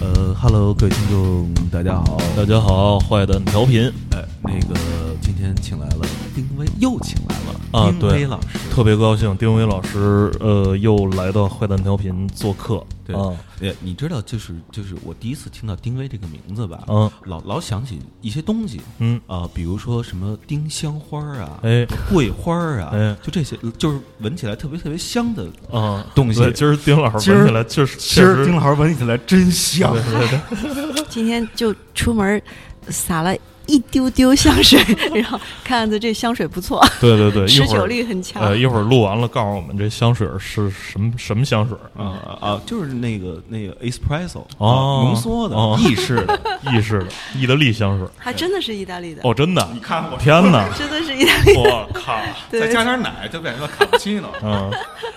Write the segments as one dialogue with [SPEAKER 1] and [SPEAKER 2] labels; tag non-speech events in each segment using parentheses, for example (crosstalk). [SPEAKER 1] 呃哈喽，各位听众，大家好。
[SPEAKER 2] 大家好，坏蛋调频，
[SPEAKER 1] 哎，那个今天请来了丁薇，又请来了
[SPEAKER 2] 啊
[SPEAKER 1] 丁薇
[SPEAKER 2] 对
[SPEAKER 1] 老师。
[SPEAKER 2] 特别高兴，丁伟老师呃又来到坏蛋调频做客
[SPEAKER 1] 对
[SPEAKER 2] 啊，，
[SPEAKER 1] 呃，你知道，就是就是我第一次听到丁薇这个名字吧，
[SPEAKER 2] 嗯
[SPEAKER 1] 老老想起一些东西，
[SPEAKER 2] 嗯
[SPEAKER 1] 啊，比如说什么丁香花啊，
[SPEAKER 2] 哎
[SPEAKER 1] 桂花啊，
[SPEAKER 2] 哎
[SPEAKER 1] 就这些，就是闻起来特别特别香的
[SPEAKER 2] 啊
[SPEAKER 1] 东西
[SPEAKER 2] 对今儿丁老师
[SPEAKER 3] 今儿
[SPEAKER 2] 闻起来确实
[SPEAKER 3] 今
[SPEAKER 2] 确
[SPEAKER 3] 儿丁
[SPEAKER 2] 实
[SPEAKER 3] 老师闻起来真香，
[SPEAKER 4] 今天就出门撒了一丢丢香 (laughs) 水，然后看着这香水不错，
[SPEAKER 2] (laughs) 对对 (laughs) 对，一
[SPEAKER 4] 持
[SPEAKER 2] 会
[SPEAKER 4] 久
[SPEAKER 2] 儿
[SPEAKER 4] 力很强。
[SPEAKER 2] 呃一会儿录完了告诉我们这香水是什么什么香水
[SPEAKER 1] 啊啊，就是那个那个 espresso
[SPEAKER 2] 哦
[SPEAKER 1] 啊浓缩的
[SPEAKER 2] 哦
[SPEAKER 1] 意式的，
[SPEAKER 2] 意式的意大利香水
[SPEAKER 4] 还真的是意大利的，
[SPEAKER 2] 哦，真的，
[SPEAKER 3] 你看我
[SPEAKER 2] 天哪，
[SPEAKER 4] 真的是意大利的。
[SPEAKER 2] 我靠，
[SPEAKER 3] 再
[SPEAKER 4] 对
[SPEAKER 3] 加点
[SPEAKER 1] 哎
[SPEAKER 3] 奶就变成了卡布
[SPEAKER 2] (laughs)
[SPEAKER 3] 奇诺。
[SPEAKER 2] 嗯，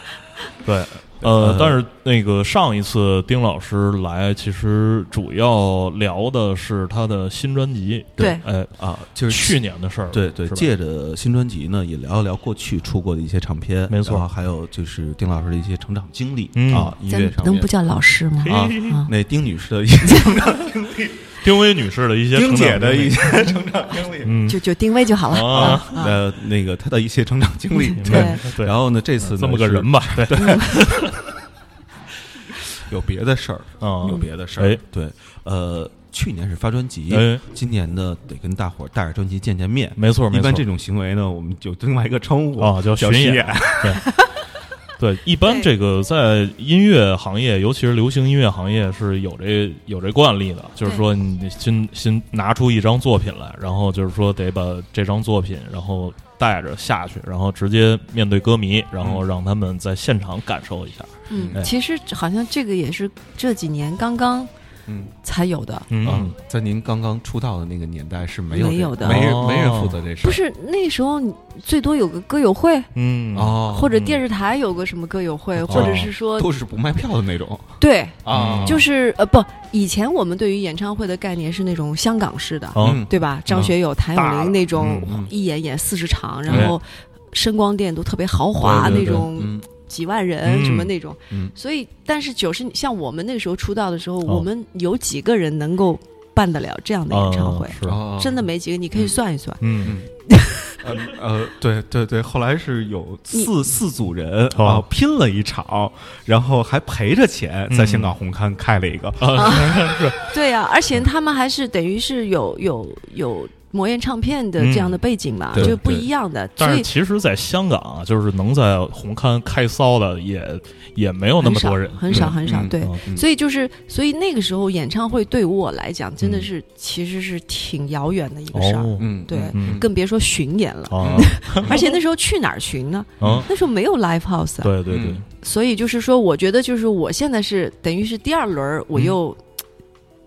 [SPEAKER 2] (laughs) 对，呃，但是那个上一次丁老师来，其实主要聊的是他的新专辑，
[SPEAKER 4] 对
[SPEAKER 2] 哎，
[SPEAKER 1] 啊，就是
[SPEAKER 2] 去年的事儿了，
[SPEAKER 1] 对对，
[SPEAKER 2] 是吧
[SPEAKER 1] 借着新专辑呢，也聊一聊过去出过的一些唱片，
[SPEAKER 2] 没错
[SPEAKER 1] 然后还有就是丁老师的一些成长经历、
[SPEAKER 2] 嗯
[SPEAKER 1] 啊，音
[SPEAKER 4] 咱
[SPEAKER 1] 乐上
[SPEAKER 4] 能
[SPEAKER 1] 面
[SPEAKER 4] 不叫老师吗？
[SPEAKER 1] 啊
[SPEAKER 2] 嘿，
[SPEAKER 4] 啊
[SPEAKER 1] 那丁女士
[SPEAKER 4] (laughs)
[SPEAKER 1] 的一些
[SPEAKER 2] 丁薇女士的一些
[SPEAKER 3] 丁
[SPEAKER 2] 成长
[SPEAKER 3] 姐的
[SPEAKER 2] 经历
[SPEAKER 3] 一些
[SPEAKER 1] (laughs)
[SPEAKER 3] 成长经历，
[SPEAKER 2] 嗯
[SPEAKER 4] 就就定位就好了。
[SPEAKER 2] 啊
[SPEAKER 4] 啊啊
[SPEAKER 1] 呃那个她的一些成长经历，
[SPEAKER 4] 对
[SPEAKER 2] 明白对，嗯
[SPEAKER 1] 然后呢，这次呢
[SPEAKER 2] 这么个
[SPEAKER 1] 是 (laughs)
[SPEAKER 2] 人吧，对，
[SPEAKER 1] 有别的事儿，
[SPEAKER 2] 啊
[SPEAKER 1] 有别的事儿，
[SPEAKER 2] 哎
[SPEAKER 1] 对，呃，去年是发专辑，
[SPEAKER 2] 哎
[SPEAKER 1] 今年呢得跟大伙儿带着专辑见见面，
[SPEAKER 2] 没错没
[SPEAKER 1] 一般
[SPEAKER 2] 错
[SPEAKER 1] 这种行为呢，我们有另外一个称呼
[SPEAKER 2] 啊叫
[SPEAKER 1] 叫
[SPEAKER 2] 巡
[SPEAKER 1] 巡
[SPEAKER 2] 演， (laughs) 对。对，一般这个在音乐行业，尤其是流行音乐行业，是有这有这惯例的，就是说你新新拿出一张作品来，然后就是说得把这张作品，然后带着下去，然后直接面对歌迷，然
[SPEAKER 1] 嗯
[SPEAKER 2] 后让他们在现场感受一下。哎
[SPEAKER 4] 嗯，其实好像这个也是这几年刚刚
[SPEAKER 1] 嗯
[SPEAKER 4] 才有的，
[SPEAKER 1] 啊
[SPEAKER 2] 嗯，，
[SPEAKER 1] 在您刚刚出道的那个年代是没有
[SPEAKER 4] 没
[SPEAKER 1] 这
[SPEAKER 4] 有的
[SPEAKER 1] 没人
[SPEAKER 2] 哦
[SPEAKER 1] 没人负责这事儿，
[SPEAKER 4] 不是那时候你最多有个歌友会，
[SPEAKER 2] 嗯
[SPEAKER 1] 哦，
[SPEAKER 4] 或者电视台有个什么歌友会，或者是说
[SPEAKER 1] 都是不卖票的那种
[SPEAKER 4] 对，
[SPEAKER 1] 啊，
[SPEAKER 2] 嗯
[SPEAKER 4] 就是呃不，以前我们对于演唱会的概念是那种香港式的，
[SPEAKER 2] 哦
[SPEAKER 1] 嗯
[SPEAKER 4] 对吧？张学友、谭
[SPEAKER 2] 大
[SPEAKER 4] 咏
[SPEAKER 2] 了
[SPEAKER 4] 麟那种
[SPEAKER 1] 嗯哎嗯
[SPEAKER 4] 一演演四十场，
[SPEAKER 2] 对
[SPEAKER 4] 然后声光电都特别豪华
[SPEAKER 2] 对对对
[SPEAKER 4] 那种，
[SPEAKER 1] 嗯
[SPEAKER 4] 几万人
[SPEAKER 2] 嗯
[SPEAKER 4] 什么那种
[SPEAKER 1] 嗯。
[SPEAKER 4] 所以，但是九十像我们那个时候出道的时候，
[SPEAKER 2] 哦
[SPEAKER 4] 我们有几个人能够办得了这样的
[SPEAKER 2] 啊
[SPEAKER 4] 演唱会？
[SPEAKER 2] 是
[SPEAKER 1] 哦
[SPEAKER 4] 真的没几个，你可以
[SPEAKER 1] 嗯
[SPEAKER 4] 算一算。
[SPEAKER 2] 嗯
[SPEAKER 1] 呃呃，对对对，后来是有四四组人
[SPEAKER 2] 哦
[SPEAKER 3] 啊，拼了一场，然后还赔着钱
[SPEAKER 1] 嗯
[SPEAKER 3] 在香港红磡开了一个，
[SPEAKER 4] 对呀、而且他们还是等于是有有有魔焰唱片的
[SPEAKER 2] 嗯
[SPEAKER 4] 这样的背景嘛，
[SPEAKER 1] 对
[SPEAKER 4] 就不
[SPEAKER 1] 对
[SPEAKER 4] 一样的。所
[SPEAKER 2] 但
[SPEAKER 4] 以
[SPEAKER 2] 是其实，在香港啊，就是能在红磡开骚的也也没有那
[SPEAKER 4] 很
[SPEAKER 2] 么
[SPEAKER 4] 少
[SPEAKER 2] 多人，
[SPEAKER 4] 很少
[SPEAKER 1] 嗯
[SPEAKER 4] 很少，
[SPEAKER 1] 嗯
[SPEAKER 4] 对。
[SPEAKER 2] 嗯
[SPEAKER 4] 所以就是，所以那个时候演唱会对我来讲，真
[SPEAKER 2] 嗯
[SPEAKER 4] 的是、其实是挺遥远的一个事儿，
[SPEAKER 2] 哦，
[SPEAKER 1] 嗯
[SPEAKER 4] 对嗯
[SPEAKER 2] 嗯
[SPEAKER 4] 更别说巡演了。
[SPEAKER 2] 啊
[SPEAKER 4] 而且那时候去哪儿巡呢？ (laughs)
[SPEAKER 2] 啊，
[SPEAKER 4] 那时候没有 live house，、啊、
[SPEAKER 2] 对对对
[SPEAKER 1] 嗯，
[SPEAKER 4] 所以就是说，我觉得就是我现在是等于是第二轮儿，我又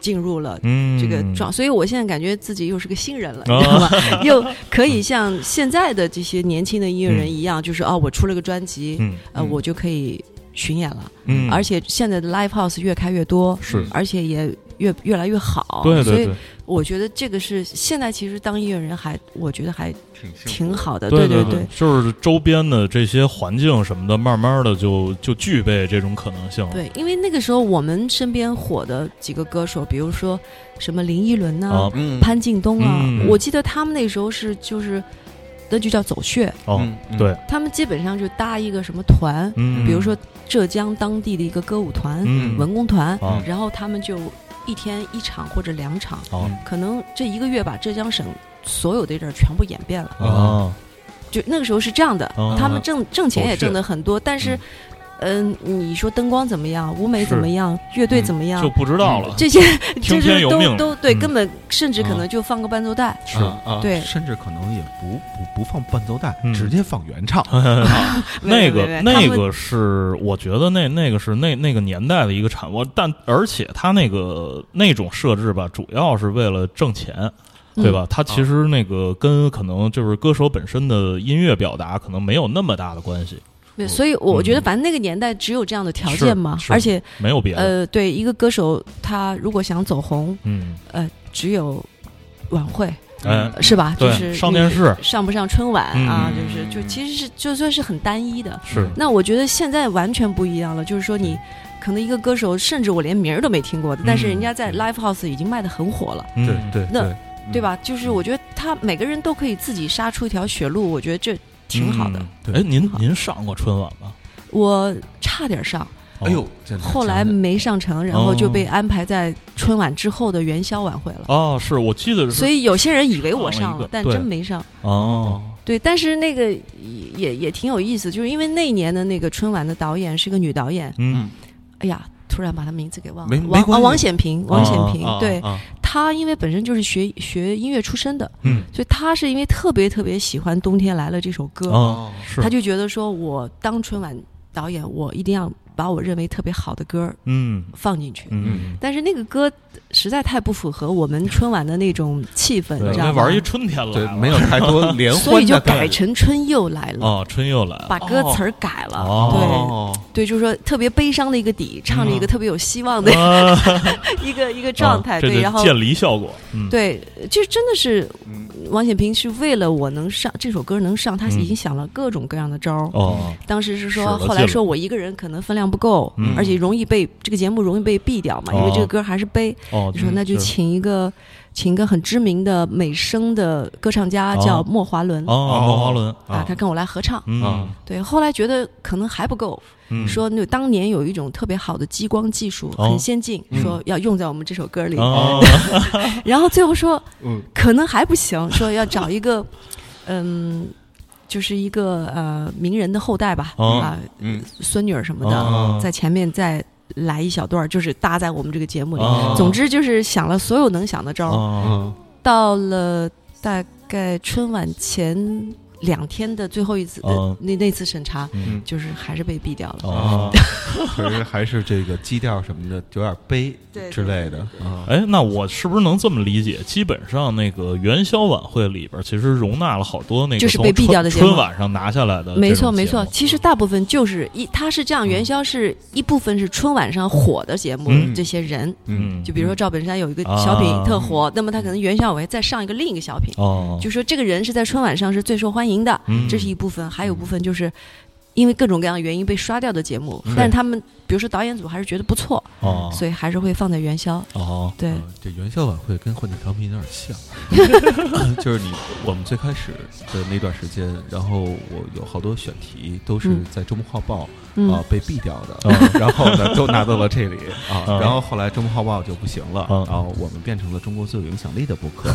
[SPEAKER 4] 进入了。
[SPEAKER 2] 嗯，
[SPEAKER 4] 这个状，所以我现在感觉自己又是个新人了，
[SPEAKER 2] 啊
[SPEAKER 4] 你知
[SPEAKER 2] (laughs)
[SPEAKER 4] 道吗？又可以像现在的这些年轻的音乐人一样，就是哦，我出了个专辑，
[SPEAKER 2] 嗯
[SPEAKER 4] 呃，
[SPEAKER 1] 嗯
[SPEAKER 4] 我就可以巡演了。
[SPEAKER 2] 嗯，
[SPEAKER 4] 而且现在的 live house 越开越多，
[SPEAKER 2] 是
[SPEAKER 4] 而且也越越来越好。
[SPEAKER 2] 对对
[SPEAKER 4] 所
[SPEAKER 2] 对
[SPEAKER 4] 以，呃我觉得这个是现在其实当音乐人还，我觉得还
[SPEAKER 1] 挺
[SPEAKER 4] 挺好的。
[SPEAKER 2] 对
[SPEAKER 4] 对
[SPEAKER 2] 对，就是周边的这些环境什么的，慢慢的就就具备这种可能性了。
[SPEAKER 4] 对，因为那个时候我们身边火的几个歌手，比如说什么林依轮呐、
[SPEAKER 2] 啊，
[SPEAKER 1] 嗯
[SPEAKER 4] 潘劲东啊，
[SPEAKER 2] 嗯
[SPEAKER 4] 我记得他们那时候是就是，那就叫走穴，
[SPEAKER 2] 哦，
[SPEAKER 1] 嗯
[SPEAKER 2] 对，
[SPEAKER 4] 他们基本上就搭一个什么团，
[SPEAKER 2] 嗯，
[SPEAKER 4] 比如说浙江当地的一个歌舞团、
[SPEAKER 2] 嗯
[SPEAKER 4] 文工团，
[SPEAKER 2] 啊
[SPEAKER 4] 然后他们就一天一场或者两场。
[SPEAKER 2] 啊
[SPEAKER 4] 可能这一个月把浙江省所有的地儿全部演遍了。
[SPEAKER 2] 啊
[SPEAKER 4] 就那个时候是这样的，
[SPEAKER 2] 啊
[SPEAKER 4] 他们挣挣钱
[SPEAKER 2] 狗
[SPEAKER 4] 也
[SPEAKER 2] 血
[SPEAKER 4] 挣的很多，但是，嗯、你说灯光怎么样，舞美怎么样，乐队怎么样
[SPEAKER 2] 嗯就，不知道了。
[SPEAKER 4] 这些
[SPEAKER 2] (laughs) 听
[SPEAKER 4] 就
[SPEAKER 2] 天
[SPEAKER 4] 是
[SPEAKER 2] 由命
[SPEAKER 4] 都都对，
[SPEAKER 2] 嗯
[SPEAKER 4] 根本甚至可
[SPEAKER 1] 啊
[SPEAKER 4] 能就放个伴奏带。
[SPEAKER 1] 是啊，
[SPEAKER 4] 对
[SPEAKER 1] 甚至可能也不不不放伴奏带
[SPEAKER 2] 嗯，
[SPEAKER 1] 直接放原唱。
[SPEAKER 2] 那
[SPEAKER 4] 没
[SPEAKER 2] 个
[SPEAKER 4] 有没有没有
[SPEAKER 2] 那
[SPEAKER 4] 他们
[SPEAKER 2] 个是，我觉得那那个是那那个年代的一个产物，但而且它那个那种设置吧，主要是为了挣钱，
[SPEAKER 4] 嗯
[SPEAKER 2] 对
[SPEAKER 4] 哦
[SPEAKER 2] 吧？它其实那个跟可能就是歌手本身的音乐表达可能没有那么大的关系，
[SPEAKER 4] 对，所以我
[SPEAKER 2] 嗯
[SPEAKER 4] 觉得反正那个年代只有这样的条
[SPEAKER 2] 是
[SPEAKER 4] 件嘛，
[SPEAKER 2] 是
[SPEAKER 4] 而且
[SPEAKER 2] 没有别的。
[SPEAKER 4] 呃，对一个歌手他如果想走红，
[SPEAKER 2] 嗯，
[SPEAKER 4] 呃，只有晚会
[SPEAKER 2] 哎，
[SPEAKER 4] 是吧？就
[SPEAKER 2] 对
[SPEAKER 4] 是
[SPEAKER 2] 上
[SPEAKER 4] 你
[SPEAKER 2] 电视
[SPEAKER 4] 上不上春晚啊，
[SPEAKER 1] 嗯
[SPEAKER 4] 就是就其实是就算是很单一的。
[SPEAKER 2] 是
[SPEAKER 4] 那我觉得现在完全不一样了，就是说你可能一个歌手甚至我连名儿都没听过的，但是人家在 live house 已经卖的很火了，
[SPEAKER 2] 嗯
[SPEAKER 1] 对对
[SPEAKER 4] 那
[SPEAKER 1] 对，
[SPEAKER 4] 对吧？就是我觉得他每个人都可以自己杀出一条血路，我觉得这挺好的。
[SPEAKER 2] 嗯哎，您您上过春晚吗？
[SPEAKER 4] 我差点上，
[SPEAKER 2] 哦
[SPEAKER 1] 哎呦，，真的
[SPEAKER 4] 后来
[SPEAKER 1] 真的
[SPEAKER 4] 没上成，然后就被安排在春晚之后的元宵晚会了。
[SPEAKER 2] 哦，是我记得是，
[SPEAKER 4] 所以有些人以为我上
[SPEAKER 2] 上了一
[SPEAKER 4] 了
[SPEAKER 2] 个，
[SPEAKER 4] 但
[SPEAKER 2] 对
[SPEAKER 4] 真没上。
[SPEAKER 2] 哦，
[SPEAKER 4] 对，但是那个也也也挺有意思，就是因为那一年的那个春晚的导演是个女导演，
[SPEAKER 2] 嗯
[SPEAKER 4] 哎呀，突然把她名字给忘
[SPEAKER 1] 没
[SPEAKER 4] 了，
[SPEAKER 1] 没
[SPEAKER 4] 王
[SPEAKER 1] 关
[SPEAKER 4] 啊
[SPEAKER 1] 系
[SPEAKER 4] 王显平，王显平，
[SPEAKER 1] 啊
[SPEAKER 4] 对
[SPEAKER 1] 啊
[SPEAKER 4] 她因为本身就是学学音乐出身的，
[SPEAKER 2] 嗯，
[SPEAKER 4] 所以她是因为特别特别喜欢《冬天来了》这首歌，
[SPEAKER 2] 哦，
[SPEAKER 1] 嗯
[SPEAKER 2] 是
[SPEAKER 4] 她，就觉得说我当春晚导演，我一定要把我认为特别好的歌儿
[SPEAKER 2] 嗯
[SPEAKER 4] 放进去。
[SPEAKER 2] 嗯，
[SPEAKER 4] 但是那个歌实在太不符合我们春晚的那种气氛，
[SPEAKER 2] 对
[SPEAKER 4] 你
[SPEAKER 2] 因为
[SPEAKER 4] 知道吗？
[SPEAKER 2] 玩一春天了，啊
[SPEAKER 1] 对，没有太多联
[SPEAKER 4] 所以
[SPEAKER 1] 欢
[SPEAKER 4] 就
[SPEAKER 1] 的感
[SPEAKER 4] 改
[SPEAKER 1] 觉。
[SPEAKER 4] 成春又来了，
[SPEAKER 2] 哦，春又来了，
[SPEAKER 4] 把歌词儿改了。
[SPEAKER 2] 哦
[SPEAKER 1] 哦，
[SPEAKER 4] 对对，就是说特别悲伤的一个底，唱着一个特别有希望的
[SPEAKER 2] 啊
[SPEAKER 4] 一个、一个状态。
[SPEAKER 2] 啊这
[SPEAKER 4] 对，
[SPEAKER 2] 就
[SPEAKER 4] 然后
[SPEAKER 2] 渐离效果，嗯，
[SPEAKER 4] 对，就真的是
[SPEAKER 1] 嗯
[SPEAKER 4] 王显平是为了我能上这首歌能上，他
[SPEAKER 2] 嗯
[SPEAKER 4] 已经想了各种各样的招儿。
[SPEAKER 2] 哦，
[SPEAKER 4] 当时是
[SPEAKER 2] 使
[SPEAKER 4] 说，
[SPEAKER 2] 了
[SPEAKER 4] 后
[SPEAKER 2] 劲
[SPEAKER 4] 来
[SPEAKER 2] 了
[SPEAKER 4] 说我一个人可能分量不够，
[SPEAKER 2] 嗯
[SPEAKER 4] 而且容易被这个节目容易被毙掉嘛，因为这
[SPEAKER 2] 哦
[SPEAKER 4] 个歌还是悲。
[SPEAKER 2] 哦，
[SPEAKER 4] 就说那就请一个请一个很知名的美声的歌唱家
[SPEAKER 2] 哦
[SPEAKER 4] 叫莫华伦
[SPEAKER 2] 哦，王华伦，
[SPEAKER 4] 啊，他跟我来合唱。
[SPEAKER 2] 嗯
[SPEAKER 4] 对，后来觉得可能还不够，
[SPEAKER 2] 嗯，
[SPEAKER 4] 说那当年有一种特别好的激光技术，
[SPEAKER 2] 哦
[SPEAKER 4] 很先进，
[SPEAKER 1] 嗯
[SPEAKER 4] 说要用在我们这首歌里。
[SPEAKER 2] 哦，
[SPEAKER 4] (laughs) 然后最后说
[SPEAKER 1] 嗯，
[SPEAKER 4] 可能还不行，说要找一个，嗯，就是一个呃名人的后代吧，
[SPEAKER 2] 哦
[SPEAKER 4] 啊，
[SPEAKER 1] 嗯，
[SPEAKER 4] 孙女儿什么的，
[SPEAKER 2] 哦
[SPEAKER 4] 在前面再来一小段儿，就是搭在我们这个节目里。
[SPEAKER 2] 哦
[SPEAKER 4] 总之就是想了所有能想的招儿，
[SPEAKER 2] 哦，
[SPEAKER 1] 嗯
[SPEAKER 4] 到了大概春晚前两天的最后一次、
[SPEAKER 2] 嗯
[SPEAKER 4] 呃那那次审查，
[SPEAKER 2] 嗯
[SPEAKER 4] 就是还是被毙掉了。
[SPEAKER 1] (laughs)
[SPEAKER 2] 哦，
[SPEAKER 1] 可是还是这个基调什么的有点悲
[SPEAKER 4] 对
[SPEAKER 1] 之类的啊。
[SPEAKER 2] 哎，那我是不是能这么理解？基本上那个元宵晚会里边，其实容纳了好多那个
[SPEAKER 4] 就是
[SPEAKER 2] 从
[SPEAKER 4] 被毙
[SPEAKER 2] 春
[SPEAKER 4] 掉的节目
[SPEAKER 2] 春晚上拿下来呃的这种节目，嗯
[SPEAKER 4] 没错，没错。其实大部分就是一，它是这样，元宵是一部分是春晚上火的节目，
[SPEAKER 2] 嗯
[SPEAKER 4] 这些人，
[SPEAKER 2] 嗯，
[SPEAKER 4] 就比如说
[SPEAKER 2] 嗯
[SPEAKER 4] 赵本山有一个
[SPEAKER 2] 啊
[SPEAKER 4] 小品特火，那么他可能元宵晚会再上一个另一个小品，
[SPEAKER 2] 哦，
[SPEAKER 4] 就说这个人是在春晚上是最受欢迎的，
[SPEAKER 2] 嗯
[SPEAKER 4] 这是一部分，还有部分就是。因为各种各样的原因被刷掉的节目，但是他们，比如说导演组还是觉得不错，
[SPEAKER 2] 嗯哦
[SPEAKER 4] 所以还是会放在元宵。
[SPEAKER 2] 哦
[SPEAKER 4] 对，
[SPEAKER 1] 嗯这元宵晚会跟换景调频有点像，
[SPEAKER 4] (laughs)
[SPEAKER 1] (laughs) 就是你我们最开始的那段时间，然后我有好多选题都是
[SPEAKER 4] 嗯
[SPEAKER 1] 在周末画报啊、
[SPEAKER 2] 哦
[SPEAKER 4] 嗯，哦
[SPEAKER 1] 被毙掉的，
[SPEAKER 2] 啊
[SPEAKER 1] (laughs) 然后呢都拿到了这里
[SPEAKER 4] (laughs)
[SPEAKER 1] 啊，
[SPEAKER 4] 嗯
[SPEAKER 2] 啊
[SPEAKER 1] 然后后来周末画报就不行了，
[SPEAKER 2] 啊
[SPEAKER 1] 然后我们变成了中国最有影响力的播
[SPEAKER 4] (laughs)
[SPEAKER 1] 客，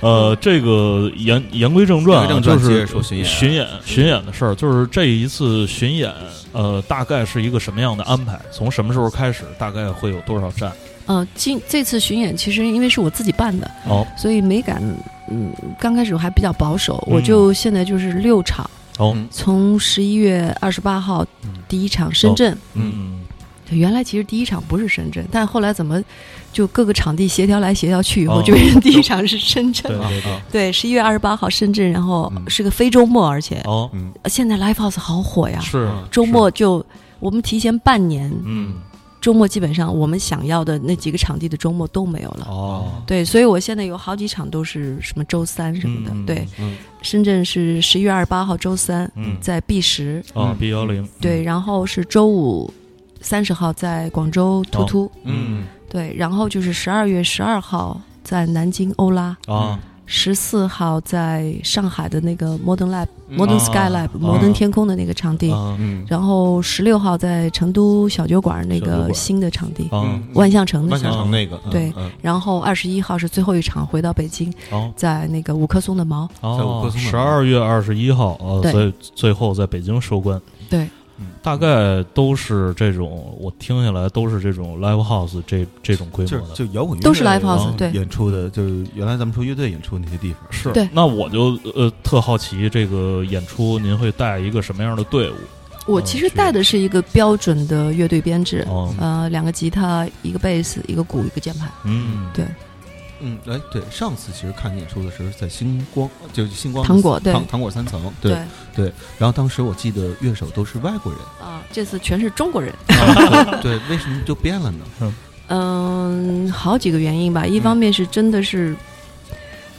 [SPEAKER 2] 呃，这个言言归正传啊，
[SPEAKER 1] 言归正
[SPEAKER 2] 就
[SPEAKER 1] 传接
[SPEAKER 2] 是
[SPEAKER 1] 着说巡演
[SPEAKER 2] 巡演巡演的事儿，就是这一次巡演，呃，大概是一个什么样的安排？从什么时候开始？大概会有多少站？
[SPEAKER 4] 呃，今这次巡演其实因为是我自己办的，
[SPEAKER 2] 哦
[SPEAKER 4] 所以没敢，嗯，刚开始我还比较保守，
[SPEAKER 2] 嗯
[SPEAKER 4] 我就现在就是六场，
[SPEAKER 2] 哦，
[SPEAKER 4] 从十一月二十八号
[SPEAKER 1] 嗯
[SPEAKER 4] 第一场深圳，
[SPEAKER 2] 嗯，
[SPEAKER 4] 对原来其实第一场不是深圳，但后来怎么就各个场地协调来协调去以后，
[SPEAKER 2] 哦
[SPEAKER 4] 就变成第一场是深圳。
[SPEAKER 2] 对对对
[SPEAKER 1] 啊，
[SPEAKER 4] 对，十一月二十八号深圳，然后
[SPEAKER 1] 嗯
[SPEAKER 4] 是个非周末，而且
[SPEAKER 2] 哦，
[SPEAKER 1] 嗯
[SPEAKER 4] 现在 live house 好火呀，
[SPEAKER 2] 是
[SPEAKER 4] 嗯
[SPEAKER 1] 啊
[SPEAKER 4] 周末就我们提前半年，
[SPEAKER 2] 嗯
[SPEAKER 4] 周末基本上我们想要的那几个场地的周末都没有
[SPEAKER 1] 嗯
[SPEAKER 4] 了。
[SPEAKER 2] 哦
[SPEAKER 4] 对，所以我现在有好几场都是什么周三什么的。
[SPEAKER 2] 嗯
[SPEAKER 4] 对，
[SPEAKER 1] 嗯
[SPEAKER 4] 深圳是十一月二十八号周三，
[SPEAKER 2] 嗯
[SPEAKER 4] 在 B 十、
[SPEAKER 2] 哦
[SPEAKER 1] 嗯
[SPEAKER 2] B 幺零
[SPEAKER 4] 对，然后是周五三十号在广州图图，
[SPEAKER 2] 哦
[SPEAKER 1] 嗯
[SPEAKER 4] 对，然后就是十二月十二号在南京欧拉，
[SPEAKER 2] 啊
[SPEAKER 4] 十四号在上海的那个 Modern Lab、
[SPEAKER 1] 嗯
[SPEAKER 4] Modern
[SPEAKER 2] 啊
[SPEAKER 4] Sky Lab、
[SPEAKER 2] 啊
[SPEAKER 4] 摩登天空的那个场地，
[SPEAKER 2] 啊
[SPEAKER 1] 嗯
[SPEAKER 4] 然后十六号在成都小酒馆那
[SPEAKER 2] 小酒
[SPEAKER 4] 个
[SPEAKER 2] 馆
[SPEAKER 4] 新的场地，
[SPEAKER 2] 啊
[SPEAKER 4] 万象城
[SPEAKER 1] 嗯
[SPEAKER 4] 的
[SPEAKER 1] 万
[SPEAKER 4] 小
[SPEAKER 1] 象
[SPEAKER 4] 酒馆。
[SPEAKER 1] 城那个
[SPEAKER 4] 对
[SPEAKER 1] 嗯
[SPEAKER 4] 然后二十一号是最后一场，回到北京，
[SPEAKER 2] 哦
[SPEAKER 4] 在那个五棵松的毛。
[SPEAKER 2] 哦，
[SPEAKER 1] 在五棵松
[SPEAKER 2] 十
[SPEAKER 1] 那
[SPEAKER 2] 二
[SPEAKER 1] 儿
[SPEAKER 2] 月二十一号，呃，
[SPEAKER 4] 对
[SPEAKER 2] 最最后在北京收官。
[SPEAKER 4] 对
[SPEAKER 1] 嗯，
[SPEAKER 2] 大概都是这种，我听下来都是这种 live house 这这种规模
[SPEAKER 1] 就
[SPEAKER 2] 的。
[SPEAKER 1] 就摇滚乐
[SPEAKER 4] 嗯都是 live
[SPEAKER 1] 然后
[SPEAKER 4] house，对
[SPEAKER 1] 演出的，就是原来咱们说乐队演出那些地方
[SPEAKER 2] 是
[SPEAKER 4] 对
[SPEAKER 2] 那我就呃特好奇，这个演出您会带一个什么样的队伍？
[SPEAKER 4] 我
[SPEAKER 2] 嗯
[SPEAKER 4] 其实
[SPEAKER 2] 是
[SPEAKER 4] 带的是一个标准的乐队编制，
[SPEAKER 2] 哦，
[SPEAKER 4] 呃，两个吉他，一个贝斯，一个鼓，一个键盘。
[SPEAKER 2] 嗯，
[SPEAKER 4] 对
[SPEAKER 1] 嗯，哎，对，上次其实看你演出的时候在星光，就是星光
[SPEAKER 4] 糖果对
[SPEAKER 1] 糖糖果三层，对。然后当时我记得乐手都是外国人，
[SPEAKER 4] (laughs) 啊，这次全是中国人。
[SPEAKER 1] 啊对，对为什么就变了呢？
[SPEAKER 4] 嗯，好几个原因吧，一方面是真的是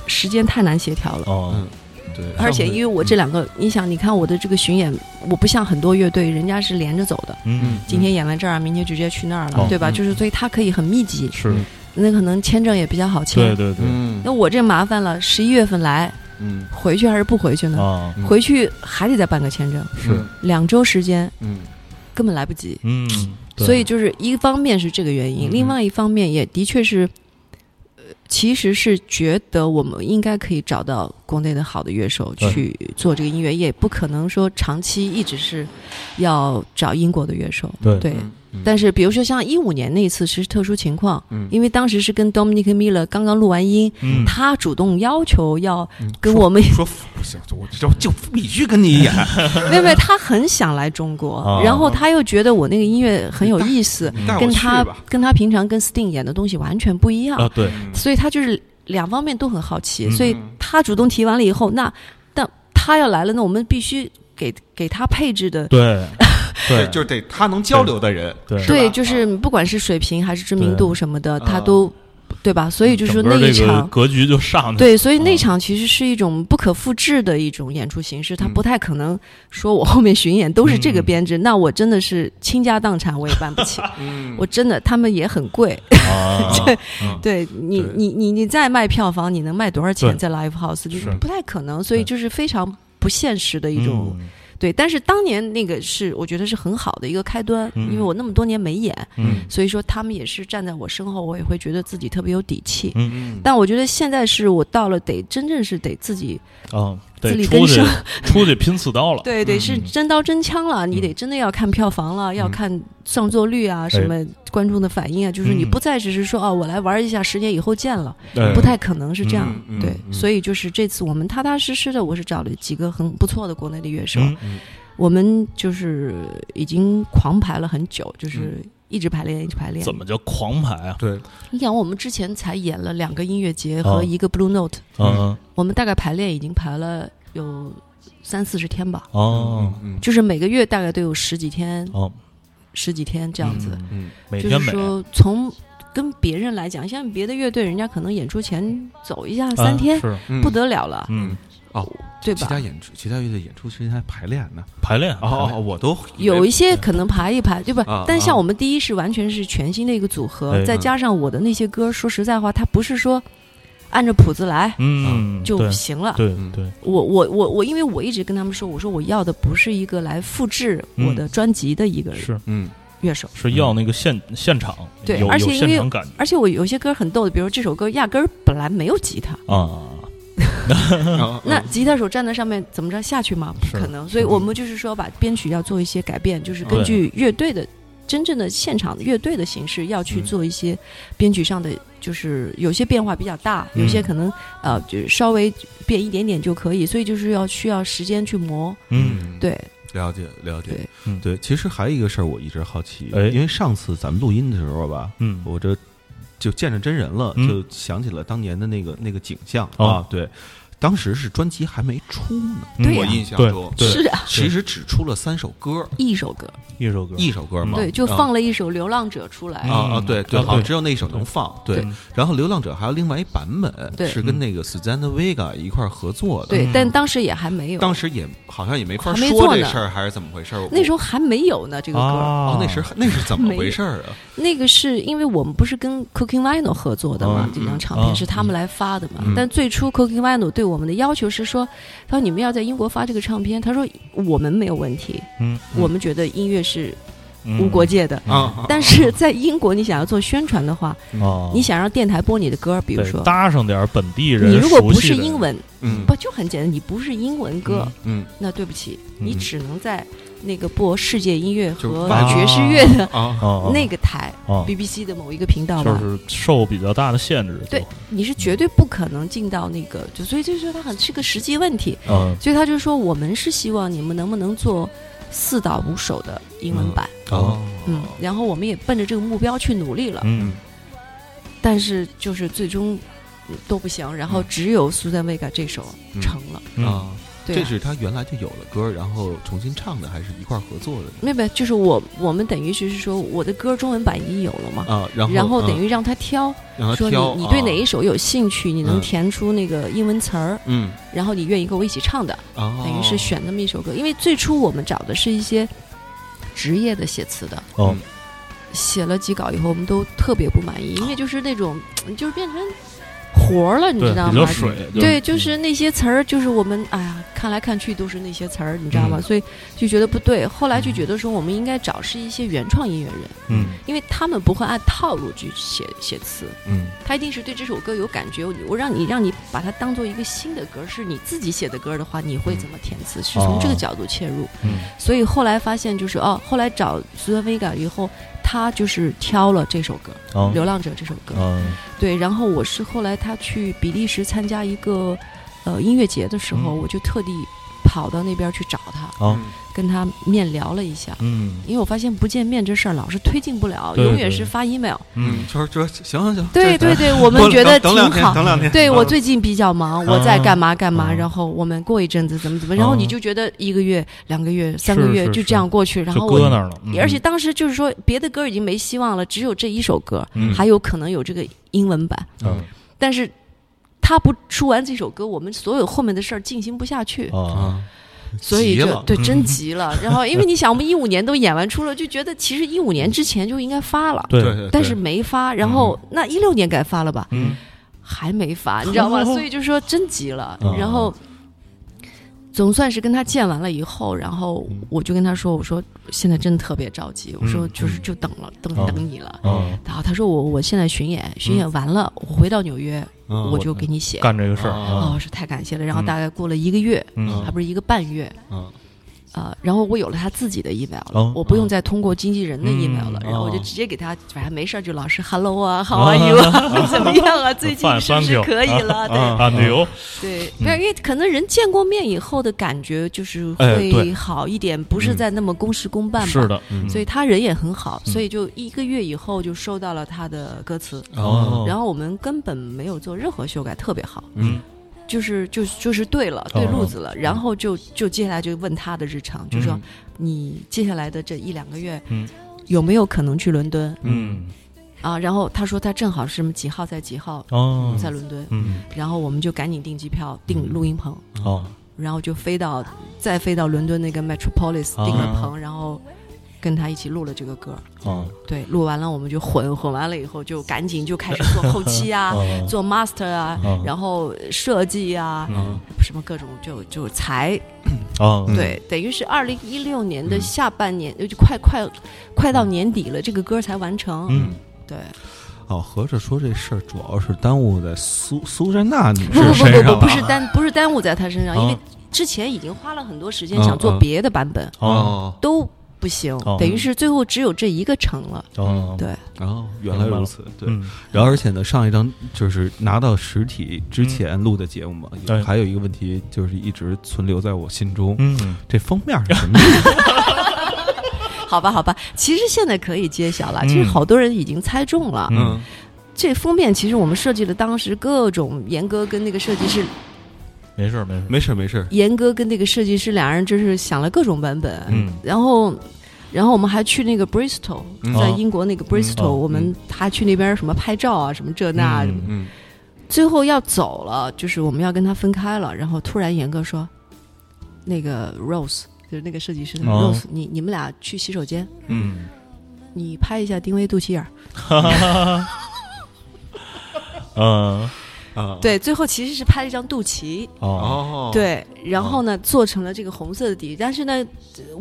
[SPEAKER 4] 时间太难协调了。
[SPEAKER 2] 哦，
[SPEAKER 1] 嗯，对，
[SPEAKER 4] 而且因为我这两个，你想，你看我的这个巡演，我不像很多乐队，人家是连着走的，
[SPEAKER 2] 嗯，
[SPEAKER 4] 今天演完这儿，明天直接去那儿了，
[SPEAKER 2] 哦
[SPEAKER 4] 对吧？
[SPEAKER 1] 嗯
[SPEAKER 4] 就是所以它可以很密集，
[SPEAKER 2] 是，
[SPEAKER 4] 那可能签证也比较好
[SPEAKER 2] 对
[SPEAKER 4] 签。
[SPEAKER 2] 对对，
[SPEAKER 1] 嗯
[SPEAKER 4] 那我这麻烦了，十一月份来，
[SPEAKER 1] 嗯
[SPEAKER 4] 回去还是不回去呢？
[SPEAKER 2] 啊，
[SPEAKER 1] 嗯
[SPEAKER 4] 回去还得再办个签证，
[SPEAKER 2] 是，
[SPEAKER 4] 两周时间
[SPEAKER 1] 嗯
[SPEAKER 4] 根本来不及。
[SPEAKER 2] 嗯，对
[SPEAKER 4] 所以就是一方面是这个原因，
[SPEAKER 2] 嗯
[SPEAKER 4] 另外一方面也的确是，呃，其实是觉得我们应该可以找到国内的好的乐手
[SPEAKER 2] 对
[SPEAKER 4] 去做这个音乐，也不可能说长期一直是要找英国的乐手。
[SPEAKER 2] 对
[SPEAKER 4] 对，
[SPEAKER 1] 嗯
[SPEAKER 4] 但是比如说像一五年那一次是特殊情况，
[SPEAKER 1] 嗯
[SPEAKER 4] 因为当时是跟 Dominic Miller 刚刚录完音，
[SPEAKER 2] 嗯
[SPEAKER 4] 他主动要求要
[SPEAKER 1] 嗯
[SPEAKER 4] 跟我们，
[SPEAKER 3] 说不行，我就就必须跟你演，
[SPEAKER 2] (laughs)
[SPEAKER 4] 没有没有，他很想来中国，
[SPEAKER 2] 啊
[SPEAKER 4] 然后他又觉得我那个音乐很有意思，
[SPEAKER 3] 你带我
[SPEAKER 4] 嗯跟
[SPEAKER 3] 去
[SPEAKER 4] 他
[SPEAKER 3] 吧。
[SPEAKER 4] 跟他平常跟 Sting 演的东西完全不一样，
[SPEAKER 2] 啊，对，
[SPEAKER 1] 嗯
[SPEAKER 4] 所以他就是两方面都很好奇，
[SPEAKER 2] 嗯
[SPEAKER 4] 所以他主动提完了以后，那但他要来了，那我们必须给给他配置的。 (laughs)
[SPEAKER 2] 对，
[SPEAKER 3] 对，
[SPEAKER 2] 对，
[SPEAKER 3] 就是得他能交流的人，
[SPEAKER 2] 对啊
[SPEAKER 3] 是吧
[SPEAKER 4] 对，就是不管是水平还是知名度什么的，
[SPEAKER 3] 对
[SPEAKER 4] 他都，对吧？所以就是说
[SPEAKER 2] 整
[SPEAKER 4] 那
[SPEAKER 2] 个
[SPEAKER 4] 一
[SPEAKER 2] 这个
[SPEAKER 4] 场，
[SPEAKER 2] 格局就上去了，
[SPEAKER 4] (laughs) 对，所以那场其实是一种不可复制的一种演出形式，他
[SPEAKER 3] 嗯
[SPEAKER 4] 不太可能说我后面巡演都是这个
[SPEAKER 2] 嗯
[SPEAKER 4] 编制，那我真的是倾家荡产我也办
[SPEAKER 2] (laughs)
[SPEAKER 4] 不起，
[SPEAKER 3] 嗯
[SPEAKER 4] 我真的他们也很贵， (laughs)
[SPEAKER 2] 啊，
[SPEAKER 4] 对你
[SPEAKER 3] 对
[SPEAKER 4] 你你你再卖票房，你能卖多少钱
[SPEAKER 2] 对
[SPEAKER 4] 在 live house 里
[SPEAKER 2] 是？
[SPEAKER 4] 不太可能，所以
[SPEAKER 2] 对
[SPEAKER 4] 就是非常不现实的一种、
[SPEAKER 2] 嗯
[SPEAKER 4] 对。但是当年那个是我觉得是很好的一个开端，
[SPEAKER 2] 嗯
[SPEAKER 4] 因为我那么多年没演，
[SPEAKER 2] 嗯
[SPEAKER 4] 所以说他们也是站在我身后，我也会觉得自己特别有底气。
[SPEAKER 2] 嗯
[SPEAKER 3] 嗯
[SPEAKER 4] 但我觉得现在是我到了得真正是得自己，
[SPEAKER 2] 啊，
[SPEAKER 4] 自
[SPEAKER 2] 得
[SPEAKER 4] 力
[SPEAKER 2] 出
[SPEAKER 4] 更
[SPEAKER 2] 去
[SPEAKER 4] 生
[SPEAKER 2] 出去拼刺刀了，
[SPEAKER 4] 对对，
[SPEAKER 3] 嗯
[SPEAKER 4] 是真刀真枪了，你得真的要看票房了，要看上座率啊，什么观众的反应啊，就是你
[SPEAKER 2] 嗯
[SPEAKER 4] 不再只是说哦，我来玩一下，十年以后见了，
[SPEAKER 2] 对
[SPEAKER 4] 不太可能是这样。
[SPEAKER 3] 嗯嗯
[SPEAKER 4] 对，
[SPEAKER 3] 嗯
[SPEAKER 4] 所以就是这次我们踏踏实实的，我是找了几个很不错的国内的乐手，
[SPEAKER 2] 嗯
[SPEAKER 4] 我们就是已经狂排了很久，就是一直排练，一直排练。
[SPEAKER 2] 怎么叫狂排啊？
[SPEAKER 3] 对，
[SPEAKER 4] 你想，我们之前才演了两个音乐节
[SPEAKER 2] 啊
[SPEAKER 4] 和一个 Blue Note，、
[SPEAKER 2] 嗯
[SPEAKER 4] 我们大概排练已经排了有三四十天吧，
[SPEAKER 2] 哦
[SPEAKER 3] 嗯
[SPEAKER 4] 就是每个月大概都有十几天、
[SPEAKER 2] 哦，
[SPEAKER 4] 十几天这样子。
[SPEAKER 2] 嗯
[SPEAKER 3] 嗯
[SPEAKER 2] 每
[SPEAKER 4] 就是
[SPEAKER 2] 天每
[SPEAKER 4] 说从跟别人来讲，像别的乐队，人家可能演出前走一下三天，
[SPEAKER 2] 啊是
[SPEAKER 3] 嗯
[SPEAKER 4] 不得了了，
[SPEAKER 2] 嗯
[SPEAKER 4] 对
[SPEAKER 1] 其
[SPEAKER 4] 吧？
[SPEAKER 1] 他演出，其他乐队演出时间还排练呢。
[SPEAKER 2] 排练
[SPEAKER 3] 哦，哦我都以为
[SPEAKER 4] 有一些可能排一排，对吧？
[SPEAKER 1] 啊
[SPEAKER 4] 但像我们第一是完全是全新的一个组合，
[SPEAKER 2] 哎
[SPEAKER 4] 再加上我的那些歌，说实在话，它不是说按着谱子来
[SPEAKER 2] 嗯
[SPEAKER 4] 就
[SPEAKER 2] 对
[SPEAKER 4] 行了。
[SPEAKER 2] 对
[SPEAKER 1] 嗯
[SPEAKER 2] 对
[SPEAKER 4] 我我我我，因为我一直跟他们说，我说我要的不是一个来复制我的专辑的一个
[SPEAKER 2] 嗯是
[SPEAKER 1] 嗯
[SPEAKER 4] 乐手，
[SPEAKER 2] 是要那个现现场
[SPEAKER 4] 对
[SPEAKER 2] 有
[SPEAKER 4] 而
[SPEAKER 2] 有
[SPEAKER 4] 且因
[SPEAKER 2] 现
[SPEAKER 4] 为
[SPEAKER 2] 场感觉
[SPEAKER 4] 而且我有些歌很逗的，比如这首歌压根儿本来没有吉他，
[SPEAKER 2] 啊，
[SPEAKER 1] 哦
[SPEAKER 3] 啊
[SPEAKER 4] 嗯那吉他手站在上面怎么着下去吗？
[SPEAKER 2] 嗯是
[SPEAKER 4] 不可能，所以我们就是说把编曲要做一些改变，就是根据乐队的真正的现场乐队的形式，要
[SPEAKER 2] 嗯
[SPEAKER 4] 去做一些编曲上的，就是有些变化比较大，
[SPEAKER 2] 嗯
[SPEAKER 4] 有些可能呃就稍微变一点点就可以，所以就是要需要时间去磨。
[SPEAKER 2] 嗯，
[SPEAKER 4] 对，
[SPEAKER 1] 了解了解
[SPEAKER 4] 对，
[SPEAKER 2] 嗯
[SPEAKER 1] 对，其实还有一个事儿我一直好奇，
[SPEAKER 2] 哎
[SPEAKER 1] 因为上次咱们录音的时候吧，
[SPEAKER 2] 嗯
[SPEAKER 1] 我这就见着真人了，
[SPEAKER 2] 嗯
[SPEAKER 1] 就想起了当年的那个那个景象
[SPEAKER 2] 哦
[SPEAKER 1] 啊，对。当时是专辑还没出呢，
[SPEAKER 2] 嗯
[SPEAKER 4] 对呀
[SPEAKER 3] 我
[SPEAKER 4] 啊
[SPEAKER 3] 印象
[SPEAKER 2] 对
[SPEAKER 3] 中
[SPEAKER 2] 对
[SPEAKER 4] 是啊，
[SPEAKER 1] 其实只出了三首歌，
[SPEAKER 4] 一首歌，
[SPEAKER 2] 一首歌
[SPEAKER 1] 一首歌嘛，
[SPEAKER 4] 对，就
[SPEAKER 1] 啊
[SPEAKER 4] 放了一首《流浪者》出来
[SPEAKER 2] 嗯。
[SPEAKER 1] 啊啊，对对，
[SPEAKER 2] 啊
[SPEAKER 1] 好像
[SPEAKER 2] 对
[SPEAKER 1] 只有那一首能放。对
[SPEAKER 2] 对，
[SPEAKER 1] 然后《流浪者》还有另外一版本
[SPEAKER 4] 对
[SPEAKER 1] 是跟那个 Suzanne Vega 一块儿合作的。
[SPEAKER 4] 对
[SPEAKER 2] 嗯，
[SPEAKER 4] 但当时也还没有，
[SPEAKER 1] 当时也好像也没法
[SPEAKER 4] 还没
[SPEAKER 1] 说
[SPEAKER 4] 做
[SPEAKER 1] 这
[SPEAKER 4] 呢
[SPEAKER 1] 事儿，还是怎么回事儿？我
[SPEAKER 4] 那时候还没有呢，这个歌，
[SPEAKER 2] 啊
[SPEAKER 1] 哦，那时候那是怎么
[SPEAKER 4] 没有
[SPEAKER 1] 回事儿啊？
[SPEAKER 4] 那个是因为我们不是跟 Cooking Vinyl 合作的嘛
[SPEAKER 1] 嗯，
[SPEAKER 4] 这张唱
[SPEAKER 2] 嗯
[SPEAKER 4] 片是他们来发的嘛。
[SPEAKER 1] 嗯
[SPEAKER 4] 但最初 Cooking Vinyl 对我们的要求是说，他说你们要在英国发这个唱片，他说我们没有问题，
[SPEAKER 2] 嗯
[SPEAKER 4] 我们觉得音乐是
[SPEAKER 2] 嗯
[SPEAKER 4] 无国界的。
[SPEAKER 2] 嗯
[SPEAKER 3] 啊，
[SPEAKER 4] 但是在英国，你想要做宣传的话，
[SPEAKER 2] 啊，
[SPEAKER 4] 你想让电台播你的歌，比如
[SPEAKER 2] 得
[SPEAKER 4] 说
[SPEAKER 2] 搭上点本地人，
[SPEAKER 4] 你如果不是英，文，
[SPEAKER 3] 嗯
[SPEAKER 4] 不就很简单？你不是英文歌，
[SPEAKER 3] 嗯
[SPEAKER 4] 那对不起，
[SPEAKER 2] 嗯
[SPEAKER 4] 你只能在那个播世界音乐
[SPEAKER 3] 就
[SPEAKER 4] 和
[SPEAKER 3] 外
[SPEAKER 2] 国
[SPEAKER 4] 爵士乐
[SPEAKER 1] 嗯
[SPEAKER 4] 的
[SPEAKER 3] 啊，
[SPEAKER 2] 啊，
[SPEAKER 4] 那个台
[SPEAKER 2] 啊
[SPEAKER 4] BBC 的某一个频道吧
[SPEAKER 2] 就。是受比较大的限制，
[SPEAKER 4] 对，你是绝对不可能进到那个，就所以就是说它很是个实际问题，
[SPEAKER 2] 嗯
[SPEAKER 4] 所以他就说我们是希望你们能不能做四到五首的英文版，
[SPEAKER 2] 哦
[SPEAKER 4] 嗯，然后我们也奔着这个目标去努力了，
[SPEAKER 2] 嗯
[SPEAKER 4] 但是就是最终嗯都不行，然后只有苏赞维嘎这首成了，
[SPEAKER 2] 嗯
[SPEAKER 1] 啊，
[SPEAKER 4] 对
[SPEAKER 1] 这
[SPEAKER 4] 啊，
[SPEAKER 1] 是他原来就有的歌，然后重新唱的，还是一块儿合作的
[SPEAKER 4] 没有没有，就是我我们等于就是说我的歌中文版已经有了嘛，
[SPEAKER 1] 啊？然后
[SPEAKER 4] 然
[SPEAKER 1] 然
[SPEAKER 4] 后等于让他挑，
[SPEAKER 1] 让他
[SPEAKER 4] 说
[SPEAKER 1] 挑
[SPEAKER 4] 你你对
[SPEAKER 1] 啊
[SPEAKER 4] 哪一首有兴趣，你能
[SPEAKER 1] 嗯
[SPEAKER 4] 填出那个英文词儿，
[SPEAKER 1] 嗯
[SPEAKER 4] 然后你愿意跟我一起唱的，
[SPEAKER 1] 啊，
[SPEAKER 4] 等于
[SPEAKER 2] 哦
[SPEAKER 4] 是选那么一首歌。因为最初我们找的是一些职业的写词的，
[SPEAKER 2] 哦
[SPEAKER 4] 写了几稿以后，我们都特别不满意，
[SPEAKER 2] 啊
[SPEAKER 4] 因为就是那种就是变成活儿了，你
[SPEAKER 2] 对
[SPEAKER 4] 知道
[SPEAKER 2] 比较
[SPEAKER 4] 吗？
[SPEAKER 2] 水，就嗯
[SPEAKER 4] 对，就是那些词儿，就是我们哎呀，看来看去都是那些词儿，你知道吗？
[SPEAKER 2] 嗯
[SPEAKER 4] 所以就觉得不对。后来就觉得说，我们应该找是一些原创音乐人，
[SPEAKER 2] 嗯
[SPEAKER 4] 因为他们不会按套路去写写词，
[SPEAKER 2] 嗯
[SPEAKER 4] 他一定是对这首歌有感觉。我我让你让你把它当做一个新的歌，是你自己写的歌的话，你会怎么填词？是从这个角度切入。
[SPEAKER 2] 嗯
[SPEAKER 4] 所以后来发现就是哦，后来找苏德维 Vega 以后，他就是挑了这首歌《
[SPEAKER 2] 啊
[SPEAKER 4] 流浪者》这首歌。
[SPEAKER 2] 嗯
[SPEAKER 4] 对，然后我是后来他去比利时参加一个呃音乐节的时候，
[SPEAKER 2] 嗯
[SPEAKER 4] 我就特地跑到那边去找他，
[SPEAKER 1] 嗯
[SPEAKER 2] 啊
[SPEAKER 4] 跟他面聊了一下。
[SPEAKER 2] 嗯
[SPEAKER 4] 因为我发现不见面这事儿老是推进不了，
[SPEAKER 2] 对
[SPEAKER 4] 永远
[SPEAKER 2] 对
[SPEAKER 4] 是发 email。
[SPEAKER 1] 嗯，
[SPEAKER 2] 嗯
[SPEAKER 1] 就是就是行行行，
[SPEAKER 4] 对
[SPEAKER 1] 这咱
[SPEAKER 4] 对对，我们
[SPEAKER 3] 不
[SPEAKER 4] 觉得
[SPEAKER 3] 等
[SPEAKER 4] 挺
[SPEAKER 3] 等两天，
[SPEAKER 4] 好。
[SPEAKER 3] 等两天。
[SPEAKER 4] (laughs) 对我
[SPEAKER 3] 嗯
[SPEAKER 4] 最近比较忙，我在干嘛干嘛，
[SPEAKER 2] 啊
[SPEAKER 4] 然后我们过一阵子怎么怎么，然后你
[SPEAKER 2] 啊
[SPEAKER 4] 就觉得一个月、两个月、三个
[SPEAKER 2] 是
[SPEAKER 4] 月
[SPEAKER 2] 是
[SPEAKER 4] 就这
[SPEAKER 2] 是
[SPEAKER 4] 样过去，然
[SPEAKER 2] 就
[SPEAKER 4] 后
[SPEAKER 2] 搁
[SPEAKER 4] 我
[SPEAKER 2] 那儿了，嗯
[SPEAKER 4] 而且当时就是说别的歌已经没希望了，只有这一首歌
[SPEAKER 2] 嗯
[SPEAKER 4] 还有可能有这个英文版，
[SPEAKER 2] 嗯
[SPEAKER 4] 但是他不出完这首歌，我们所有后面的事儿进行不下去，
[SPEAKER 2] 啊
[SPEAKER 1] 啊，
[SPEAKER 4] 所以
[SPEAKER 1] 急
[SPEAKER 4] 就
[SPEAKER 1] 了
[SPEAKER 2] 嗯
[SPEAKER 4] 对真急了。然后因为你想，我们一五年都演完出了，就觉得其实一五年之前就应该发了，
[SPEAKER 2] 对
[SPEAKER 1] 对对
[SPEAKER 4] 但是没发。然后那一六年该发了吧？
[SPEAKER 2] 嗯
[SPEAKER 4] 还没发，你知
[SPEAKER 2] 哦
[SPEAKER 4] 道吗？所以就说真急了。
[SPEAKER 2] 啊
[SPEAKER 4] 然后总算是跟他见完了以后，然后
[SPEAKER 2] 嗯
[SPEAKER 4] 我就跟他说：“我说现在真的特别着急，我说就是就等了，等
[SPEAKER 2] 啊
[SPEAKER 4] 等你了。”
[SPEAKER 2] 啊
[SPEAKER 4] 然后他说我我现在巡
[SPEAKER 2] 嗯
[SPEAKER 4] 演，巡演完了，我回到纽约，
[SPEAKER 1] 嗯
[SPEAKER 4] 我就给你写。
[SPEAKER 2] 啊干这个事儿
[SPEAKER 1] 啊
[SPEAKER 4] 哦，
[SPEAKER 2] 啊
[SPEAKER 4] 是太感谢了。然后
[SPEAKER 2] 嗯
[SPEAKER 4] 大概过了一个月，
[SPEAKER 2] 嗯
[SPEAKER 4] 还不是一个半月，
[SPEAKER 1] 嗯
[SPEAKER 4] 啊，然后我有了他自己的 email 了
[SPEAKER 2] 哦，
[SPEAKER 4] 我不用再通过经纪人的 email 了，
[SPEAKER 2] 嗯
[SPEAKER 4] 然后我就
[SPEAKER 1] 哦
[SPEAKER 4] 直接给他，反正没事儿就老是
[SPEAKER 2] (laughs)
[SPEAKER 4] hello 啊，how are you 啊， (laughs) 怎么样啊，最近
[SPEAKER 2] Fine,
[SPEAKER 4] 是不
[SPEAKER 2] thank
[SPEAKER 4] 是
[SPEAKER 2] you
[SPEAKER 4] 可以了？对 (laughs)
[SPEAKER 2] 啊旅游
[SPEAKER 4] 对，
[SPEAKER 2] 嗯
[SPEAKER 4] 但是因为可能人见过面以后的感觉就是
[SPEAKER 2] 哎
[SPEAKER 4] 会
[SPEAKER 2] 对
[SPEAKER 4] 好一点，不是
[SPEAKER 2] 嗯
[SPEAKER 4] 在那么公事公办吧？
[SPEAKER 2] 是。的，
[SPEAKER 1] 嗯
[SPEAKER 4] 所以他人也很好，
[SPEAKER 2] 嗯
[SPEAKER 4] 所以就一个月以后就收到了他的歌词，
[SPEAKER 1] 哦
[SPEAKER 4] 然后我们根本没有做任何修改，特别好，
[SPEAKER 2] 嗯
[SPEAKER 4] 就是就就是对
[SPEAKER 2] 哦
[SPEAKER 4] 了，对路子了。然后就就接下来就问他的日常，就说你接下来的这一两个月，
[SPEAKER 2] 嗯
[SPEAKER 4] 有没有可能去伦敦
[SPEAKER 2] 嗯
[SPEAKER 4] 啊？然后他说他正好是什么几号在几号
[SPEAKER 2] 哦
[SPEAKER 4] 在伦敦，
[SPEAKER 2] 嗯
[SPEAKER 4] 然后我们就赶紧订机票，订录音棚，
[SPEAKER 2] 哦
[SPEAKER 4] 然后就飞到再飞到伦敦那个 Metropolis
[SPEAKER 2] 啊
[SPEAKER 4] 订了棚，然后跟他一起录了这个歌。
[SPEAKER 2] 哦
[SPEAKER 4] 对，录完了我们就混混完了以后，就赶紧就开始做后期
[SPEAKER 2] (laughs)
[SPEAKER 4] 啊，
[SPEAKER 2] 哦
[SPEAKER 4] 做 master 啊，
[SPEAKER 2] 嗯
[SPEAKER 4] 然后设计啊，
[SPEAKER 2] 嗯
[SPEAKER 4] 什么各种就就裁，
[SPEAKER 2] 哦
[SPEAKER 4] 对，等于是二零一六年的下半年，就快快快到年底了，这个歌才完成。
[SPEAKER 2] 嗯
[SPEAKER 4] 对，
[SPEAKER 1] 哦，合着说这事儿主要是耽误在苏苏珊娜女
[SPEAKER 4] (laughs) 不
[SPEAKER 1] 士
[SPEAKER 4] 不不
[SPEAKER 1] 身上
[SPEAKER 4] 不
[SPEAKER 1] 了
[SPEAKER 4] 不，不是耽不是耽误在他身上，因为
[SPEAKER 2] 啊
[SPEAKER 4] 之前已经花了很多时间
[SPEAKER 1] 嗯
[SPEAKER 4] 想做
[SPEAKER 1] 嗯
[SPEAKER 4] 别的版本，
[SPEAKER 2] 哦
[SPEAKER 1] 哦
[SPEAKER 4] 都不行
[SPEAKER 2] 哦，
[SPEAKER 4] 等于是最后只有这一个成了。
[SPEAKER 2] 哦
[SPEAKER 4] 对，
[SPEAKER 1] 哦，原来如此，对。
[SPEAKER 2] 嗯
[SPEAKER 1] 然后而且呢，上一张就是拿到实体之前录的节目嘛，有
[SPEAKER 2] 对
[SPEAKER 1] 还有一个问题就是一直存留在我心中，
[SPEAKER 2] 嗯
[SPEAKER 1] 这封面是什么意思？
[SPEAKER 4] 好吧，好吧，其实现在可以揭晓了。
[SPEAKER 2] 嗯
[SPEAKER 4] 其实好多人已经猜中了。
[SPEAKER 2] 嗯
[SPEAKER 4] 这封面其实我们设计了，当时各种严哥跟那个设计师，
[SPEAKER 2] 没事儿没事儿
[SPEAKER 1] 没事儿没事儿，
[SPEAKER 4] 严哥跟那个设计师俩人真是想了各种版本。
[SPEAKER 2] 嗯
[SPEAKER 4] 然后，然后我们还去那个 Bristol，、
[SPEAKER 1] 嗯
[SPEAKER 4] 在英国那个 Bristol，、
[SPEAKER 2] 哦
[SPEAKER 4] 我们还去那边什么拍照啊，什么这那。
[SPEAKER 2] 嗯
[SPEAKER 1] 嗯，
[SPEAKER 4] 最后要走了，就是我们要跟他分开了。然后突然严哥说：“那个 Rose，就是那个设计师、
[SPEAKER 2] 哦
[SPEAKER 4] Rose，你你们俩去洗手间。”
[SPEAKER 2] 嗯
[SPEAKER 4] 你拍一下丁薇、肚脐眼儿。
[SPEAKER 2] 嗯
[SPEAKER 1] 啊，
[SPEAKER 4] 对，最后其实是拍了一张肚脐，
[SPEAKER 2] 哦
[SPEAKER 1] 哦，
[SPEAKER 4] 对，然后呢做成了这个红色的底。但是呢，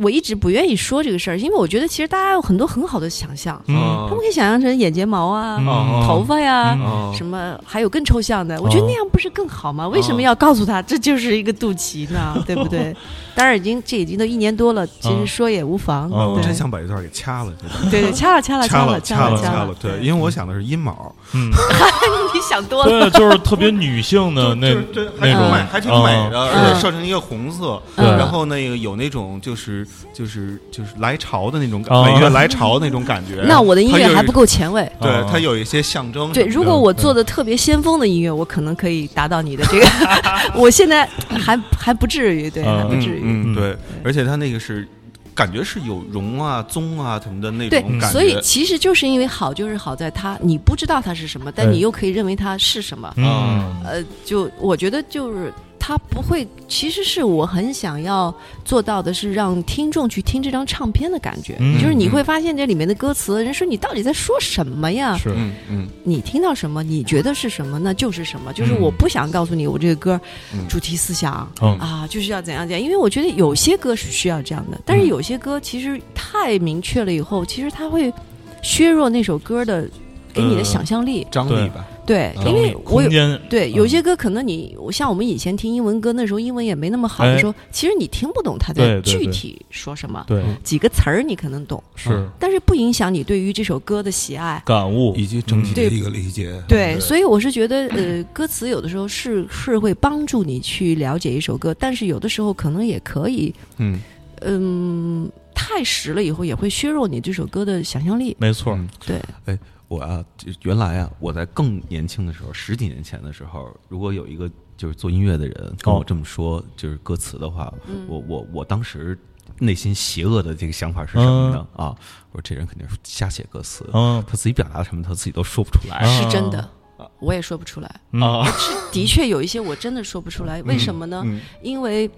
[SPEAKER 4] 我一直不愿意说这个事儿，因为我觉得其实大家有很多很好的想象，
[SPEAKER 2] 嗯
[SPEAKER 4] 他们可以想象成眼睫毛啊、
[SPEAKER 2] 嗯
[SPEAKER 4] 头发呀、
[SPEAKER 2] 嗯
[SPEAKER 1] 哦
[SPEAKER 4] 什么还有更抽象的，我觉得那样不是更好吗？为什么要告诉他这就是一个肚脐呢？对不对？当然已经这已经都一年多了，其实
[SPEAKER 2] 嗯
[SPEAKER 4] 说也无妨。
[SPEAKER 2] 嗯
[SPEAKER 4] 对
[SPEAKER 2] 我
[SPEAKER 1] 哦真想把这段给
[SPEAKER 4] (laughs)
[SPEAKER 1] 掐了，
[SPEAKER 4] 啊对对，掐了掐了
[SPEAKER 3] 掐
[SPEAKER 4] 了
[SPEAKER 3] 掐
[SPEAKER 4] 掐
[SPEAKER 2] 了
[SPEAKER 4] 掐
[SPEAKER 2] 掐
[SPEAKER 4] (laughs)
[SPEAKER 3] 了，对，因为我想的是阴毛，
[SPEAKER 2] 嗯
[SPEAKER 4] 你想多了。
[SPEAKER 2] 对，就是特别女性的那
[SPEAKER 3] 就是真
[SPEAKER 2] 那
[SPEAKER 3] 还挺
[SPEAKER 2] 种，
[SPEAKER 3] 美，还挺美的，
[SPEAKER 2] 嗯
[SPEAKER 3] 而且射成一个红色，
[SPEAKER 4] 嗯
[SPEAKER 3] 然后那个有那种就是就是就是来潮的那种感，
[SPEAKER 2] 哦
[SPEAKER 3] 美乐来潮那种感觉。
[SPEAKER 4] (laughs) 那我的音
[SPEAKER 3] 它
[SPEAKER 4] 乐
[SPEAKER 3] 有
[SPEAKER 4] 还不，够前卫。
[SPEAKER 1] 嗯
[SPEAKER 3] 对
[SPEAKER 2] 哦，
[SPEAKER 3] 它有一些象征。
[SPEAKER 4] 对，如果我做的特别先锋的音乐，我可能可以达到你的这个。 (laughs) 我现在还还不至于，对，
[SPEAKER 2] 嗯
[SPEAKER 4] 还不
[SPEAKER 3] 嗯
[SPEAKER 4] 至于。
[SPEAKER 3] 嗯
[SPEAKER 2] 嗯
[SPEAKER 3] 对，而且它那个是感觉是有绒啊、棕啊什么的那
[SPEAKER 4] 对
[SPEAKER 3] 种，感觉。
[SPEAKER 4] 所以其实就是因为好，就是好在它，你不知道它是什么，但
[SPEAKER 2] 对
[SPEAKER 4] 你又可以认为它是什么。
[SPEAKER 2] 嗯
[SPEAKER 3] 啊
[SPEAKER 4] 呃，就我觉得就是它不会，其实是我很想要做到的是让听众去听这张唱片的感觉，
[SPEAKER 2] 嗯
[SPEAKER 4] 就是你
[SPEAKER 2] 嗯
[SPEAKER 4] 会发现这里面的歌词，人说你到底在说什么呀？
[SPEAKER 2] 是
[SPEAKER 3] 嗯嗯
[SPEAKER 4] 你听到什么，你觉得是什么，那就是什么。就是
[SPEAKER 2] 嗯
[SPEAKER 4] 我不想告诉你我这个歌
[SPEAKER 3] 嗯
[SPEAKER 4] 主题思想、
[SPEAKER 2] 嗯
[SPEAKER 4] 啊，就是要怎样怎样，因为我觉得有些歌是需要这样的，
[SPEAKER 2] 嗯
[SPEAKER 4] 但是有些歌其实太明确了以后，其实它会削弱那首歌的给你的
[SPEAKER 2] 呃
[SPEAKER 4] 想象力。
[SPEAKER 3] 张
[SPEAKER 2] 对
[SPEAKER 3] 力吧，
[SPEAKER 4] 对，
[SPEAKER 2] 然后
[SPEAKER 4] 因为我有
[SPEAKER 2] 嗯空间嗯
[SPEAKER 4] 对，有些歌可能你，我像我们以前听英文歌，那时候英文也没那么好
[SPEAKER 2] 哎
[SPEAKER 4] 的时候，其实你听不懂他在
[SPEAKER 2] 对对
[SPEAKER 4] 具
[SPEAKER 2] 对
[SPEAKER 4] 体说什么，
[SPEAKER 2] 对
[SPEAKER 3] 嗯
[SPEAKER 4] 几个词儿你可能懂，嗯
[SPEAKER 2] 是
[SPEAKER 4] 但是不影响你对于这首歌的喜爱。
[SPEAKER 2] 感悟，
[SPEAKER 1] 以及整体的
[SPEAKER 4] 嗯对
[SPEAKER 1] 一个理解。
[SPEAKER 4] 对，所以我是觉得，呃，歌词有的时候是是会帮助你去了解一首歌，但是有的时候可能也可以，
[SPEAKER 3] 嗯，
[SPEAKER 4] 嗯，太实了以后也会削弱你这首歌的想象力。
[SPEAKER 2] 没错
[SPEAKER 3] 嗯，
[SPEAKER 4] 对，
[SPEAKER 1] 我啊，就原来啊，我在更年轻的时候，十几年前的时候，如果有一个就是做音乐的人跟我
[SPEAKER 2] 哦
[SPEAKER 1] 这么说，就是歌词的话，
[SPEAKER 4] 嗯
[SPEAKER 1] 我我我当时内心邪恶的这个想法是什么呢？啊，我说这人肯定是瞎写歌词，
[SPEAKER 2] 嗯
[SPEAKER 1] 他自己表达什么他自己都说不出来。
[SPEAKER 2] 啊
[SPEAKER 4] 是真的，我也说不出来。
[SPEAKER 2] 啊，
[SPEAKER 4] 的确有一些我真的说不出来，为什么呢？
[SPEAKER 3] 嗯
[SPEAKER 4] 因为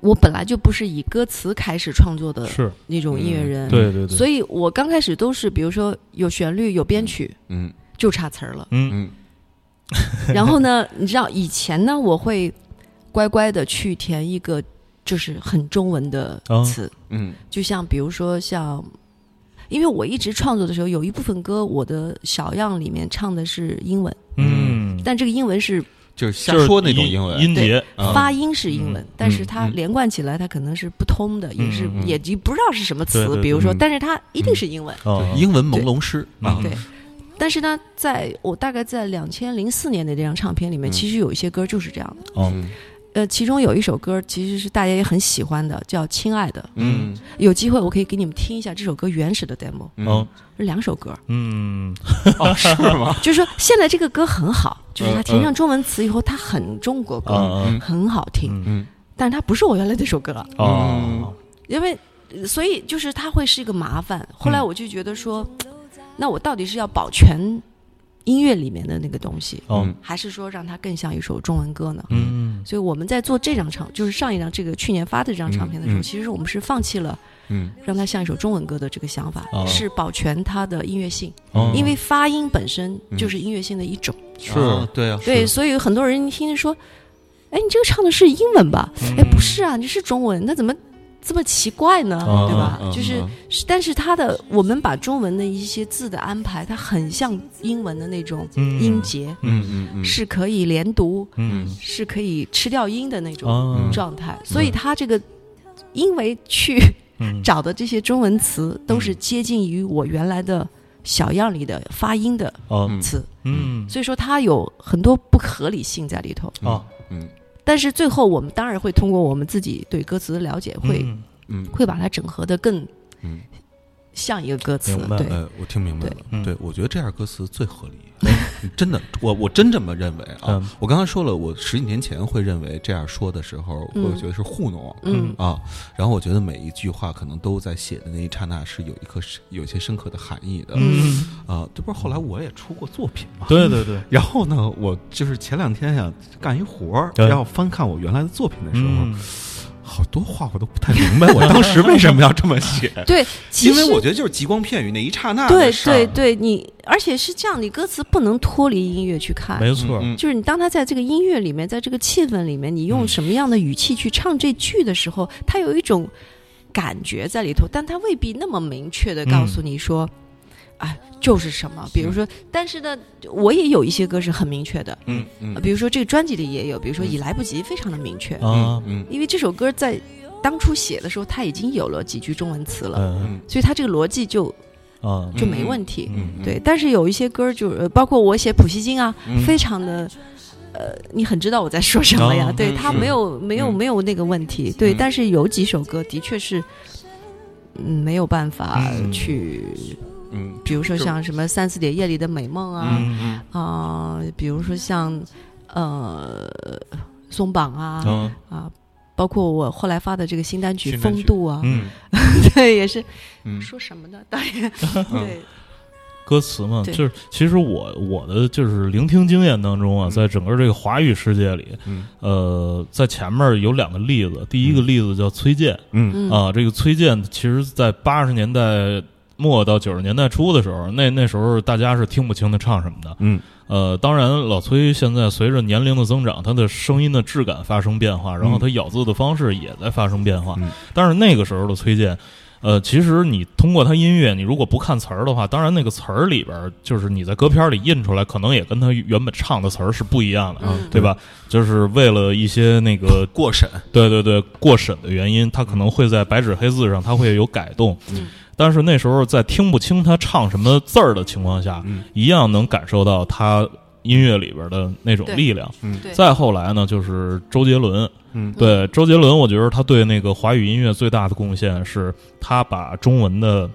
[SPEAKER 4] 我本来就不是以歌词开始创作的
[SPEAKER 2] 是嗯
[SPEAKER 4] 那种音乐人，
[SPEAKER 2] 对对对，。
[SPEAKER 4] 嗯所以我刚开始都是比如说有旋律、有编曲，
[SPEAKER 1] 嗯
[SPEAKER 4] 就差词儿了
[SPEAKER 2] 嗯 (laughs)
[SPEAKER 1] 嗯
[SPEAKER 4] (laughs) 然后呢，你知道以前呢，我会乖乖的去填一个就是很中文的
[SPEAKER 2] 啊
[SPEAKER 4] 词，
[SPEAKER 1] 嗯
[SPEAKER 4] 就像比如说像。因为我一直创作的时候，有一部分歌我的小样里面唱的是英文，
[SPEAKER 2] 嗯，
[SPEAKER 4] 但这个英文是
[SPEAKER 1] 就是瞎
[SPEAKER 2] 就是
[SPEAKER 1] 说那种
[SPEAKER 2] 音
[SPEAKER 1] 英文，
[SPEAKER 2] 音节，
[SPEAKER 1] 啊
[SPEAKER 4] 发音是英文，
[SPEAKER 2] 嗯
[SPEAKER 4] 但是它
[SPEAKER 1] 嗯
[SPEAKER 4] 连贯起来，它可能是不通的，也是
[SPEAKER 2] 嗯嗯
[SPEAKER 4] 也也不知道是什么词，
[SPEAKER 2] 对对对
[SPEAKER 4] 比如说，
[SPEAKER 1] 嗯
[SPEAKER 4] 但是它一定是英文。
[SPEAKER 2] 啊
[SPEAKER 1] 对英文朦胧诗
[SPEAKER 2] 嗯
[SPEAKER 1] 啊，
[SPEAKER 4] 对但是呢，在我大概在两千零四年的这张唱片里面，
[SPEAKER 1] 嗯
[SPEAKER 4] 其实有一些歌就是这样的。
[SPEAKER 2] 哦
[SPEAKER 1] 嗯
[SPEAKER 4] 呃，其中有一首歌其实是大家也很喜欢的，叫《亲爱的》。
[SPEAKER 1] 嗯
[SPEAKER 4] 有机会我可以给你们听一下这首歌原始
[SPEAKER 2] (laughs)
[SPEAKER 4] 的 demo，
[SPEAKER 2] 嗯
[SPEAKER 1] 嗯
[SPEAKER 4] 是两首歌。
[SPEAKER 2] 嗯，
[SPEAKER 3] 哦，是吗？
[SPEAKER 4] 就是说现在这个歌很好，就是它
[SPEAKER 3] 嗯
[SPEAKER 4] 填上中文词以后，它很中国
[SPEAKER 2] 啊
[SPEAKER 4] 歌，很好听，
[SPEAKER 2] 嗯
[SPEAKER 1] 嗯
[SPEAKER 4] 但是它不是我原来那首歌了。
[SPEAKER 2] 啊啊，
[SPEAKER 4] 因为呃所以就是它会是一个麻烦。后
[SPEAKER 2] 嗯
[SPEAKER 4] 来我就觉得说，那我到底是要保全音乐里面的那个东西，
[SPEAKER 2] 哦
[SPEAKER 4] 还是说让它更像一首中文歌呢？
[SPEAKER 2] 嗯
[SPEAKER 4] 所以我们在做这张唱，就是上一张这个去年发的这张唱片的时候，
[SPEAKER 3] 嗯嗯
[SPEAKER 4] 其实我们是放弃了
[SPEAKER 1] 嗯
[SPEAKER 4] 让它像一首中文歌的这个想法，
[SPEAKER 2] 哦
[SPEAKER 4] 是保全它的音乐性，
[SPEAKER 2] 哦
[SPEAKER 4] 因为发音本身
[SPEAKER 1] 嗯
[SPEAKER 4] 就是音乐性的一种。
[SPEAKER 1] 是啊对啊，
[SPEAKER 4] 对，所以有很多人一听说，哎，你这个唱的是英文
[SPEAKER 2] 嗯
[SPEAKER 4] 吧？哎，不是啊，你是中文，那怎么这么奇怪呢？
[SPEAKER 2] 哦
[SPEAKER 4] 对吧？
[SPEAKER 1] 嗯
[SPEAKER 4] 就是
[SPEAKER 1] 嗯
[SPEAKER 4] 是但是它的我们把中文的一些字的安排，它很像英文的那种
[SPEAKER 2] 嗯
[SPEAKER 4] 音节，
[SPEAKER 2] 嗯
[SPEAKER 1] 嗯嗯
[SPEAKER 4] 是可以连读，
[SPEAKER 2] 嗯
[SPEAKER 4] 是可以吃掉音的那种
[SPEAKER 2] 啊
[SPEAKER 4] 状态。所以它这个，因为去
[SPEAKER 2] 嗯
[SPEAKER 4] 找的这些中文词都是接近于我原来的小样里的发音的
[SPEAKER 2] 哦
[SPEAKER 1] 嗯
[SPEAKER 4] 词，
[SPEAKER 2] 嗯
[SPEAKER 4] 所以说它有很多不合理性在里头。
[SPEAKER 2] 啊
[SPEAKER 1] 嗯
[SPEAKER 4] 但是最后我们当然会通过我们自己对歌词的了解，会、
[SPEAKER 2] 嗯
[SPEAKER 1] 嗯
[SPEAKER 4] 会把它整合的更
[SPEAKER 1] 嗯，
[SPEAKER 4] 像一个歌词
[SPEAKER 2] 明白。
[SPEAKER 4] 对，
[SPEAKER 1] 呃，我听明白了
[SPEAKER 4] 对，
[SPEAKER 2] 嗯
[SPEAKER 1] 对我觉得这样歌词最合理。 (laughs) 真的，我我真这么认为啊
[SPEAKER 2] 嗯！
[SPEAKER 1] 我刚刚说了，我十几年前会认为这样说的时候，
[SPEAKER 4] 嗯
[SPEAKER 1] 会觉得是糊弄
[SPEAKER 4] 嗯
[SPEAKER 1] 啊。然后我觉得每一句话可能都在写的那一刹那是有一颗有一些深刻的含义的
[SPEAKER 2] 嗯，
[SPEAKER 1] 啊。这不是后来我也出过作品嘛？
[SPEAKER 2] 对对对，
[SPEAKER 1] 然后呢，我就是前两天呀干一活儿，
[SPEAKER 2] 对
[SPEAKER 1] 要翻看我原来的作品的时候，
[SPEAKER 2] 嗯
[SPEAKER 1] 好多话我都不太明白，我当时为什么要这么写？
[SPEAKER 4] 对，其
[SPEAKER 1] 因
[SPEAKER 4] 实
[SPEAKER 1] 为我觉得就是极光片语那一刹那
[SPEAKER 4] 对
[SPEAKER 1] 的事儿
[SPEAKER 4] 对对，你而且是这样，你歌词不能脱离音乐去看。
[SPEAKER 2] 没错，
[SPEAKER 1] 嗯
[SPEAKER 4] 就是你当他在这个音乐里面，在这个气氛里面，你
[SPEAKER 2] 嗯
[SPEAKER 4] 用什么样的语气去唱这句的时候，它有一种感觉在里头，但它未必那么明确的告
[SPEAKER 2] 嗯
[SPEAKER 4] 诉你说，哎，就是什么。比如说，但是呢，我也有一些歌是很明确的，
[SPEAKER 1] 嗯嗯
[SPEAKER 4] 呃比如说这个专辑里也有，比如
[SPEAKER 2] 嗯
[SPEAKER 4] 说《已来不及》非常的明确，
[SPEAKER 2] 啊
[SPEAKER 1] 嗯
[SPEAKER 4] 因为这首歌在当初写的时候，它已经有了几句中文词了，
[SPEAKER 2] 嗯
[SPEAKER 4] 所以它这个逻辑就
[SPEAKER 2] 嗯
[SPEAKER 4] 就没问题。
[SPEAKER 3] 嗯，
[SPEAKER 4] 对，但是有一些歌儿就是呃包括我写普希金啊，
[SPEAKER 3] 嗯
[SPEAKER 4] 非常的。呃，你很知道我在说什么呀？
[SPEAKER 2] 哦
[SPEAKER 4] 对
[SPEAKER 3] 嗯
[SPEAKER 4] 他
[SPEAKER 3] 是
[SPEAKER 4] 没有没有
[SPEAKER 3] 嗯
[SPEAKER 4] 没有那个问题，对，
[SPEAKER 3] 嗯
[SPEAKER 4] 但是有几首歌的确是，嗯，没有办法
[SPEAKER 3] 嗯
[SPEAKER 4] 去，
[SPEAKER 3] 嗯
[SPEAKER 4] 比如说
[SPEAKER 3] 就
[SPEAKER 4] 像什么《三四点夜里的美梦》啊，
[SPEAKER 3] 嗯
[SPEAKER 4] 啊、比如说像呃松绑啊啊、
[SPEAKER 2] 嗯
[SPEAKER 4] 包括我后来发的这个新单曲《
[SPEAKER 3] 新单
[SPEAKER 4] 风
[SPEAKER 3] 曲
[SPEAKER 4] 度》啊，
[SPEAKER 3] 嗯
[SPEAKER 4] (laughs) 对，也是
[SPEAKER 3] 嗯
[SPEAKER 4] 说什么呢？导
[SPEAKER 3] (laughs)
[SPEAKER 4] 演对，
[SPEAKER 2] 歌词嘛，
[SPEAKER 4] 对
[SPEAKER 2] 就是其实我我的就是聆听经验当中啊，
[SPEAKER 3] 嗯
[SPEAKER 2] 在整个这个华语世界里，
[SPEAKER 3] 嗯
[SPEAKER 2] 呃，在前面有两个例子，第一个例子叫崔健
[SPEAKER 3] 嗯
[SPEAKER 4] 嗯
[SPEAKER 2] 啊，这个崔健其实在八十年代末到九十年代初的时候，那那时候大家是听不清他唱什么的，
[SPEAKER 3] 嗯
[SPEAKER 2] 呃，当然，老崔现在随着年龄的增长，他的声音的质感发生变化，然后他咬字的方式也在发生变化。
[SPEAKER 3] 嗯
[SPEAKER 2] 但是那个时候的崔健，呃，其实你通过他音乐，你如果不看词儿的话，当然那个词儿里边儿就是你在歌片里印出来，可能也跟他原本唱的词儿是不一样的，
[SPEAKER 4] 嗯
[SPEAKER 2] 对吧？就是为了一些那个
[SPEAKER 1] 过审，
[SPEAKER 2] 对对对，过审的原因，他可能会在白纸黑字上，他会有改动。
[SPEAKER 4] 嗯
[SPEAKER 2] 但是那时候在听不清他唱什么字儿的情况下，
[SPEAKER 3] 嗯
[SPEAKER 2] 一样能感受到他音乐里边的那种
[SPEAKER 4] 对
[SPEAKER 2] 力量。
[SPEAKER 3] 嗯
[SPEAKER 4] 对
[SPEAKER 2] 再后来呢，就是周杰伦。
[SPEAKER 3] 嗯
[SPEAKER 2] 对周杰伦，我觉得他对那个华语音乐最大的贡献是，他把中文的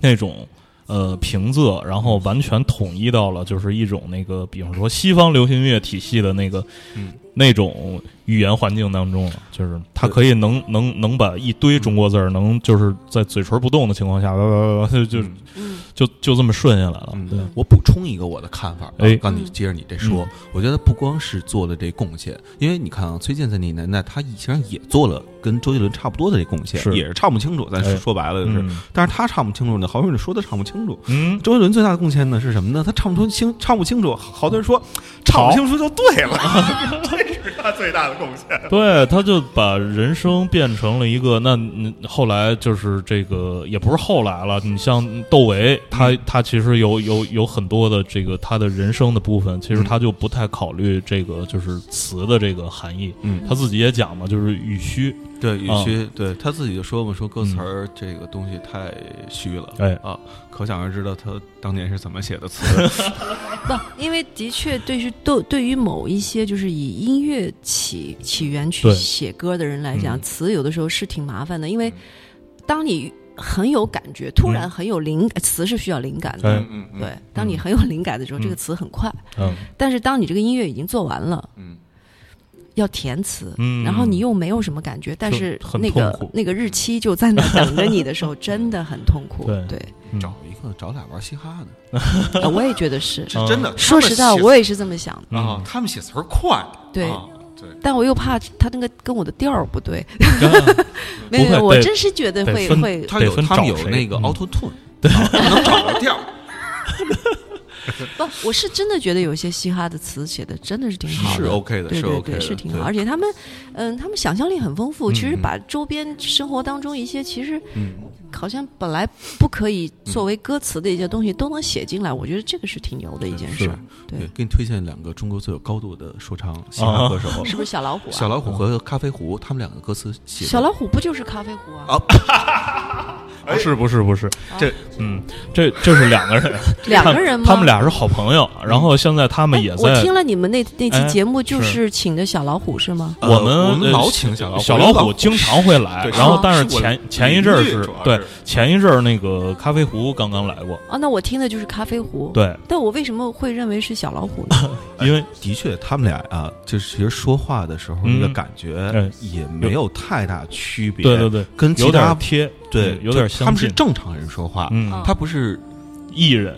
[SPEAKER 2] 那种呃平仄，然后完全统一到了就是一种那个，比方说西方流行音乐体系的那个、
[SPEAKER 3] 嗯
[SPEAKER 2] 那种语言环境当中了，就是他可以能能能把一堆中国字儿能就是在嘴唇不动的情况下，哇哇哇哇就就
[SPEAKER 3] 嗯
[SPEAKER 4] 嗯
[SPEAKER 2] 就就这么顺下来了。
[SPEAKER 3] 嗯
[SPEAKER 2] 对，
[SPEAKER 1] 我补充一个我的看法，
[SPEAKER 2] 哎
[SPEAKER 1] 刚你接着你这说，我觉得不光是做的这贡献，因为你看啊，崔健在那个年代，他实际上也做了跟周杰伦差不多的这贡献，
[SPEAKER 2] 是
[SPEAKER 1] 也是唱不清楚，咱
[SPEAKER 2] 哎
[SPEAKER 1] 说说白了就是，
[SPEAKER 3] 嗯
[SPEAKER 1] 但是他唱不清楚呢，好多人说他唱不清楚。
[SPEAKER 2] 嗯，
[SPEAKER 1] 周杰伦最大的贡献呢是什么呢？他唱不出清，唱不清楚，好多人说唱不清楚就对了，这是他最大的贡献。
[SPEAKER 2] 对，他就把人生变成了一个那嗯后来就是这个也不是后来了，你像窦唯，他他其实有有有很多的这个他的人生的部分，其实他就不太考虑这个就是词的这个含义，
[SPEAKER 3] 嗯
[SPEAKER 2] 他自己也讲嘛，就是语虚，
[SPEAKER 1] 对，与
[SPEAKER 2] 啊
[SPEAKER 1] 其对他自己就说嘛，说歌
[SPEAKER 2] 嗯
[SPEAKER 1] 词儿这个东西太虚了，
[SPEAKER 2] 哎
[SPEAKER 1] 啊，可想而知道他当年是怎么写的
[SPEAKER 2] (laughs)
[SPEAKER 1] 词。
[SPEAKER 4] 不，因为的确对于对对于某一些就是以音乐起起源去
[SPEAKER 2] 对
[SPEAKER 4] 写歌的人来讲，
[SPEAKER 1] 嗯
[SPEAKER 4] 词有的时候是挺麻烦的，因为当你很有感觉，突然很有灵，词是需要灵感的。
[SPEAKER 2] 哎
[SPEAKER 1] 嗯嗯，
[SPEAKER 4] 对，当你很有灵感的时候，这个词很快；
[SPEAKER 2] 嗯
[SPEAKER 4] 但是当你这个音乐已经做完了，
[SPEAKER 1] 嗯，
[SPEAKER 4] 要填词，
[SPEAKER 2] 嗯，
[SPEAKER 4] 然
[SPEAKER 2] (laughs)
[SPEAKER 4] 后你又没有什么感觉，但是
[SPEAKER 2] 很
[SPEAKER 4] 那
[SPEAKER 2] 痛
[SPEAKER 4] 个
[SPEAKER 2] 苦
[SPEAKER 4] 那个日期就在那等着你的时候，真的很痛苦。
[SPEAKER 2] 对
[SPEAKER 4] 对，
[SPEAKER 2] 嗯
[SPEAKER 1] 找一个找俩玩嘻哈的，
[SPEAKER 4] 啊我也觉得是。
[SPEAKER 1] 是真的。
[SPEAKER 4] 说实在，
[SPEAKER 1] 哦他们写
[SPEAKER 4] 我也是这么想的，
[SPEAKER 2] 嗯
[SPEAKER 1] 啊，他们写词儿快，
[SPEAKER 4] 对
[SPEAKER 1] 啊对，
[SPEAKER 4] 但我又怕他那个跟我的调儿不对。没
[SPEAKER 2] 不会
[SPEAKER 4] 有，我
[SPEAKER 2] 得
[SPEAKER 4] 真是觉得
[SPEAKER 2] 得
[SPEAKER 4] 会
[SPEAKER 2] 分
[SPEAKER 4] 会
[SPEAKER 1] 他有
[SPEAKER 2] 得分
[SPEAKER 1] 他们有
[SPEAKER 2] 找谁
[SPEAKER 1] 那个
[SPEAKER 2] 嗯
[SPEAKER 1] auto
[SPEAKER 2] (laughs)
[SPEAKER 1] tune，对，能找着调儿。
[SPEAKER 4] 不，我是真的觉得有些嘻哈的词写的真的是挺好
[SPEAKER 1] 是
[SPEAKER 4] 的。
[SPEAKER 1] OK 的，
[SPEAKER 4] 对对
[SPEAKER 1] OK
[SPEAKER 4] 对，
[SPEAKER 1] 的，
[SPEAKER 4] 是挺
[SPEAKER 1] 对
[SPEAKER 4] 好，而且他们，嗯，他们想象力很丰富。其实
[SPEAKER 1] 嗯
[SPEAKER 4] 把周边生活当中一些其实
[SPEAKER 1] 嗯，
[SPEAKER 4] 好像本来不可以作为歌词的一些东西都能写进来，我觉得这个是挺牛的一件
[SPEAKER 1] 是
[SPEAKER 4] 事儿。 (laughs) 对
[SPEAKER 1] 对，，给你推荐两个中国最有高度的说唱
[SPEAKER 2] 啊
[SPEAKER 1] 嘻哈
[SPEAKER 2] (laughs)
[SPEAKER 1] 歌手，
[SPEAKER 4] 是不是小老虎啊？
[SPEAKER 1] 小老虎和咖啡壶，他们两个歌词写
[SPEAKER 4] 小
[SPEAKER 1] 的
[SPEAKER 4] 老虎不就是咖啡壶啊？
[SPEAKER 1] 啊
[SPEAKER 2] (laughs) 不是不是不是，
[SPEAKER 3] 这
[SPEAKER 2] 嗯，这这是两个人，
[SPEAKER 4] 哦 (laughs) 两个人吗？
[SPEAKER 2] 他们俩是好朋友，然后现在他们也
[SPEAKER 4] 哎我
[SPEAKER 2] 在
[SPEAKER 4] 听。了你们那那期
[SPEAKER 2] 哎
[SPEAKER 4] 节目，就是是请的小老虎是吗？
[SPEAKER 1] 呃
[SPEAKER 2] 们
[SPEAKER 1] 我们
[SPEAKER 2] 呃
[SPEAKER 1] 老请小老虎
[SPEAKER 2] 小老虎经常会来，
[SPEAKER 1] 对
[SPEAKER 2] 然后
[SPEAKER 4] 是
[SPEAKER 2] 但是
[SPEAKER 1] 是我
[SPEAKER 2] 前前一阵儿
[SPEAKER 1] 领
[SPEAKER 2] 是
[SPEAKER 1] 域主要
[SPEAKER 2] 对
[SPEAKER 1] 是
[SPEAKER 2] 前一阵儿那个咖啡壶刚刚来过，
[SPEAKER 4] 啊，那我听的就是咖啡壶。，
[SPEAKER 2] 对，
[SPEAKER 4] 但我为什么会认为是小老虎呢？
[SPEAKER 1] 哎
[SPEAKER 2] 因为
[SPEAKER 1] 的确，他们俩啊，就是其实说话的时候
[SPEAKER 2] 嗯
[SPEAKER 1] 那个感觉
[SPEAKER 2] 哎
[SPEAKER 1] 也没有太大区别，
[SPEAKER 2] 对对对，
[SPEAKER 1] 跟
[SPEAKER 2] 有
[SPEAKER 1] 其他
[SPEAKER 2] 点贴，
[SPEAKER 1] 对
[SPEAKER 2] 嗯有
[SPEAKER 1] 就他
[SPEAKER 2] 点相
[SPEAKER 1] 们是
[SPEAKER 2] 近，
[SPEAKER 1] 正常人说话，
[SPEAKER 2] 嗯
[SPEAKER 4] 啊，
[SPEAKER 1] 他不
[SPEAKER 2] (laughs)
[SPEAKER 1] 是
[SPEAKER 2] 艺人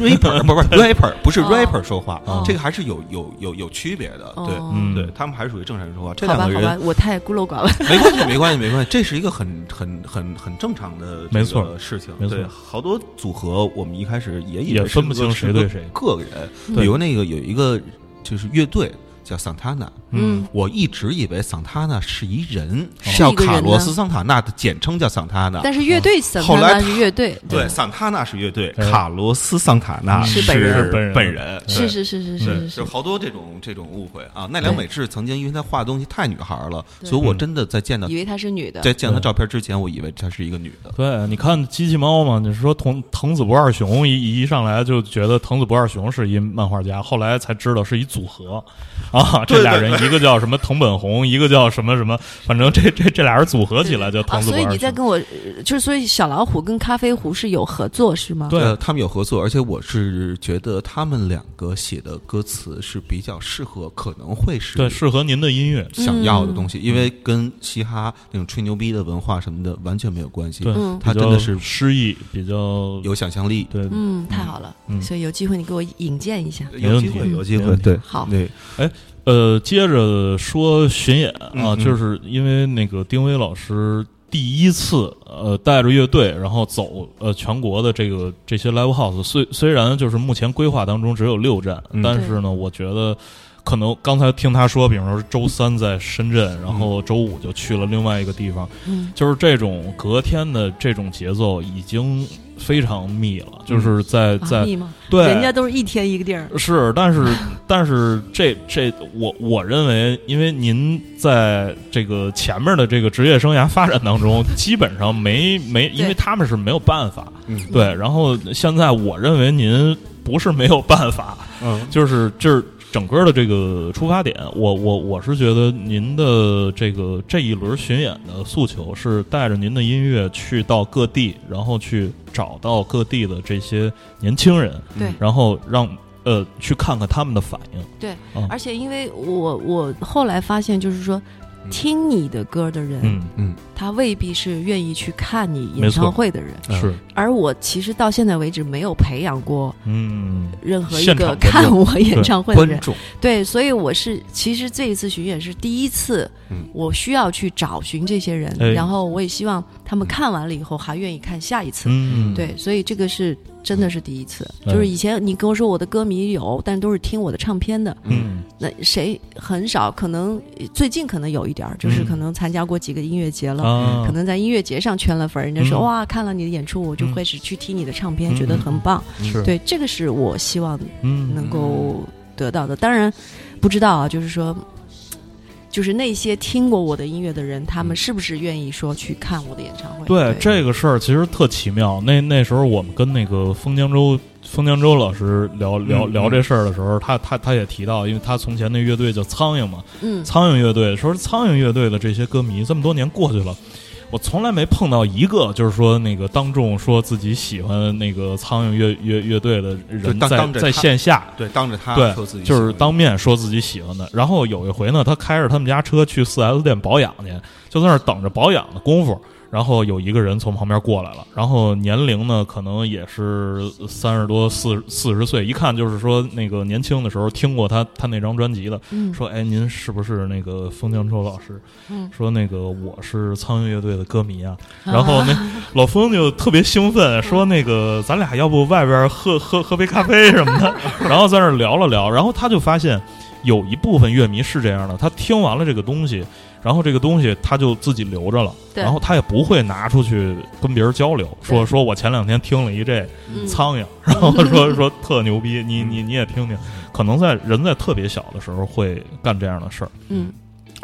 [SPEAKER 1] rapper，不是 rapper，不是
[SPEAKER 4] 哦
[SPEAKER 1] rapper 说话
[SPEAKER 4] 哦，
[SPEAKER 1] 这个还是有有有有区别的，对。
[SPEAKER 4] 哦
[SPEAKER 2] 嗯
[SPEAKER 1] 对他们还是属于正常人说话，这
[SPEAKER 4] 好
[SPEAKER 1] 两
[SPEAKER 4] 吧
[SPEAKER 1] 个
[SPEAKER 4] 好吧
[SPEAKER 1] 人，
[SPEAKER 4] 我太孤陋寡闻。
[SPEAKER 1] 没关系，没关系，没关系，这是一个很很很很正常的
[SPEAKER 2] 没错
[SPEAKER 1] 这个事情。
[SPEAKER 2] 没错
[SPEAKER 1] 对，好多组合我们一开始也以
[SPEAKER 2] 也
[SPEAKER 1] 为
[SPEAKER 2] 分不清谁对谁
[SPEAKER 1] 是个个人，比
[SPEAKER 2] 对
[SPEAKER 1] 如那个有一个就是乐队，叫桑塔纳。
[SPEAKER 4] 嗯，
[SPEAKER 1] 我一直以为桑塔纳是一人，
[SPEAKER 4] 是
[SPEAKER 1] 叫
[SPEAKER 4] 一个人
[SPEAKER 1] 卡洛斯
[SPEAKER 4] 呢
[SPEAKER 1] 桑塔纳的简称叫桑塔纳。
[SPEAKER 4] (laughs) 但是乐队桑
[SPEAKER 1] 后
[SPEAKER 4] 塔
[SPEAKER 1] 来
[SPEAKER 4] 纳是乐队，
[SPEAKER 1] 对，桑塔纳是乐队，
[SPEAKER 2] 哎
[SPEAKER 1] 卡罗斯桑塔纳
[SPEAKER 4] 是
[SPEAKER 1] 本
[SPEAKER 4] 本人
[SPEAKER 2] 是
[SPEAKER 1] 本
[SPEAKER 2] 本
[SPEAKER 1] 人，
[SPEAKER 4] 是是是是
[SPEAKER 2] 对
[SPEAKER 4] 是是，
[SPEAKER 1] 就是好多这种这种误会啊。奈良美智曾经因为她画的东西太女孩了，
[SPEAKER 4] 对
[SPEAKER 1] 所以
[SPEAKER 2] 嗯
[SPEAKER 1] 我真的在见到
[SPEAKER 4] 以为她是女的，
[SPEAKER 1] 在见到她照片之前，我以为她是一个女的。
[SPEAKER 2] 对，你看机器猫嘛，你说藤藤子不二雄一一上来就觉得藤子不二雄是一漫画家，后来才知道是一组合啊，这
[SPEAKER 1] 对
[SPEAKER 2] 俩
[SPEAKER 1] 对
[SPEAKER 2] 人一个叫什么藤本弘，一个叫什么什么，反正这这这俩人组合起来叫
[SPEAKER 4] 啊，
[SPEAKER 2] 藤子不
[SPEAKER 4] 所以
[SPEAKER 2] 二
[SPEAKER 4] 你在
[SPEAKER 2] 雄。
[SPEAKER 4] 跟我，呃就是所以小老虎跟咖啡壶是有合作是吗？
[SPEAKER 2] 对
[SPEAKER 1] 呃他们有合作，而且我是觉得他们两个写的歌词是比较适合，可能会是
[SPEAKER 2] 对，适合您的音
[SPEAKER 4] 嗯
[SPEAKER 2] 乐，
[SPEAKER 1] 想要的东西，因为跟嘻哈那种吹牛逼的文化什么的完全没有关系。
[SPEAKER 2] 对，
[SPEAKER 4] 嗯
[SPEAKER 1] 他
[SPEAKER 2] 比较
[SPEAKER 1] 真的是
[SPEAKER 2] 诗意，比较
[SPEAKER 1] 有想象力，
[SPEAKER 2] 对。
[SPEAKER 4] 嗯，太好了，所以有机会你给我引荐一下。
[SPEAKER 2] 没问
[SPEAKER 1] 有
[SPEAKER 2] 题
[SPEAKER 1] 机会，有机
[SPEAKER 2] 没
[SPEAKER 1] 会，
[SPEAKER 2] 问题
[SPEAKER 1] 对，
[SPEAKER 4] 好
[SPEAKER 1] 对，
[SPEAKER 2] 呃，接着说巡演啊，
[SPEAKER 1] 嗯嗯
[SPEAKER 2] 就是因为那个丁薇老师第一次呃带着乐队，然后走呃全国的这个这些 live house，虽虽然就是目前规划当中只有六站，
[SPEAKER 1] 嗯
[SPEAKER 2] 但是呢，我觉得。可能刚才听他说，比如说周三在深圳，然后周五就去了另外一个地方，
[SPEAKER 4] 嗯
[SPEAKER 2] 就是这种隔天的这种节奏已经非常密了，就是在
[SPEAKER 4] 啊
[SPEAKER 2] 在
[SPEAKER 4] 密吗？
[SPEAKER 2] 对
[SPEAKER 4] 人家都是一天一个地儿。
[SPEAKER 2] 是，但是但是这这我我认为，因为您在这个前面的这个职业生涯发展当中，基本上没没，因为
[SPEAKER 4] 对
[SPEAKER 2] 他们是没有办法，
[SPEAKER 1] 嗯
[SPEAKER 2] 对。然后现在我认为您不是没有办法，
[SPEAKER 3] 嗯
[SPEAKER 2] 就是就是整个的这个出发点，我我我是觉得您的这个这一轮巡演的诉求是带着您的音乐去到各地，然后去找到各地的这些年轻人，
[SPEAKER 4] 对
[SPEAKER 2] 然后让呃去看看他们的反应。
[SPEAKER 4] 而且因为我我后来发现，就是说
[SPEAKER 1] 嗯，
[SPEAKER 4] 听你的歌的人，
[SPEAKER 2] 嗯，
[SPEAKER 4] 他未必是愿意去看你
[SPEAKER 2] 没
[SPEAKER 4] 演
[SPEAKER 2] 错
[SPEAKER 4] 唱会的人。
[SPEAKER 2] 是，
[SPEAKER 4] 而我其实到现在为止没有培养过
[SPEAKER 2] 嗯，
[SPEAKER 4] 任何一
[SPEAKER 2] 现
[SPEAKER 4] 个
[SPEAKER 2] 场观众
[SPEAKER 4] 看我演唱会的
[SPEAKER 1] 观
[SPEAKER 4] 人，
[SPEAKER 1] 众，
[SPEAKER 4] 对，所以我是其实这一次巡演是第一次
[SPEAKER 1] 嗯，
[SPEAKER 4] 我需要去找寻这些人，
[SPEAKER 2] 哎
[SPEAKER 4] 然后我也希望他们看完了以后还愿意看下一次。
[SPEAKER 2] 嗯，
[SPEAKER 4] 对，所以这个是真的是第一次，
[SPEAKER 2] 嗯
[SPEAKER 4] 就是以前你跟我说我的歌迷有，但都是听我的唱片的，
[SPEAKER 2] 嗯，
[SPEAKER 4] 那谁很少，可能最近可能有一点儿，就是
[SPEAKER 2] 嗯
[SPEAKER 4] 可能参加过几个音乐节了。
[SPEAKER 2] 啊，
[SPEAKER 4] 嗯可能在音乐节上圈了粉儿，人家说、
[SPEAKER 2] 嗯
[SPEAKER 4] 哇，看了你的演出，我就
[SPEAKER 2] 嗯
[SPEAKER 4] 开始去听你的唱片，
[SPEAKER 2] 嗯
[SPEAKER 4] 觉得很棒。
[SPEAKER 2] 是，
[SPEAKER 4] 对，这个是我希望
[SPEAKER 2] 嗯，
[SPEAKER 4] 能够得到的。当然，不知道啊，就是说，就是那些听过我的音乐的人，他们是不是愿意说去看我的演唱会？
[SPEAKER 2] 对
[SPEAKER 4] 对，
[SPEAKER 2] 这个事儿其实特奇妙。那那时候我们跟那个封江州封江州老师聊聊
[SPEAKER 1] 嗯
[SPEAKER 2] 聊这事儿的时候，他他他也提到，因为他从前那乐队叫苍蝇嘛，
[SPEAKER 4] 嗯，
[SPEAKER 2] 苍蝇乐队说苍蝇乐队的这些歌迷这么多年过去了。我从来没碰到一个，就是说那个当众说自己喜欢那个苍蝇乐乐乐队的
[SPEAKER 1] 就
[SPEAKER 2] 人
[SPEAKER 1] 当
[SPEAKER 2] 在
[SPEAKER 1] 当着
[SPEAKER 2] 在
[SPEAKER 1] 他
[SPEAKER 2] 线下，
[SPEAKER 1] 对，当着他
[SPEAKER 2] 对
[SPEAKER 1] 说自己
[SPEAKER 2] 就是
[SPEAKER 1] 喜欢
[SPEAKER 2] 当面说自己喜欢的。然后有一回呢，他开着他们家车去四 S 店保养去，就在那儿等着保养的功夫，然后有一个人从旁边过来了，然后年龄呢可能也是三十多、四四十岁，一看就是说那个年轻的时候听过他他那张专辑的，
[SPEAKER 4] 嗯
[SPEAKER 2] 说哎您是不是那个封江洲老师？
[SPEAKER 4] 嗯
[SPEAKER 2] 说那个我是苍蝇乐队的歌迷啊，
[SPEAKER 4] (laughs)
[SPEAKER 2] 然
[SPEAKER 4] 嗯
[SPEAKER 2] 后那老风就特别兴奋，说那个咱俩要不外边喝喝喝杯咖啡什么
[SPEAKER 4] (laughs)
[SPEAKER 2] 的，然后在那儿聊了聊，然后他就发现有一部分乐迷是这样的，他听完了这个东西，然后这个东西他就自己留着了，
[SPEAKER 4] 对
[SPEAKER 2] 然后他也不会拿出去跟别人交流，说
[SPEAKER 4] 对
[SPEAKER 2] 说我前两天听了一这
[SPEAKER 4] 嗯
[SPEAKER 2] 苍蝇， (laughs) 然后说说特牛逼，你你你也听听，可能在人在特别小的时候会干这样的事儿。
[SPEAKER 4] 嗯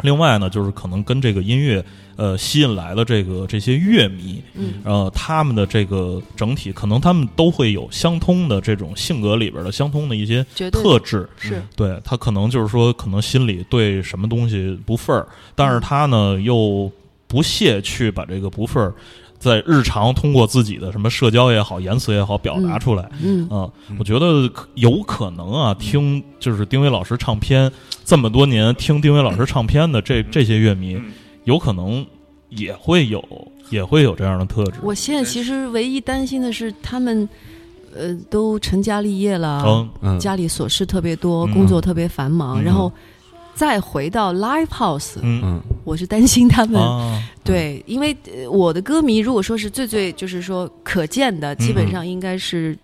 [SPEAKER 2] 另外呢，就是可能跟这个音乐呃吸引来的这个这些乐迷，
[SPEAKER 4] 嗯
[SPEAKER 2] 呃，他们的这个整体，可能他们都会有相通的这种性格里边的相通的一些
[SPEAKER 4] 绝对
[SPEAKER 2] 特质。
[SPEAKER 4] 是
[SPEAKER 2] 对他可能就是说，可能心里对什么东西不忿儿，但是他呢又不屑去把这个不忿儿在日常通过自己的什么社交也好、言辞也好表达出来。
[SPEAKER 4] 嗯
[SPEAKER 2] 啊，我觉得可有可能啊，听就是丁薇老师唱片这么多年，听丁薇老师唱片的
[SPEAKER 1] 嗯
[SPEAKER 2] 这这些乐迷，有可能也会有也会有这样的特质。
[SPEAKER 4] 我现在其实唯一担心的是他们，呃，都成家立业了，
[SPEAKER 2] 嗯，
[SPEAKER 1] 嗯
[SPEAKER 4] 家里琐事特别多，
[SPEAKER 2] 嗯
[SPEAKER 4] 工作特别繁忙，
[SPEAKER 2] 嗯
[SPEAKER 4] 然后再回到 live house，、
[SPEAKER 2] 嗯
[SPEAKER 1] 嗯
[SPEAKER 4] 我是担心他们。
[SPEAKER 2] 啊，
[SPEAKER 4] 对，因为呃我的歌迷如果说是最最就是说可见
[SPEAKER 2] 嗯
[SPEAKER 4] 的，基本上应该是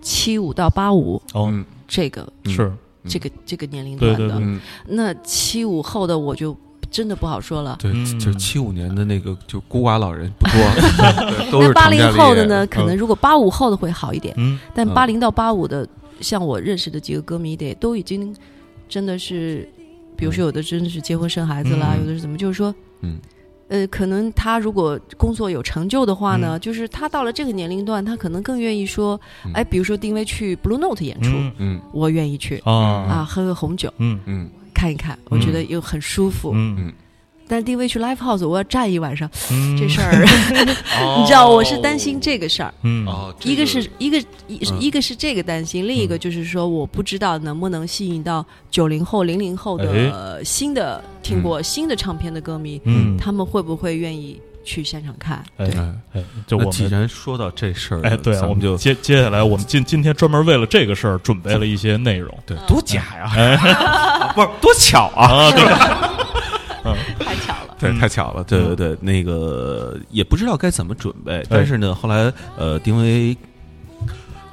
[SPEAKER 4] 七五到八五
[SPEAKER 2] 哦，
[SPEAKER 1] 嗯
[SPEAKER 4] 这个
[SPEAKER 1] 嗯
[SPEAKER 2] 是
[SPEAKER 4] 这个这个年龄
[SPEAKER 2] 对
[SPEAKER 4] 段
[SPEAKER 2] 对
[SPEAKER 4] 的。
[SPEAKER 2] 对
[SPEAKER 3] 嗯
[SPEAKER 4] 那七五后的我就真的不好说了。
[SPEAKER 1] 对，
[SPEAKER 2] 嗯
[SPEAKER 1] 就是七五年的那个，就孤寡老
[SPEAKER 2] (laughs)
[SPEAKER 1] 人不多，对都是
[SPEAKER 4] 那八
[SPEAKER 1] 成
[SPEAKER 4] 零
[SPEAKER 1] 家立
[SPEAKER 4] 后的
[SPEAKER 1] 业
[SPEAKER 4] 呢，可能如果八五后的会好一点，
[SPEAKER 2] 嗯
[SPEAKER 4] 但
[SPEAKER 1] 嗯
[SPEAKER 4] 八零到八五的，像我认识的几个歌迷得都已经真的是，比如说有的真的是结婚生孩子啦，
[SPEAKER 2] 嗯
[SPEAKER 4] 有的是怎么，就是说，
[SPEAKER 1] 嗯，
[SPEAKER 4] 呃，可能他如果工作有成就的话
[SPEAKER 2] 嗯
[SPEAKER 4] 呢，就是他到了这个年龄段，他可能更愿意说，
[SPEAKER 1] 嗯
[SPEAKER 4] 哎，比如说丁薇去 Blue Note 演出，
[SPEAKER 2] 嗯
[SPEAKER 1] 嗯
[SPEAKER 4] 我愿意去
[SPEAKER 2] 啊
[SPEAKER 4] 啊，喝个红酒
[SPEAKER 2] 嗯
[SPEAKER 1] 嗯
[SPEAKER 4] 看一看，我觉得又很舒服。
[SPEAKER 2] 嗯
[SPEAKER 4] 但是丁薇去 Live House，我要站一晚上，
[SPEAKER 2] 嗯哦
[SPEAKER 4] 这事儿， (laughs) 你知道，我是担心这个事儿。
[SPEAKER 2] 嗯
[SPEAKER 1] 哦，这
[SPEAKER 4] 一个是一个一
[SPEAKER 1] 嗯
[SPEAKER 4] 一个是这个担心，另一
[SPEAKER 2] 嗯
[SPEAKER 4] 个就是说，我不知道能不能吸引到九零后、零零后
[SPEAKER 2] 哎
[SPEAKER 4] 的新的听过新的唱片的歌迷，
[SPEAKER 2] 嗯，
[SPEAKER 4] 他们会不会愿意去现场看？
[SPEAKER 2] 哎
[SPEAKER 4] 对，
[SPEAKER 1] 哎，
[SPEAKER 2] 哎，就我
[SPEAKER 1] 那既
[SPEAKER 2] 们
[SPEAKER 1] 然说到这事儿了，
[SPEAKER 2] 哎，对啊，
[SPEAKER 1] 咱
[SPEAKER 2] 我
[SPEAKER 1] 们就
[SPEAKER 2] 接接下来我们今今天专门为了这个事儿准备了一些内容
[SPEAKER 1] 对
[SPEAKER 4] 嗯
[SPEAKER 3] 多假
[SPEAKER 1] 哎
[SPEAKER 2] (laughs)
[SPEAKER 3] 呀！不是多巧啊！
[SPEAKER 2] 啊，对，
[SPEAKER 4] (laughs) 太巧了。
[SPEAKER 1] 对，
[SPEAKER 2] 嗯哎
[SPEAKER 1] 太巧了，对对对，那个也不知道该怎么准备，但是呢，后来呃，丁薇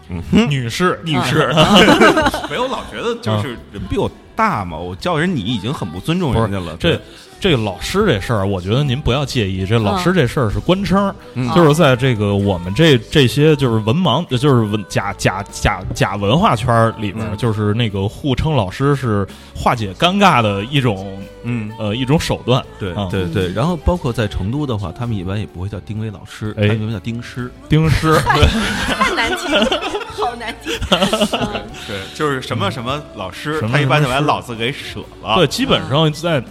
[SPEAKER 2] 女士，女
[SPEAKER 4] 嗯
[SPEAKER 2] 士， (laughs)
[SPEAKER 3] 没有，老觉得
[SPEAKER 1] 啊
[SPEAKER 3] 就是人比我大嘛，我叫人你已经很不尊重人家了。
[SPEAKER 2] 这这老师这事儿，我觉得您不要介意。这老师这事儿是官称儿，
[SPEAKER 1] 嗯
[SPEAKER 3] 啊
[SPEAKER 4] 啊
[SPEAKER 2] 就是在这个我们这这些就是文盲，呃就是文假假假假文化圈儿里面，
[SPEAKER 3] 嗯
[SPEAKER 2] 就是那个互称老师是化解尴尬的一种
[SPEAKER 3] 嗯，
[SPEAKER 2] 呃一种手段。
[SPEAKER 1] 对
[SPEAKER 2] 啊
[SPEAKER 1] 对对，然后包括在成都的话，他们一般也不会叫丁薇老师，他
[SPEAKER 2] 哎
[SPEAKER 1] 们一般叫丁师，
[SPEAKER 4] (laughs)
[SPEAKER 2] 丁师，
[SPEAKER 4] (laughs) 太难听，好难
[SPEAKER 2] (laughs)
[SPEAKER 4] 听。嗯
[SPEAKER 3] 对，就是什么
[SPEAKER 1] 嗯
[SPEAKER 3] 什么老师
[SPEAKER 2] 什，么
[SPEAKER 3] 他一般
[SPEAKER 2] 什
[SPEAKER 3] 就
[SPEAKER 2] 么
[SPEAKER 3] 把
[SPEAKER 2] 师
[SPEAKER 3] 老字给舍了。
[SPEAKER 2] 对，基本上
[SPEAKER 4] (laughs)
[SPEAKER 2] 在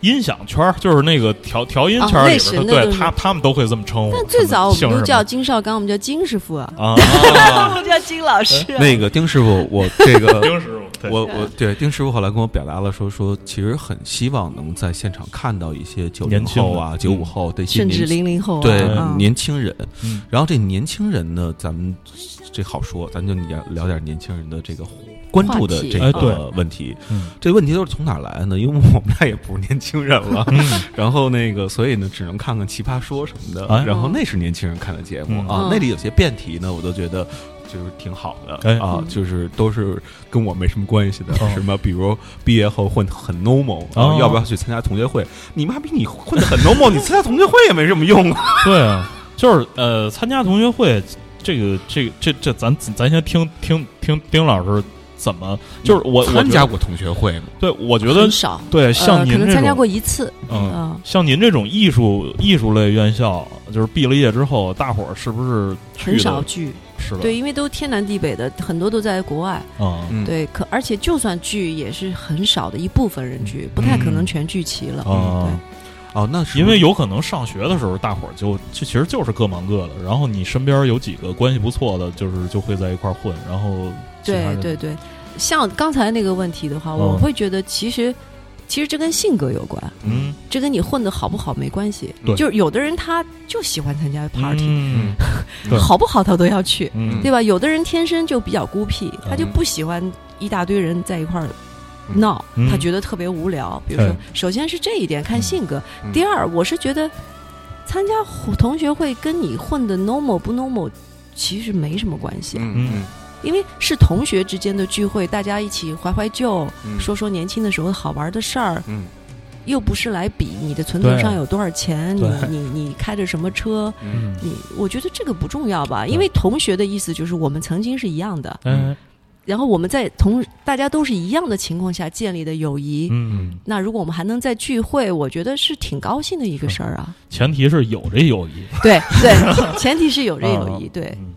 [SPEAKER 2] 音响圈儿，就是那个调调音圈儿里
[SPEAKER 4] 啊那是
[SPEAKER 2] 边，
[SPEAKER 4] 那
[SPEAKER 2] 对
[SPEAKER 4] 就是
[SPEAKER 2] 他他们都会这么称呼。
[SPEAKER 4] 但最早我
[SPEAKER 2] 什
[SPEAKER 4] 们
[SPEAKER 2] 么姓
[SPEAKER 4] 都叫
[SPEAKER 2] 什
[SPEAKER 4] 金少刚，我们叫金师傅啊，
[SPEAKER 2] 么啊，
[SPEAKER 4] (laughs)
[SPEAKER 2] 哎
[SPEAKER 4] 我们叫金老师啊。
[SPEAKER 1] 那个丁师傅，我这
[SPEAKER 4] (laughs)
[SPEAKER 1] 个
[SPEAKER 2] 丁师傅，对
[SPEAKER 1] 我
[SPEAKER 4] 嗯
[SPEAKER 1] 我对丁师傅后来跟我表达了说说，其实很希望能在现场看到一些九零
[SPEAKER 2] 年轻嗯
[SPEAKER 1] 后
[SPEAKER 2] 的
[SPEAKER 1] 啊、九五后的一些
[SPEAKER 4] 甚至
[SPEAKER 1] 年
[SPEAKER 4] 零零后啊，
[SPEAKER 1] 对
[SPEAKER 4] 啊
[SPEAKER 1] 年轻人
[SPEAKER 2] 嗯。
[SPEAKER 1] 然后这年轻人呢，咱们这好说，咱就聊聊点年轻人的这个关注的
[SPEAKER 4] 话题
[SPEAKER 1] 这
[SPEAKER 2] 哎对
[SPEAKER 1] 个问题。
[SPEAKER 2] 嗯
[SPEAKER 1] 这问题都是从哪儿来呢？ (laughs) 因为我们俩也不是年轻人了，
[SPEAKER 2] 嗯
[SPEAKER 1] 然后那个，所以呢，只能看看《奇葩说》什么的，
[SPEAKER 2] 哎
[SPEAKER 1] 然后那是年轻人看的节目、
[SPEAKER 2] 嗯
[SPEAKER 1] 啊
[SPEAKER 4] 嗯，
[SPEAKER 1] 那里有些辩题呢，我都觉得。就是挺好的、
[SPEAKER 2] 哎
[SPEAKER 1] 啊，就是都是跟我没什么关系的，
[SPEAKER 2] 哦
[SPEAKER 1] 什么比如毕业后混得很 normal 啊，
[SPEAKER 2] 哦
[SPEAKER 1] 要不要去参加同学会？你妈逼，你混得很 normal，你参 (laughs) 加同学会也没什么用啊！
[SPEAKER 2] 对啊，就是呃，参加同学会，这个这个这这，咱咱先听听听丁老师怎么，就是我我
[SPEAKER 1] 参
[SPEAKER 2] 觉
[SPEAKER 1] 加
[SPEAKER 2] 得
[SPEAKER 1] 过同学会吗？
[SPEAKER 2] 对，我觉得
[SPEAKER 4] 很少，
[SPEAKER 2] 对，像
[SPEAKER 4] 呃
[SPEAKER 2] 您
[SPEAKER 4] 可能
[SPEAKER 2] 这
[SPEAKER 4] 参加
[SPEAKER 2] 种，
[SPEAKER 4] 过一次，
[SPEAKER 2] 嗯，
[SPEAKER 4] 嗯，
[SPEAKER 2] 像您这种艺术艺术类院校，就是毕了业之后，大伙儿是不是去
[SPEAKER 4] 很少
[SPEAKER 2] 的
[SPEAKER 4] 聚。
[SPEAKER 2] 是吧？
[SPEAKER 4] 对，因为都天南地北的，很多都在国外。
[SPEAKER 2] 啊，
[SPEAKER 1] 嗯
[SPEAKER 4] 对，可而且就算聚，也是很少的一部分人聚，不太可能全聚齐了。
[SPEAKER 2] 嗯
[SPEAKER 4] 嗯
[SPEAKER 1] 哦，那是
[SPEAKER 2] 因为有可能上学的时候，大伙儿就就其实就是各忙各的，然后你身边有几个关系不错的，就是就会在一块儿混，然后其他
[SPEAKER 4] 对
[SPEAKER 2] 人
[SPEAKER 4] 对对对，像刚才那个问题的话，我
[SPEAKER 2] 嗯
[SPEAKER 4] 会觉得其实其实这跟性格有关，
[SPEAKER 2] 嗯，
[SPEAKER 4] 这跟你混的好不好没关系。
[SPEAKER 2] 对
[SPEAKER 4] 就是有的人他就喜欢参加 party，、
[SPEAKER 2] 嗯对
[SPEAKER 4] 好不好他都要去，
[SPEAKER 2] 嗯，
[SPEAKER 4] 对吧？有的人天生就比较孤僻，他就
[SPEAKER 2] 嗯
[SPEAKER 4] 不喜欢一大堆人在一块儿闹，
[SPEAKER 2] 嗯
[SPEAKER 4] 他觉得特别无聊。比如说
[SPEAKER 2] 对，
[SPEAKER 4] 首先是这一点，看性格；
[SPEAKER 3] 嗯
[SPEAKER 4] 第二，我是觉得参加伙同学会跟你混的 normal 不 normal 其实没什么关系，
[SPEAKER 2] 嗯
[SPEAKER 4] 因为是同学之间的聚会，大家一起怀怀旧，
[SPEAKER 3] 嗯
[SPEAKER 4] 说说年轻的时候好玩的事儿，
[SPEAKER 3] 嗯
[SPEAKER 4] 又不是来比你的存折
[SPEAKER 2] 对
[SPEAKER 4] 上有多少钱，你
[SPEAKER 2] 对
[SPEAKER 4] 你你开着什么车。
[SPEAKER 3] 嗯
[SPEAKER 2] 嗯，
[SPEAKER 4] 你我觉得这个不重要吧，
[SPEAKER 1] 嗯
[SPEAKER 2] 对
[SPEAKER 4] 因为同学的意思就是我们曾经是一样的，
[SPEAKER 2] 哎
[SPEAKER 4] 然后我们在同大家都是一样的情况下建立的友谊。
[SPEAKER 2] 嗯。
[SPEAKER 4] 那如果我们还能再聚会，我觉得是挺高兴的一个事儿啊。
[SPEAKER 2] 前提是有这友谊，
[SPEAKER 1] 嗯
[SPEAKER 4] (laughs) 对对，前提是有这友谊。对，
[SPEAKER 2] 嗯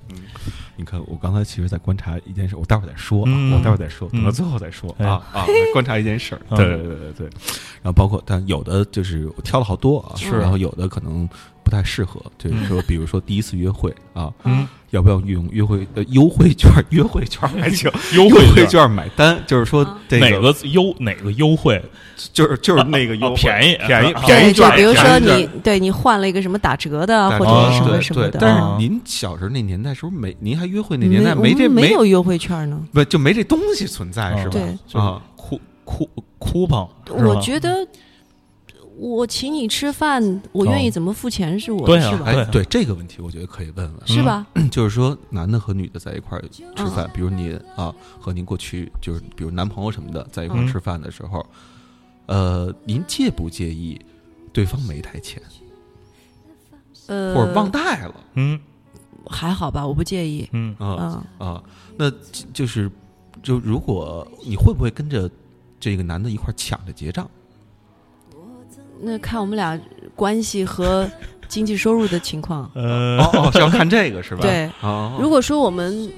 [SPEAKER 1] 你看，我刚才其实在观察一件事，我待会儿再说啊，
[SPEAKER 2] 嗯
[SPEAKER 1] 我待会儿再说，
[SPEAKER 2] 嗯
[SPEAKER 1] 等到最后再说、
[SPEAKER 2] 哎
[SPEAKER 1] 啊啊！观察一件事儿，
[SPEAKER 2] 嗯
[SPEAKER 1] 对对对对对。然后包括，但有的就是我挑了好多啊，
[SPEAKER 4] 是
[SPEAKER 1] 然后有的可能不太适合，就是说，比如说第一次约会啊，
[SPEAKER 2] 嗯，
[SPEAKER 1] 要不要用约会呃优惠券？约会券还行，
[SPEAKER 2] 优
[SPEAKER 1] 优惠
[SPEAKER 2] 惠
[SPEAKER 1] 券买单，就是说
[SPEAKER 4] 啊
[SPEAKER 1] 这
[SPEAKER 2] 哪个优哪个优惠？
[SPEAKER 1] 就是就是那个优惠
[SPEAKER 2] 啊便宜
[SPEAKER 3] 便宜
[SPEAKER 2] 啊
[SPEAKER 3] 便
[SPEAKER 4] 对，
[SPEAKER 1] 哎
[SPEAKER 3] 宜
[SPEAKER 4] 哎就
[SPEAKER 3] 券，
[SPEAKER 4] 比如说
[SPEAKER 3] 便宜券
[SPEAKER 4] 你对你换了一个什么打折的啊，
[SPEAKER 1] 打
[SPEAKER 4] 或
[SPEAKER 1] 折
[SPEAKER 4] 者是什么
[SPEAKER 1] 对
[SPEAKER 4] 什么
[SPEAKER 1] 对
[SPEAKER 4] 的，
[SPEAKER 1] 但
[SPEAKER 4] 啊
[SPEAKER 1] 是您小时候那年代是不是没？您还约会那年代
[SPEAKER 4] 我们
[SPEAKER 1] 这
[SPEAKER 4] 没
[SPEAKER 1] 没
[SPEAKER 4] 有优惠券呢。
[SPEAKER 1] 不就没这东西存在
[SPEAKER 2] 啊
[SPEAKER 1] 哎是吧？
[SPEAKER 4] 对，
[SPEAKER 2] 就是
[SPEAKER 1] 啊
[SPEAKER 2] 酷酷 coupon，是吧
[SPEAKER 4] 我觉得我请你吃饭，我愿意怎么付钱是我
[SPEAKER 2] 对
[SPEAKER 4] 的
[SPEAKER 2] 啊
[SPEAKER 4] 事
[SPEAKER 2] 对
[SPEAKER 4] 吧？
[SPEAKER 1] 哎，哦对嗯这个问题，我觉得可以问 (clears throat) 问，
[SPEAKER 4] 是吧？
[SPEAKER 1] 就是说男的和女的在一块儿吃饭，比如您啊和您过去就是比如男朋友什么的在一块儿
[SPEAKER 2] 嗯
[SPEAKER 1] 吃饭的时候，
[SPEAKER 4] 嗯
[SPEAKER 1] 呃，您介不介意对方没带钱
[SPEAKER 4] 呃，
[SPEAKER 1] 或者忘带了
[SPEAKER 2] 嗯
[SPEAKER 4] 还好吧，我不介意。
[SPEAKER 2] 嗯
[SPEAKER 1] 啊
[SPEAKER 4] 嗯，
[SPEAKER 1] 啊？那就就是就如果你会不会跟着这个男的一块儿抢着结
[SPEAKER 4] (laughs)
[SPEAKER 1] 账？
[SPEAKER 4] 那看我们俩关系和经济收入的
[SPEAKER 2] (laughs)
[SPEAKER 4] 情况。
[SPEAKER 2] 呃
[SPEAKER 1] 哦哦，是要看这个是吧？
[SPEAKER 4] 对
[SPEAKER 1] 哦，
[SPEAKER 4] 如果说我们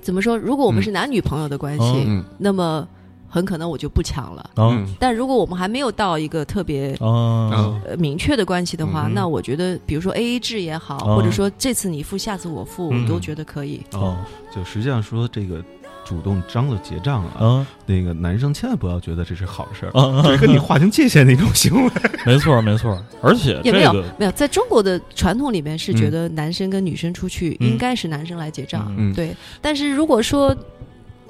[SPEAKER 4] 怎么说，如果我们
[SPEAKER 1] 嗯
[SPEAKER 4] 是男女朋友的关系，
[SPEAKER 2] 嗯
[SPEAKER 1] 嗯
[SPEAKER 4] 那么很可能我就不抢了。
[SPEAKER 2] 嗯
[SPEAKER 1] 嗯
[SPEAKER 4] 但如果我们还没有到一个特别
[SPEAKER 1] 哦
[SPEAKER 2] 啊
[SPEAKER 4] 呃明确的关系的话，
[SPEAKER 2] 嗯
[SPEAKER 4] 那我觉得，比如说 A A 制也好，
[SPEAKER 2] 哦
[SPEAKER 4] 或者说这次你付，下次我付，
[SPEAKER 2] 嗯
[SPEAKER 4] 我都觉得可以。
[SPEAKER 1] 哦，就实际上说这个主动张罗结账啊，
[SPEAKER 2] 嗯
[SPEAKER 1] 那个男生千万不要觉得这是好事儿，
[SPEAKER 2] 嗯，
[SPEAKER 1] 这是跟你划清界限的一种行为。
[SPEAKER 2] (laughs) 没错没错，而且
[SPEAKER 4] 也
[SPEAKER 2] 这
[SPEAKER 4] 没有
[SPEAKER 2] 个
[SPEAKER 4] 没有，在中国的传统里面是
[SPEAKER 2] 嗯
[SPEAKER 4] 觉得男生跟女生出去
[SPEAKER 2] 嗯
[SPEAKER 4] 应该是男生来结账，
[SPEAKER 1] (laughs) 嗯
[SPEAKER 4] 对。但是如果说，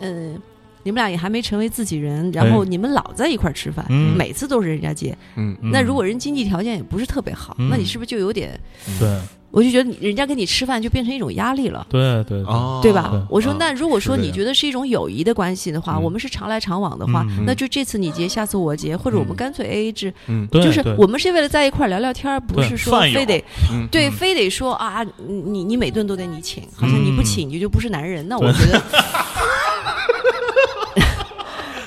[SPEAKER 4] 嗯、你们俩也还没成为自己人，然后
[SPEAKER 2] 哎
[SPEAKER 4] 你们老在一块儿吃饭，
[SPEAKER 2] 嗯
[SPEAKER 4] 每次都是人家结，
[SPEAKER 1] 嗯
[SPEAKER 4] 那如果人经济条件也不是特别好，
[SPEAKER 2] 嗯
[SPEAKER 4] 那你是不是就有点？
[SPEAKER 2] 对
[SPEAKER 4] 我就觉得你人家跟你吃饭就变成一种压力了。
[SPEAKER 2] 对对
[SPEAKER 1] 哦，
[SPEAKER 4] 对吧？
[SPEAKER 2] 对
[SPEAKER 4] 我说，那如果说
[SPEAKER 1] 是这
[SPEAKER 4] 你
[SPEAKER 1] 样
[SPEAKER 4] 觉得是一种友谊的关系的话，
[SPEAKER 1] 嗯
[SPEAKER 4] 我们是常来常往的话，
[SPEAKER 2] 嗯
[SPEAKER 4] 那就这次你结，下次我结，或者我们
[SPEAKER 1] 嗯
[SPEAKER 4] 干脆 A A 制，
[SPEAKER 1] 嗯
[SPEAKER 2] 对
[SPEAKER 4] 就是
[SPEAKER 2] 对
[SPEAKER 4] 我们是为了在一块儿聊聊天儿，不
[SPEAKER 2] 对
[SPEAKER 4] 是说
[SPEAKER 2] 饭友
[SPEAKER 4] 非得
[SPEAKER 1] 嗯
[SPEAKER 4] 对，非得说啊，你你你每顿都得你请，好像你不
[SPEAKER 2] 嗯
[SPEAKER 4] 请你就不是男人。那我觉得，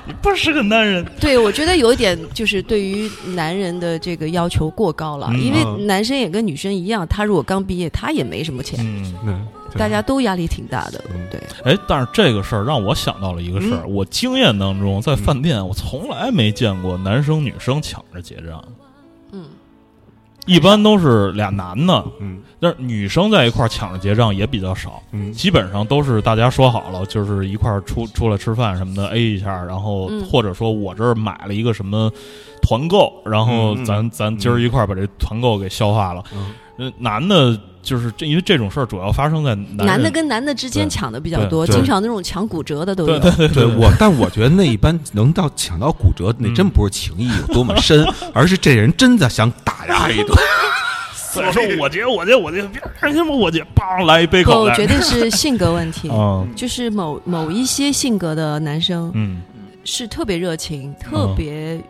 [SPEAKER 2] 你不是个男人，
[SPEAKER 4] 对我觉得有一点就是对于男人的这个要求过高了，
[SPEAKER 2] 嗯
[SPEAKER 4] 因为
[SPEAKER 1] 啊
[SPEAKER 4] 男生也跟女生一样，他如果刚毕业，他也没什么钱，
[SPEAKER 2] 嗯，
[SPEAKER 1] 嗯对
[SPEAKER 4] 大家都压力挺大的
[SPEAKER 1] 嗯。
[SPEAKER 4] 对，
[SPEAKER 2] 哎，但是这个事儿让我想到了一个事
[SPEAKER 4] 嗯
[SPEAKER 2] 儿，我经验当中在饭店我从来没见过男生女生抢着结账，
[SPEAKER 4] 嗯，
[SPEAKER 2] 一般都是俩男的，
[SPEAKER 1] 嗯
[SPEAKER 2] 但是女生在一块儿抢着结账也比较少，
[SPEAKER 1] 嗯
[SPEAKER 2] 基本上都是大家说好了，就是一块儿出出来吃饭什么的 A 一下，然后
[SPEAKER 4] 嗯
[SPEAKER 2] 或者说我这儿买了一个什么团购，然
[SPEAKER 1] 嗯
[SPEAKER 2] 后
[SPEAKER 1] 嗯
[SPEAKER 2] 咱咱今儿一块儿把这团购给消化了。
[SPEAKER 1] 嗯
[SPEAKER 2] 呃，男的就是这，因为这种事儿主要发生在男
[SPEAKER 4] 男
[SPEAKER 2] 人
[SPEAKER 4] 的跟男的之间
[SPEAKER 2] 对
[SPEAKER 4] 抢的比较
[SPEAKER 2] 对
[SPEAKER 4] 多，
[SPEAKER 1] 对
[SPEAKER 4] 经常那种抢骨折的都有。
[SPEAKER 2] 对对
[SPEAKER 1] 对我，但我觉得那一般能到抢到骨折，那
[SPEAKER 2] 嗯
[SPEAKER 1] 真不是情谊有多么 (laughs) 深，而是这人真的想打人家一 (laughs) 顿。
[SPEAKER 2] 对说我结我结我结，别人他妈我结，梆来一杯
[SPEAKER 4] 不，
[SPEAKER 2] 口
[SPEAKER 4] 我
[SPEAKER 2] 来
[SPEAKER 4] 觉，得是性格问
[SPEAKER 2] (laughs)
[SPEAKER 4] 题。
[SPEAKER 2] 嗯
[SPEAKER 4] 就是某某一些性格的男生
[SPEAKER 2] 嗯
[SPEAKER 4] 是特别热情，特别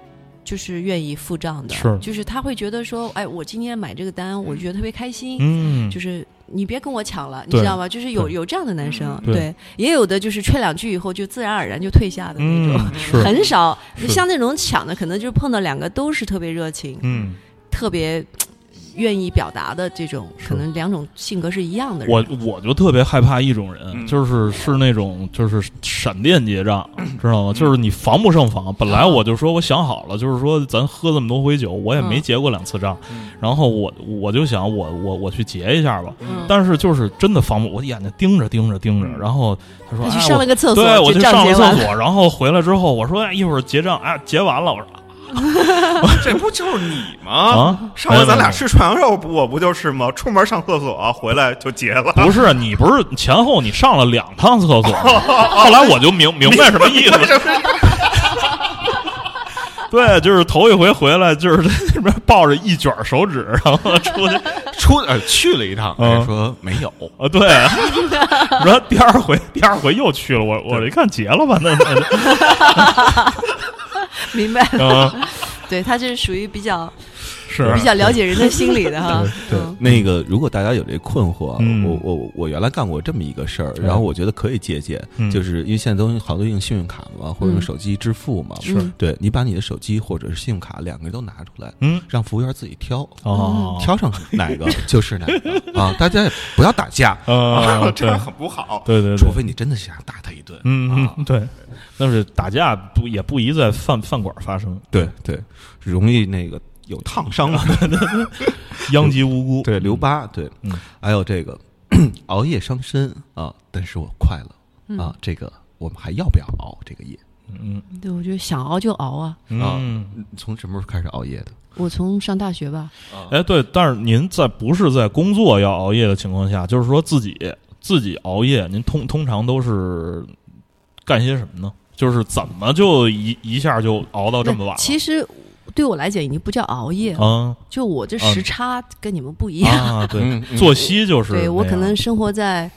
[SPEAKER 4] 就是愿意付账的，
[SPEAKER 2] 是
[SPEAKER 4] 就是他会觉得说，哎，我今天买这个单，我觉得特别开心，
[SPEAKER 2] 嗯，
[SPEAKER 4] 就是你别跟我抢了，你
[SPEAKER 2] 对
[SPEAKER 4] 知道吗？就是有
[SPEAKER 2] 对嗯
[SPEAKER 4] 有这样的男生，
[SPEAKER 2] 对
[SPEAKER 4] 也有的就是吹两句以后就自然而然就退下的那种，
[SPEAKER 2] 嗯是
[SPEAKER 4] 很少
[SPEAKER 2] 是
[SPEAKER 4] 像那种抢的，可能就是碰到两个都是特别热情，
[SPEAKER 2] 嗯。
[SPEAKER 4] 特别。愿意表达的这种，可能两种性格是一样的人。
[SPEAKER 2] 我我就特别害怕一种人，
[SPEAKER 3] 嗯
[SPEAKER 2] 就是是那种就是闪电结
[SPEAKER 3] (clears throat)
[SPEAKER 2] 账，知道吗？
[SPEAKER 3] 嗯
[SPEAKER 2] 就是你防不胜防。本
[SPEAKER 3] 啊
[SPEAKER 2] 来我就说我想好了，就是说咱喝这么多回酒，我也没
[SPEAKER 4] 嗯
[SPEAKER 2] 结过两次账，
[SPEAKER 3] 嗯
[SPEAKER 2] 然后我我就想我我我去结一下吧。
[SPEAKER 4] 嗯
[SPEAKER 2] 但是就是真的防不，我眼睛盯着盯着盯
[SPEAKER 3] 嗯
[SPEAKER 2] 着，然后他说
[SPEAKER 4] 他去
[SPEAKER 2] 哎
[SPEAKER 4] 上了个厕
[SPEAKER 2] 我
[SPEAKER 4] 所，
[SPEAKER 2] 对，我
[SPEAKER 4] 就
[SPEAKER 2] 去
[SPEAKER 4] 这样
[SPEAKER 2] 上
[SPEAKER 4] 结
[SPEAKER 2] 了
[SPEAKER 4] 完
[SPEAKER 2] 厕所，然后回来之后我说哎一会儿结账，哎结完了，我说
[SPEAKER 3] 这不就是
[SPEAKER 2] (laughs)
[SPEAKER 3] 你吗？
[SPEAKER 2] 啊，
[SPEAKER 3] 上回咱俩
[SPEAKER 2] 是。
[SPEAKER 3] 吃涮羊肉，不我不就是吗？出门上厕所啊回来就结了。
[SPEAKER 2] (laughs) 不是你不是前后你上了两趟厕所吗，后来我就明明白什么意思了。 (laughs) 对，就是头一回回来，就是在那边抱着一卷手指，然后出去
[SPEAKER 1] 出呃去了一趟，
[SPEAKER 2] 嗯
[SPEAKER 1] 人说没有，
[SPEAKER 2] 啊，对，然后第二回第二回又去了，我我一看结了吧，那那
[SPEAKER 4] (laughs) 明白？
[SPEAKER 2] 那啊
[SPEAKER 4] 对，他这是属于比较
[SPEAKER 2] 是啊
[SPEAKER 4] 比较了解人的心理的哈。嗯
[SPEAKER 1] 那个，如果大家有这困惑，
[SPEAKER 2] 嗯
[SPEAKER 1] 我我我原来干过这么一个事儿，
[SPEAKER 2] 对
[SPEAKER 1] 然后我觉得可以借鉴，
[SPEAKER 2] 嗯
[SPEAKER 1] 就是因为现在都好多用信用卡嘛，或者用
[SPEAKER 4] 嗯
[SPEAKER 1] 手机支付嘛，
[SPEAKER 4] 是
[SPEAKER 1] 对你把你的手机或者是信用卡两个都拿出来，
[SPEAKER 2] 嗯
[SPEAKER 1] 让服务员自己挑，
[SPEAKER 2] 哦
[SPEAKER 1] 挑上哪
[SPEAKER 2] (laughs)
[SPEAKER 1] 个就是哪个啊，大家也不要打架，
[SPEAKER 2] 啊，
[SPEAKER 3] (laughs) 这
[SPEAKER 2] 对
[SPEAKER 3] 样很不好。
[SPEAKER 2] 对对
[SPEAKER 1] 嗯除
[SPEAKER 2] 对，
[SPEAKER 1] 非你真的想打他一顿，
[SPEAKER 2] 嗯
[SPEAKER 1] 啊
[SPEAKER 2] 嗯对，但是打架不也不宜在饭饭馆发生，
[SPEAKER 1] 对对，容易那个有烫伤，
[SPEAKER 2] 殃及无辜，
[SPEAKER 1] 对留疤，对
[SPEAKER 2] 嗯，
[SPEAKER 1] 还有这个 (clears throat) 熬夜伤身啊，但是我快
[SPEAKER 4] 嗯
[SPEAKER 1] 乐啊，这个我们还要不要熬这个夜？
[SPEAKER 2] 嗯
[SPEAKER 4] 对，我觉得想熬就熬啊。
[SPEAKER 2] 嗯。
[SPEAKER 1] 从什么时候开始熬夜的？
[SPEAKER 4] 我从上大学吧，
[SPEAKER 2] 哎，对，但是您在不是在工作要熬夜的情况下，就是说自己自己熬夜，您通通常都是哦干些什么呢？就是怎么就一一下就熬到这么晚了？
[SPEAKER 4] 其实对我来讲已经不叫熬夜了，
[SPEAKER 2] 啊
[SPEAKER 4] 就我这时差跟你们不一 (laughs) 样。
[SPEAKER 2] 啊，对，
[SPEAKER 3] 嗯嗯
[SPEAKER 2] 作息就是
[SPEAKER 4] 对我
[SPEAKER 2] 那
[SPEAKER 4] 可
[SPEAKER 2] 样
[SPEAKER 4] 能生活在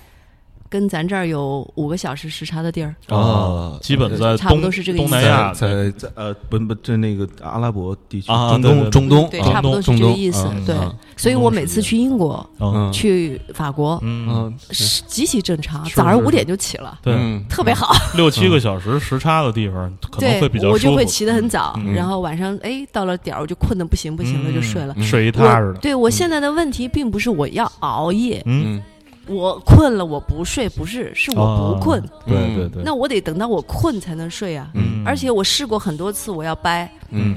[SPEAKER 4] 跟咱这儿有五个小时时差的地儿，
[SPEAKER 2] 啊，基本在
[SPEAKER 4] 差不
[SPEAKER 2] 东
[SPEAKER 4] 多是这个
[SPEAKER 2] 东
[SPEAKER 4] 意思
[SPEAKER 2] 南亚
[SPEAKER 1] 在在呃不不，这那个阿拉伯地区
[SPEAKER 2] 啊
[SPEAKER 1] 中
[SPEAKER 2] 对对
[SPEAKER 1] 东中东
[SPEAKER 4] 对，
[SPEAKER 2] 啊
[SPEAKER 4] 差不多是这个意思
[SPEAKER 1] 中。东啊
[SPEAKER 4] 对
[SPEAKER 2] 嗯，
[SPEAKER 4] 所
[SPEAKER 2] 中
[SPEAKER 4] 以
[SPEAKER 2] 东
[SPEAKER 4] 我
[SPEAKER 2] 是
[SPEAKER 4] 每
[SPEAKER 2] 这
[SPEAKER 4] 次
[SPEAKER 2] 样
[SPEAKER 4] 去英国、
[SPEAKER 2] 嗯
[SPEAKER 3] 嗯
[SPEAKER 4] 去法国，
[SPEAKER 2] 嗯，
[SPEAKER 1] 嗯
[SPEAKER 4] 是极其正常，
[SPEAKER 2] 是
[SPEAKER 4] 早上
[SPEAKER 2] 是
[SPEAKER 4] 五
[SPEAKER 2] 是
[SPEAKER 4] 点就起了，
[SPEAKER 2] 对，
[SPEAKER 3] 嗯
[SPEAKER 4] 特别好。
[SPEAKER 2] 六七个小时时差的地方可能
[SPEAKER 4] 对
[SPEAKER 2] 会比较，
[SPEAKER 4] 我
[SPEAKER 2] 舒
[SPEAKER 4] 就
[SPEAKER 2] 服
[SPEAKER 4] 会，起得很早，
[SPEAKER 2] 嗯
[SPEAKER 4] 然后晚上哎到了点儿我就困得不行不行了，就睡了。
[SPEAKER 2] 嗯睡一踏实
[SPEAKER 4] 我
[SPEAKER 2] 的，
[SPEAKER 4] 对我现在的问题并不是我要熬夜，
[SPEAKER 2] 嗯，
[SPEAKER 3] 嗯
[SPEAKER 4] 我困了我不睡，不是，是我不困，
[SPEAKER 2] 对
[SPEAKER 3] 嗯
[SPEAKER 2] 对对，
[SPEAKER 4] 那我得等到我困才能睡啊。
[SPEAKER 2] 嗯
[SPEAKER 4] 而且我试过很多次，我要掰，
[SPEAKER 3] 嗯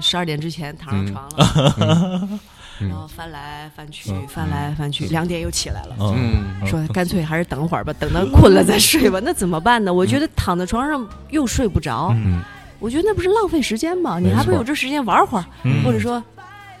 [SPEAKER 4] 十二点之前躺上床了，
[SPEAKER 2] 嗯
[SPEAKER 4] (laughs) 然后翻来翻去，翻来翻去，两点又起来了。
[SPEAKER 2] 嗯
[SPEAKER 3] 嗯
[SPEAKER 4] 说干脆还是等会儿吧，等到困了再
[SPEAKER 2] (laughs)
[SPEAKER 4] 睡吧。那怎么办呢？我觉得躺在床上又睡不着，
[SPEAKER 2] 嗯
[SPEAKER 4] 我觉得那不是浪费时间吗？你还不如有这时间玩会儿，
[SPEAKER 2] 嗯
[SPEAKER 4] 或者说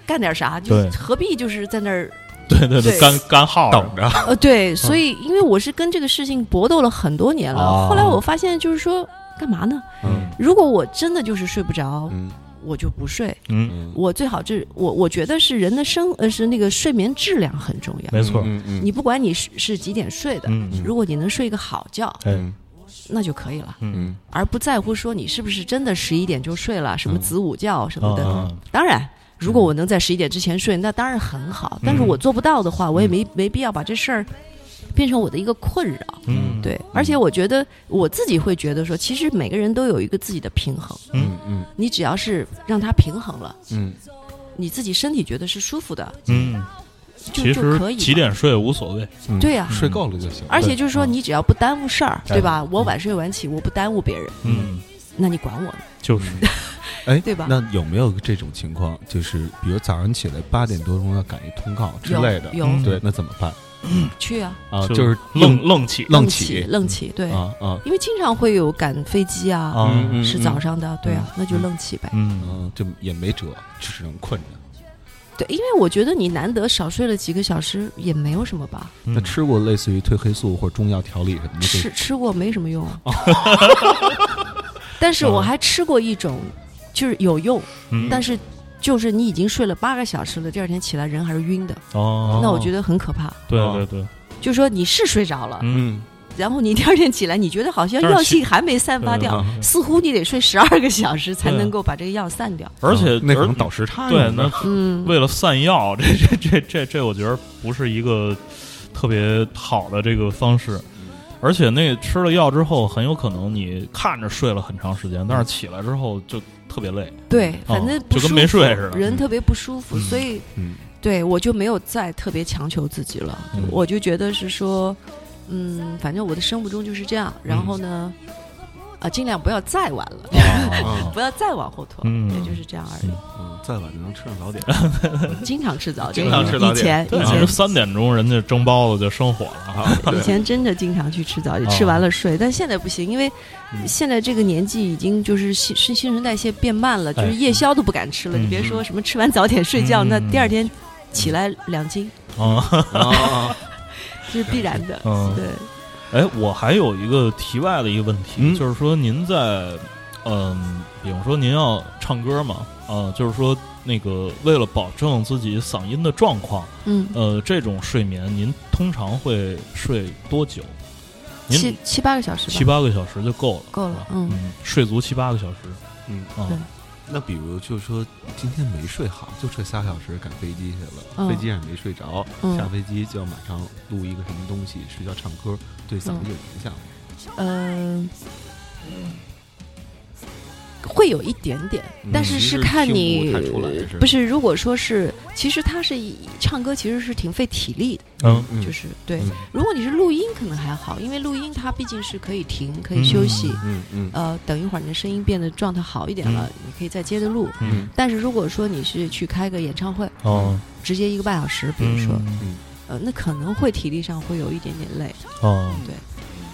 [SPEAKER 4] 干点啥，就
[SPEAKER 2] 对
[SPEAKER 4] 何必就是在那儿？
[SPEAKER 2] 对对对，
[SPEAKER 4] 对
[SPEAKER 2] 干干耗着
[SPEAKER 3] 等着，
[SPEAKER 4] 呃，对，所以因为我是跟这个事情搏斗了很多年了，
[SPEAKER 2] 嗯啊
[SPEAKER 4] 后来我发现就是说，干嘛呢？
[SPEAKER 2] 嗯
[SPEAKER 4] 如果我真的就是睡不着，
[SPEAKER 3] 嗯
[SPEAKER 4] 我就不睡。
[SPEAKER 2] 嗯，
[SPEAKER 3] 嗯，
[SPEAKER 4] 我最好就是我我觉得是人的生呃是那个睡眠质量很重要。
[SPEAKER 2] 没错，
[SPEAKER 3] 嗯嗯
[SPEAKER 4] 你不管你是是几点睡的，
[SPEAKER 2] 嗯
[SPEAKER 4] 如果你能睡一个好觉，
[SPEAKER 2] 哎
[SPEAKER 4] 那就可以了，
[SPEAKER 2] 嗯
[SPEAKER 3] 嗯
[SPEAKER 4] 而不在乎说你是不是真的十一点就睡了，什么子午觉什么的。
[SPEAKER 2] 啊啊
[SPEAKER 4] 当然，如果我能在十一点之前睡，那当然很好。
[SPEAKER 2] 嗯
[SPEAKER 4] 但是我做不到的话，我也没没必要把这事儿变成我的一个困扰。
[SPEAKER 2] 嗯
[SPEAKER 4] 对，而且我觉得我自己会觉得说，其实每个人都有一个自己的平衡，
[SPEAKER 3] 嗯嗯
[SPEAKER 4] 你只要是让它平衡了，
[SPEAKER 3] 嗯
[SPEAKER 4] 你自己身体觉得是舒服的，
[SPEAKER 2] 嗯，
[SPEAKER 4] 就
[SPEAKER 2] 其
[SPEAKER 4] 就可
[SPEAKER 2] 实
[SPEAKER 4] 以
[SPEAKER 2] 几
[SPEAKER 4] 了。
[SPEAKER 2] 点睡无所谓，
[SPEAKER 1] 嗯
[SPEAKER 4] 对呀、
[SPEAKER 1] 睡够了就行。
[SPEAKER 4] 而且就是说，
[SPEAKER 2] 嗯
[SPEAKER 4] 你只要不耽误事儿，
[SPEAKER 2] 哎
[SPEAKER 4] 对吧？我晚睡晚起，我不耽误别人，
[SPEAKER 2] 嗯，
[SPEAKER 4] 那你管我呢？
[SPEAKER 2] 就是
[SPEAKER 1] 哎，
[SPEAKER 4] 对吧
[SPEAKER 1] 那有没有这种情况，就是比如早上起来八点多钟要赶一通告之
[SPEAKER 4] 有
[SPEAKER 1] 类的，
[SPEAKER 4] 有
[SPEAKER 2] 嗯
[SPEAKER 1] 对，那怎么办
[SPEAKER 4] 去啊，
[SPEAKER 1] 啊？
[SPEAKER 2] 就
[SPEAKER 1] 就是
[SPEAKER 2] 愣愣起
[SPEAKER 1] 愣
[SPEAKER 4] 起
[SPEAKER 1] 起
[SPEAKER 4] 愣起，对，
[SPEAKER 1] 啊啊
[SPEAKER 4] 因为经常会有赶飞机啊，
[SPEAKER 2] 啊，
[SPEAKER 3] 嗯
[SPEAKER 4] 是早上的，对啊，那就愣起呗。
[SPEAKER 2] 嗯
[SPEAKER 1] 嗯，就也没辙，只能困着。
[SPEAKER 4] 对，因为我觉得你难得少睡了几个小时也没有什么吧，
[SPEAKER 2] 嗯
[SPEAKER 1] 那吃过类似于褪黑素或者中药调理什么的，
[SPEAKER 4] 吃吃过没什么用啊。 (laughs) 但是我还吃过一种，就是有用，
[SPEAKER 2] 嗯
[SPEAKER 4] 但是就是你已经睡了八个小时了，第二天起来人还是晕的，
[SPEAKER 2] 哦，
[SPEAKER 4] 那我觉得很可怕。
[SPEAKER 2] 对对对，
[SPEAKER 4] 就说你是睡着了，
[SPEAKER 2] 嗯，
[SPEAKER 3] 嗯
[SPEAKER 4] 然后你第二天起来，你觉得好像
[SPEAKER 2] 但是
[SPEAKER 4] 药
[SPEAKER 2] 其
[SPEAKER 4] 性还没散发掉，
[SPEAKER 2] 对
[SPEAKER 4] 似乎你得睡十二个小时才
[SPEAKER 2] 对啊
[SPEAKER 4] 能够把这个药散掉。
[SPEAKER 2] 而且
[SPEAKER 1] 啊那可
[SPEAKER 2] 而
[SPEAKER 1] 能倒时差
[SPEAKER 2] 对，
[SPEAKER 1] 用的
[SPEAKER 2] 那
[SPEAKER 4] 嗯，
[SPEAKER 2] 为了散药，这这这这这，我觉得不是一个特别好的这个方式。而且那吃了药之后，很有可能你看着睡了很长时间，但是起来之后就特别累。
[SPEAKER 4] 对，
[SPEAKER 2] 哦
[SPEAKER 4] 反正不
[SPEAKER 2] 就跟
[SPEAKER 4] 舒
[SPEAKER 2] 没
[SPEAKER 4] 服
[SPEAKER 2] 睡似的
[SPEAKER 4] 人特别不舒服，所以
[SPEAKER 1] 嗯
[SPEAKER 4] 对我就没有再特别强求自己了。
[SPEAKER 2] 嗯
[SPEAKER 4] 我就觉得是说，嗯，反正我的生物钟就是这样。然后呢，啊，尽量不要再晚了，
[SPEAKER 3] 啊
[SPEAKER 4] 不要再往后拖，
[SPEAKER 2] 嗯
[SPEAKER 4] 对，就是这样而已。
[SPEAKER 3] 嗯，再晚就能吃上
[SPEAKER 1] (laughs)
[SPEAKER 3] 早点，
[SPEAKER 4] 经常吃早点，
[SPEAKER 3] 经常吃早
[SPEAKER 4] 以
[SPEAKER 3] 点
[SPEAKER 4] 前以
[SPEAKER 1] 嗯
[SPEAKER 2] 对，
[SPEAKER 4] 前
[SPEAKER 2] 三点钟人家蒸包子就生火了啊！
[SPEAKER 4] 以前真的经常去吃早点，
[SPEAKER 2] 哦
[SPEAKER 4] 吃完了睡，但现在不行，因为现在这个年纪已经就是新新新陈代谢变慢了，就是
[SPEAKER 2] 哎
[SPEAKER 4] 夜宵都不敢吃了。
[SPEAKER 2] 嗯
[SPEAKER 4] 你别说什么吃完早点睡觉，
[SPEAKER 2] 嗯
[SPEAKER 4] 那第二天起来两斤，
[SPEAKER 2] 啊
[SPEAKER 4] 这是必然的。
[SPEAKER 2] 嗯，
[SPEAKER 4] 对，
[SPEAKER 2] 哎，我还有一个题外的一个问题，
[SPEAKER 3] 嗯
[SPEAKER 2] 就是说您在，嗯，比方说您要唱歌嘛，啊、就是说那个为了保证自己嗓音的状况，
[SPEAKER 4] 嗯，
[SPEAKER 2] 呃，这种睡眠您通常会睡多久？
[SPEAKER 4] 七
[SPEAKER 2] 您
[SPEAKER 4] 七八个小时
[SPEAKER 2] 七
[SPEAKER 4] 吧，
[SPEAKER 2] 八个小时就够了，是
[SPEAKER 4] 够了
[SPEAKER 2] 吧。
[SPEAKER 4] 嗯，
[SPEAKER 2] 嗯，睡足七八个小时，
[SPEAKER 3] 嗯
[SPEAKER 2] 啊
[SPEAKER 4] 对，
[SPEAKER 1] 那比如就说今天没睡好，就睡仨小时赶飞机去了，
[SPEAKER 4] 嗯
[SPEAKER 1] 飞机上也没睡着，
[SPEAKER 4] 嗯
[SPEAKER 1] 下飞机就要马上录一个什么东西，是要唱歌，对嗓子有影响吗。
[SPEAKER 4] 呃，会有一点点，但是
[SPEAKER 3] 其
[SPEAKER 4] 是
[SPEAKER 3] 实
[SPEAKER 4] 看
[SPEAKER 3] 听
[SPEAKER 4] 你
[SPEAKER 3] 不太出来这是
[SPEAKER 4] 不是，如果说是，其实它是一唱歌其实是挺费体力的，
[SPEAKER 2] 嗯
[SPEAKER 3] 嗯
[SPEAKER 4] 就是对
[SPEAKER 1] 嗯。
[SPEAKER 4] 如果你是录音可能还好，因为录音它毕竟是可以停，可以休息。
[SPEAKER 3] 嗯嗯
[SPEAKER 4] 呃，等一会儿你的声音变得状态好一点了，你可以再接着录。
[SPEAKER 2] 嗯
[SPEAKER 4] 但是如果说你是去开个演唱会，
[SPEAKER 2] 哦，
[SPEAKER 4] 直接一个半小时，比
[SPEAKER 2] 嗯
[SPEAKER 4] 如说，
[SPEAKER 2] 嗯
[SPEAKER 4] 呃，那可能会体力上会有一点点累。
[SPEAKER 2] 哦，
[SPEAKER 4] 嗯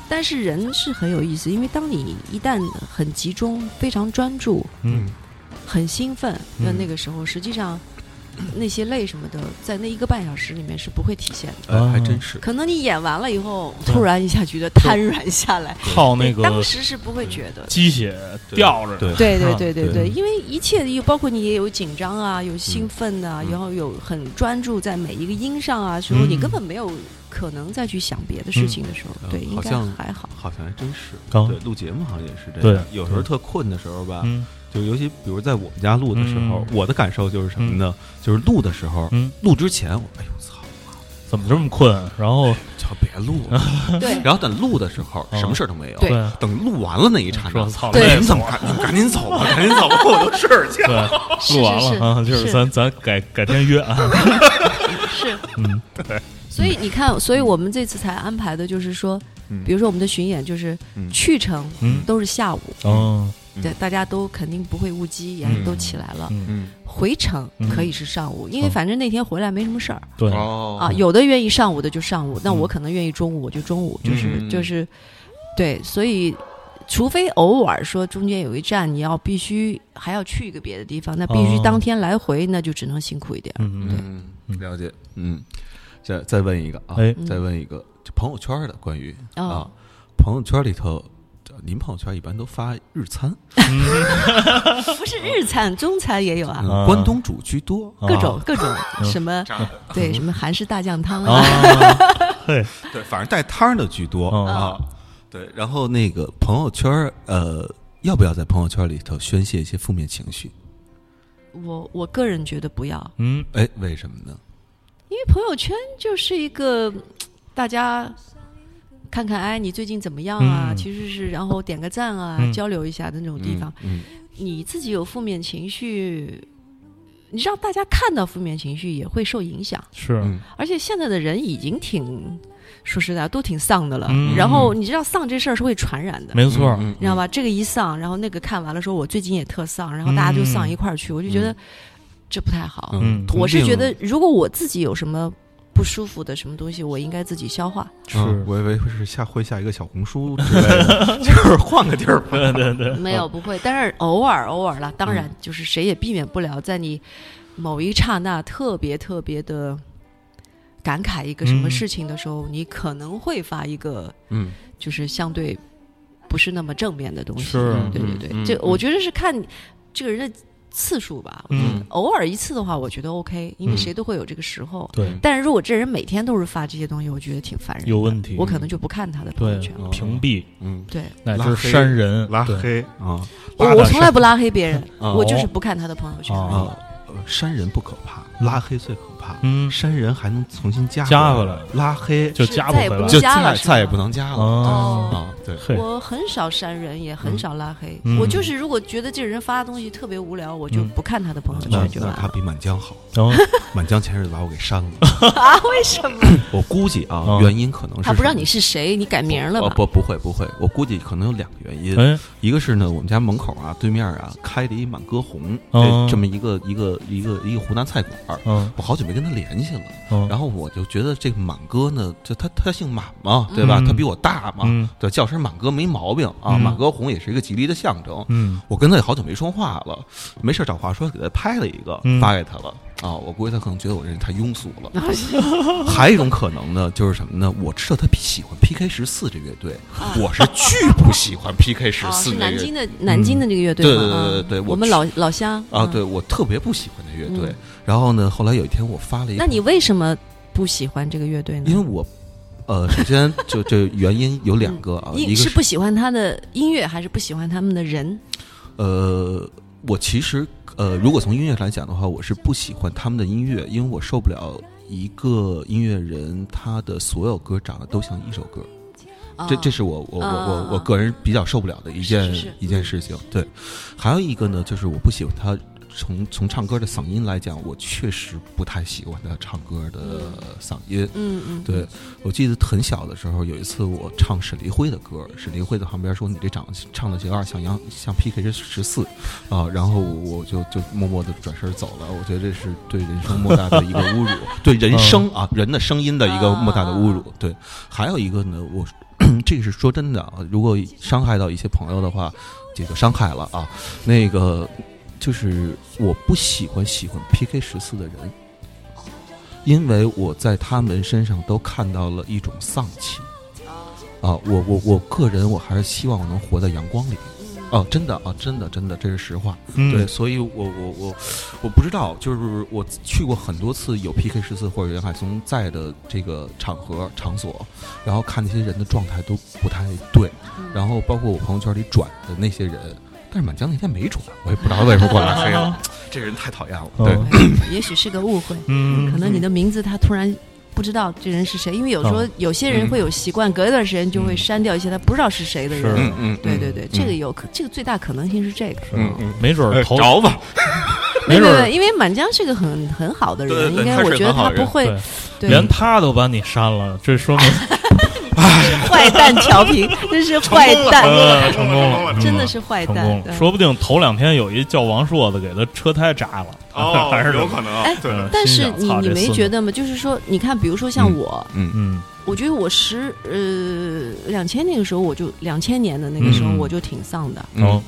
[SPEAKER 4] 但是人是很有意思，因为当你一旦很集中、非常专注、
[SPEAKER 2] 嗯
[SPEAKER 4] 很兴奋的
[SPEAKER 2] 嗯
[SPEAKER 4] 那个时候，实际上那些泪什么的，在那一个半小时里面是不会体现的。
[SPEAKER 1] 哎，还真是。
[SPEAKER 4] 可能你演完了以后，突然一下觉得瘫软下来，
[SPEAKER 2] 靠那个
[SPEAKER 4] 当时是不会觉得。
[SPEAKER 2] 鸡血吊着，
[SPEAKER 1] 对
[SPEAKER 4] 对对对对
[SPEAKER 1] 对
[SPEAKER 4] 对，因为一切又包括你也有紧张啊，有兴奋啊，然后有很专注在每一个音上啊，时候
[SPEAKER 2] 嗯
[SPEAKER 4] 你根本没有可能再去想别的事情的时候，
[SPEAKER 1] 嗯
[SPEAKER 4] 对，
[SPEAKER 1] 嗯
[SPEAKER 4] 应
[SPEAKER 1] 好
[SPEAKER 4] 该
[SPEAKER 1] 像
[SPEAKER 2] (laughs)
[SPEAKER 4] 还好。
[SPEAKER 1] 好像还真是，
[SPEAKER 2] 刚
[SPEAKER 1] 对录节目好像也是这样。有时候
[SPEAKER 2] 对
[SPEAKER 1] 特困的时候吧，
[SPEAKER 2] 嗯
[SPEAKER 1] 就尤其比如在我们家录的时候，
[SPEAKER 2] 嗯
[SPEAKER 1] 我的感受就是什么呢？就是录的时候，
[SPEAKER 2] 嗯，
[SPEAKER 1] 录之前我哎呦操，
[SPEAKER 2] 怎么这么困？然后
[SPEAKER 1] 就别录了。
[SPEAKER 4] 对
[SPEAKER 1] (laughs) 然后等录的时候，
[SPEAKER 2] 嗯
[SPEAKER 1] 什么事儿都没有。
[SPEAKER 4] 对
[SPEAKER 2] 对
[SPEAKER 1] 等录完了那一刹
[SPEAKER 2] 说
[SPEAKER 1] 那，
[SPEAKER 2] 操，
[SPEAKER 4] 对
[SPEAKER 2] 累
[SPEAKER 1] 你
[SPEAKER 2] 死
[SPEAKER 1] 怎
[SPEAKER 2] 我
[SPEAKER 1] 么赶赶紧
[SPEAKER 2] (laughs)
[SPEAKER 1] 走吧，赶紧走吧，我都睡去。
[SPEAKER 2] 了对，录完
[SPEAKER 4] 是是
[SPEAKER 2] 了啊，就是
[SPEAKER 4] 是
[SPEAKER 2] 咱咱改改天约啊，
[SPEAKER 4] (laughs) 是，
[SPEAKER 2] 嗯，
[SPEAKER 4] 所以你看，所以我们这次才安排的就是说，
[SPEAKER 1] 嗯
[SPEAKER 4] 比如说我们的巡演就是
[SPEAKER 1] 嗯
[SPEAKER 4] 去程
[SPEAKER 2] 嗯
[SPEAKER 4] 都是下午，
[SPEAKER 2] 哦，
[SPEAKER 4] 对，大家都肯定不会误机，也都起来了。
[SPEAKER 2] 嗯，
[SPEAKER 1] 嗯，
[SPEAKER 4] 回程
[SPEAKER 2] 嗯
[SPEAKER 4] 可以是上午，因为
[SPEAKER 2] 哦
[SPEAKER 4] 反正那天回来没什么事儿
[SPEAKER 2] 对，
[SPEAKER 1] 哦
[SPEAKER 4] 啊。有的愿意上午的就上午，那
[SPEAKER 2] 嗯
[SPEAKER 4] 我可能愿意中午，我就中午，就是
[SPEAKER 1] 嗯
[SPEAKER 4] 就是，对，所以。除非偶尔说中间有一站你要必须还要去一个别的地方，那必须
[SPEAKER 2] 哦
[SPEAKER 4] 当天来回，那就只能辛苦一点儿。
[SPEAKER 2] 嗯嗯
[SPEAKER 1] 嗯，了解。嗯，再再问一个啊，
[SPEAKER 2] 哎
[SPEAKER 1] 再问一个，就朋友圈的关于
[SPEAKER 4] 哦
[SPEAKER 1] 啊，朋友圈里头，您朋友圈一般都发日餐，
[SPEAKER 4] 不是日餐、中餐也有啊，
[SPEAKER 1] 嗯
[SPEAKER 2] 啊
[SPEAKER 1] 关东煮居多。
[SPEAKER 2] 啊
[SPEAKER 4] 各种各种
[SPEAKER 2] 嗯
[SPEAKER 4] 什么
[SPEAKER 3] 炸的
[SPEAKER 4] 对什么韩式大酱汤
[SPEAKER 2] 啊
[SPEAKER 4] 啊，，
[SPEAKER 2] 嘿，
[SPEAKER 3] 对，反正带摊儿的居多
[SPEAKER 2] 嗯
[SPEAKER 3] 啊。
[SPEAKER 1] 对，然后那个朋友圈儿，呃，要不要在朋友圈里头宣泄一些负面情绪？
[SPEAKER 4] 我我个人觉得不要，
[SPEAKER 2] 嗯，
[SPEAKER 1] 哎，为什么呢？
[SPEAKER 4] 因为朋友圈就是一个嗯大家看看哎你最近怎么样啊，
[SPEAKER 2] 嗯
[SPEAKER 4] 其实是然后点个赞啊，
[SPEAKER 2] 嗯
[SPEAKER 4] 交流一下的那种地方。
[SPEAKER 1] 嗯，
[SPEAKER 4] 你自己有负面情绪，你让大家看到负面情绪也会受影响，
[SPEAKER 2] 是，
[SPEAKER 1] 嗯
[SPEAKER 4] 而且现在的人已经挺说实在都挺丧的了，
[SPEAKER 2] 嗯
[SPEAKER 4] 然后你知道丧这事儿是会传染的，
[SPEAKER 2] 没错，
[SPEAKER 1] 嗯
[SPEAKER 4] 你知道吧？这个一丧，然后那个看完了说，我最近也特丧，然后大家就丧一块儿去，我就觉得这不太好。
[SPEAKER 2] 嗯
[SPEAKER 1] 同
[SPEAKER 4] 我是
[SPEAKER 1] 病
[SPEAKER 4] 觉得，如果我自己有什么不舒服的什么东西，我应该自己消
[SPEAKER 1] (laughs)
[SPEAKER 4] 化。
[SPEAKER 2] 是，
[SPEAKER 1] 嗯我以为是下会下一个小红书之类的，就是换个地儿吧。
[SPEAKER 2] (laughs) 对对
[SPEAKER 1] 嗯
[SPEAKER 2] 对，
[SPEAKER 4] 没有不会，但是偶尔偶尔啦，当然就是谁也避免不了，在你某一刹那特别特别的感慨一个什么
[SPEAKER 2] 嗯
[SPEAKER 4] 事情的时候，你可能会发一个
[SPEAKER 1] 嗯，
[SPEAKER 4] 就是相对不是那么正面的东西。
[SPEAKER 2] 是
[SPEAKER 4] 对对对，
[SPEAKER 1] 嗯
[SPEAKER 4] 这
[SPEAKER 1] 嗯
[SPEAKER 4] 我觉得是看这个人的次数吧。我觉得
[SPEAKER 2] 嗯
[SPEAKER 4] 偶尔一次的话，我觉得 OK，因为
[SPEAKER 1] 嗯
[SPEAKER 4] 谁都会有这个时候。
[SPEAKER 2] 对，
[SPEAKER 4] 但是如果这人每天都是发这些东西，我觉得挺烦人的。
[SPEAKER 2] 有问题
[SPEAKER 4] 我可能就不看他的朋
[SPEAKER 2] 对
[SPEAKER 4] 友圈了。
[SPEAKER 2] 屏蔽
[SPEAKER 1] 嗯
[SPEAKER 4] 对，
[SPEAKER 2] 乃至删人，
[SPEAKER 3] 拉
[SPEAKER 2] 对，
[SPEAKER 3] 黑，
[SPEAKER 1] 啊
[SPEAKER 4] 我
[SPEAKER 1] (laughs)
[SPEAKER 2] 拉的
[SPEAKER 4] 我
[SPEAKER 2] 是
[SPEAKER 4] 从来不拉黑别人，
[SPEAKER 1] 哦
[SPEAKER 4] 我就是不看他的朋友圈。
[SPEAKER 2] 哦
[SPEAKER 1] 啊，呃删人不可怕，拉黑最可怕。
[SPEAKER 2] 嗯，
[SPEAKER 1] 删人还能重新加
[SPEAKER 2] 加
[SPEAKER 1] 回
[SPEAKER 2] 回
[SPEAKER 1] 来
[SPEAKER 2] 来，
[SPEAKER 1] 拉黑
[SPEAKER 2] 就是加不
[SPEAKER 4] 再也
[SPEAKER 2] 回
[SPEAKER 4] 不
[SPEAKER 2] 来，
[SPEAKER 1] 就
[SPEAKER 4] 加
[SPEAKER 1] 再
[SPEAKER 4] 了是吗
[SPEAKER 1] 再也不能加了
[SPEAKER 2] 哦
[SPEAKER 1] 啊！对，
[SPEAKER 2] 嘿，
[SPEAKER 4] 我很少删人，也很少拉黑。
[SPEAKER 2] 嗯
[SPEAKER 4] 我就是如果觉得这个人发的东西特别无聊，我就
[SPEAKER 2] 嗯
[SPEAKER 4] 不看他的朋友
[SPEAKER 1] 啊那
[SPEAKER 4] 圈就
[SPEAKER 1] 那
[SPEAKER 4] 完
[SPEAKER 1] 他
[SPEAKER 4] 了。
[SPEAKER 1] 比满江好，(laughs)
[SPEAKER 2] 然后
[SPEAKER 1] 满江前日子把我给删了。
[SPEAKER 4] (laughs) 啊？为什么？
[SPEAKER 1] 我估计啊，
[SPEAKER 2] 嗯
[SPEAKER 1] 原因可能是
[SPEAKER 4] 他不知道你
[SPEAKER 1] 什
[SPEAKER 4] 是谁，你改名
[SPEAKER 1] 么
[SPEAKER 4] 了吧？
[SPEAKER 1] 哦不不会不会，我估计可能有两个原因，
[SPEAKER 2] 哎，
[SPEAKER 1] 一个是呢，我们家门口啊对面啊开了一满哥红哎
[SPEAKER 2] 哦
[SPEAKER 1] 这这么一个一个一个一个湖南菜馆儿，
[SPEAKER 2] 嗯
[SPEAKER 1] 我好久没跟他联系了。
[SPEAKER 2] 嗯，
[SPEAKER 1] 然后我就觉得这个满哥呢，就他他姓满嘛，对吧？
[SPEAKER 2] 嗯
[SPEAKER 1] 他比我大嘛，
[SPEAKER 2] 嗯
[SPEAKER 1] 对，叫声满哥没毛病啊。
[SPEAKER 2] 嗯
[SPEAKER 1] 满哥红也是一个吉利的象征。
[SPEAKER 2] 嗯
[SPEAKER 1] 我跟他也好久没说话了，没事儿找话说，给他拍了一个
[SPEAKER 2] 嗯
[SPEAKER 1] 发给他了啊。我估计他可能觉得我这人太庸俗了。
[SPEAKER 4] (laughs) 哦
[SPEAKER 1] 还有一种可能呢，就是什么呢？我知道他喜欢 PK 十四这乐队，我是巨不喜欢 PK 十
[SPEAKER 4] 啊哦，
[SPEAKER 1] 四
[SPEAKER 4] 是
[SPEAKER 1] 这
[SPEAKER 4] 南
[SPEAKER 1] 乐队
[SPEAKER 4] 京的南京的那个乐队
[SPEAKER 1] 对
[SPEAKER 4] 吗
[SPEAKER 1] 对对
[SPEAKER 4] 啊
[SPEAKER 1] 对对我
[SPEAKER 4] 我们
[SPEAKER 1] 去
[SPEAKER 4] 老老乡
[SPEAKER 1] 啊。
[SPEAKER 4] 嗯
[SPEAKER 1] 对我特别不喜欢这乐队
[SPEAKER 4] 嗯。
[SPEAKER 1] 然后呢，后来有一天我发了一，
[SPEAKER 4] 那你为什么不喜欢这个乐队呢？
[SPEAKER 1] 因为我，呃，首先就这原因有两个啊，一
[SPEAKER 4] 嗯你
[SPEAKER 1] 个
[SPEAKER 4] 是不喜欢他的音乐，还是不喜欢他们的人？
[SPEAKER 1] 呃，我其实呃，如果从音乐来讲的话，我是不喜欢他们的音乐，因为我受不了一个音乐人他的所有歌长得都像一首歌，
[SPEAKER 4] 啊
[SPEAKER 1] 这这是我我我我我
[SPEAKER 4] 啊
[SPEAKER 1] 个人比较受不了的一件
[SPEAKER 4] 是是是
[SPEAKER 1] 一件事情。对，还有一个呢，就是我不喜欢他。从从唱歌的嗓音来讲，我确实不太喜欢他唱歌的嗓音。
[SPEAKER 4] 嗯嗯，
[SPEAKER 1] 对，我记得很小的时候，有一次我唱史黎辉的歌，史黎辉在旁边说：“你这长唱的有点像杨像 PK 十四啊。”然后我就就默默的转身走了。我觉得这是对人生莫大的一个侮
[SPEAKER 4] (laughs)
[SPEAKER 1] 辱，对人声啊人的声音的一个莫大的侮辱。对，还有一个呢，我 (clears throat) 这个是说真的啊，如果伤害到一些朋友的话，也就伤害了啊。那个就是我不喜欢喜欢 PK 十四的人，因为我在他们身上都看到了一种丧气。
[SPEAKER 4] 哦
[SPEAKER 1] 啊，我我我个人我还是希望我能活在阳光里。哦、啊，真的啊，真的真的，这是实话。
[SPEAKER 2] 嗯
[SPEAKER 1] 对，所以我我我我不知道，就是我去过很多次有 PK 十四或者袁海松在的这个场合场所，然后看那些人的状态都不太对，
[SPEAKER 4] 嗯
[SPEAKER 1] 然后包括我朋友圈里转的那些人，但是满江那天没转，我也不知道为什么 (laughs) 过来黑了，这人太讨厌了。对，
[SPEAKER 2] 嗯
[SPEAKER 4] 对也许是个误会，
[SPEAKER 2] 嗯
[SPEAKER 4] 可能你的名字他突然不知道这人是谁，因为有时候
[SPEAKER 2] 嗯
[SPEAKER 4] 有些人会有习惯，隔一段时间就会删掉一些他不知道是谁的
[SPEAKER 2] 是
[SPEAKER 4] 人。
[SPEAKER 3] 嗯嗯，
[SPEAKER 4] 对对对，这个有可，这个最大可能性是这个。
[SPEAKER 3] 嗯嗯，
[SPEAKER 2] 没准
[SPEAKER 1] 哎
[SPEAKER 2] 儿
[SPEAKER 3] 呃
[SPEAKER 2] 头
[SPEAKER 3] 找吧，
[SPEAKER 2] (laughs) 没
[SPEAKER 4] 没
[SPEAKER 2] 准
[SPEAKER 4] 没
[SPEAKER 2] 儿
[SPEAKER 4] 没，因为满江是个很很好的
[SPEAKER 3] 对
[SPEAKER 4] 人，
[SPEAKER 3] 对
[SPEAKER 4] 应该
[SPEAKER 3] 他是
[SPEAKER 4] 我
[SPEAKER 3] 个
[SPEAKER 4] 觉得
[SPEAKER 3] 很好
[SPEAKER 4] 他
[SPEAKER 3] 的
[SPEAKER 4] 不
[SPEAKER 3] 人
[SPEAKER 4] 会
[SPEAKER 2] 对
[SPEAKER 4] 对
[SPEAKER 2] 连他都把你删了，这说
[SPEAKER 4] (laughs)
[SPEAKER 2] 明
[SPEAKER 4] 坏蛋
[SPEAKER 2] (laughs)
[SPEAKER 4] 调皮，真是坏蛋，
[SPEAKER 2] 呃成功了，嗯
[SPEAKER 4] 真的是
[SPEAKER 3] 哎
[SPEAKER 4] 坏
[SPEAKER 2] 成
[SPEAKER 4] 蛋
[SPEAKER 2] 功。了。
[SPEAKER 4] 对
[SPEAKER 2] 说不定头两天有一叫王硕的给他车胎炸了，
[SPEAKER 3] 哦
[SPEAKER 2] (laughs) (laughs) 还是，
[SPEAKER 3] 有可能 (laughs) 啊
[SPEAKER 4] 哎，
[SPEAKER 3] 对，
[SPEAKER 2] 嗯
[SPEAKER 4] 但
[SPEAKER 2] 心
[SPEAKER 4] 是
[SPEAKER 2] 想
[SPEAKER 4] 你
[SPEAKER 2] 操
[SPEAKER 4] 你
[SPEAKER 2] 这孙
[SPEAKER 4] 没
[SPEAKER 2] 子
[SPEAKER 4] 觉得吗？就是说，你看，比如说像我，
[SPEAKER 2] 嗯
[SPEAKER 4] 我觉得我十呃两千那个时候，我就两千年的那个时候，
[SPEAKER 2] 嗯
[SPEAKER 4] 我就挺丧的
[SPEAKER 2] 哦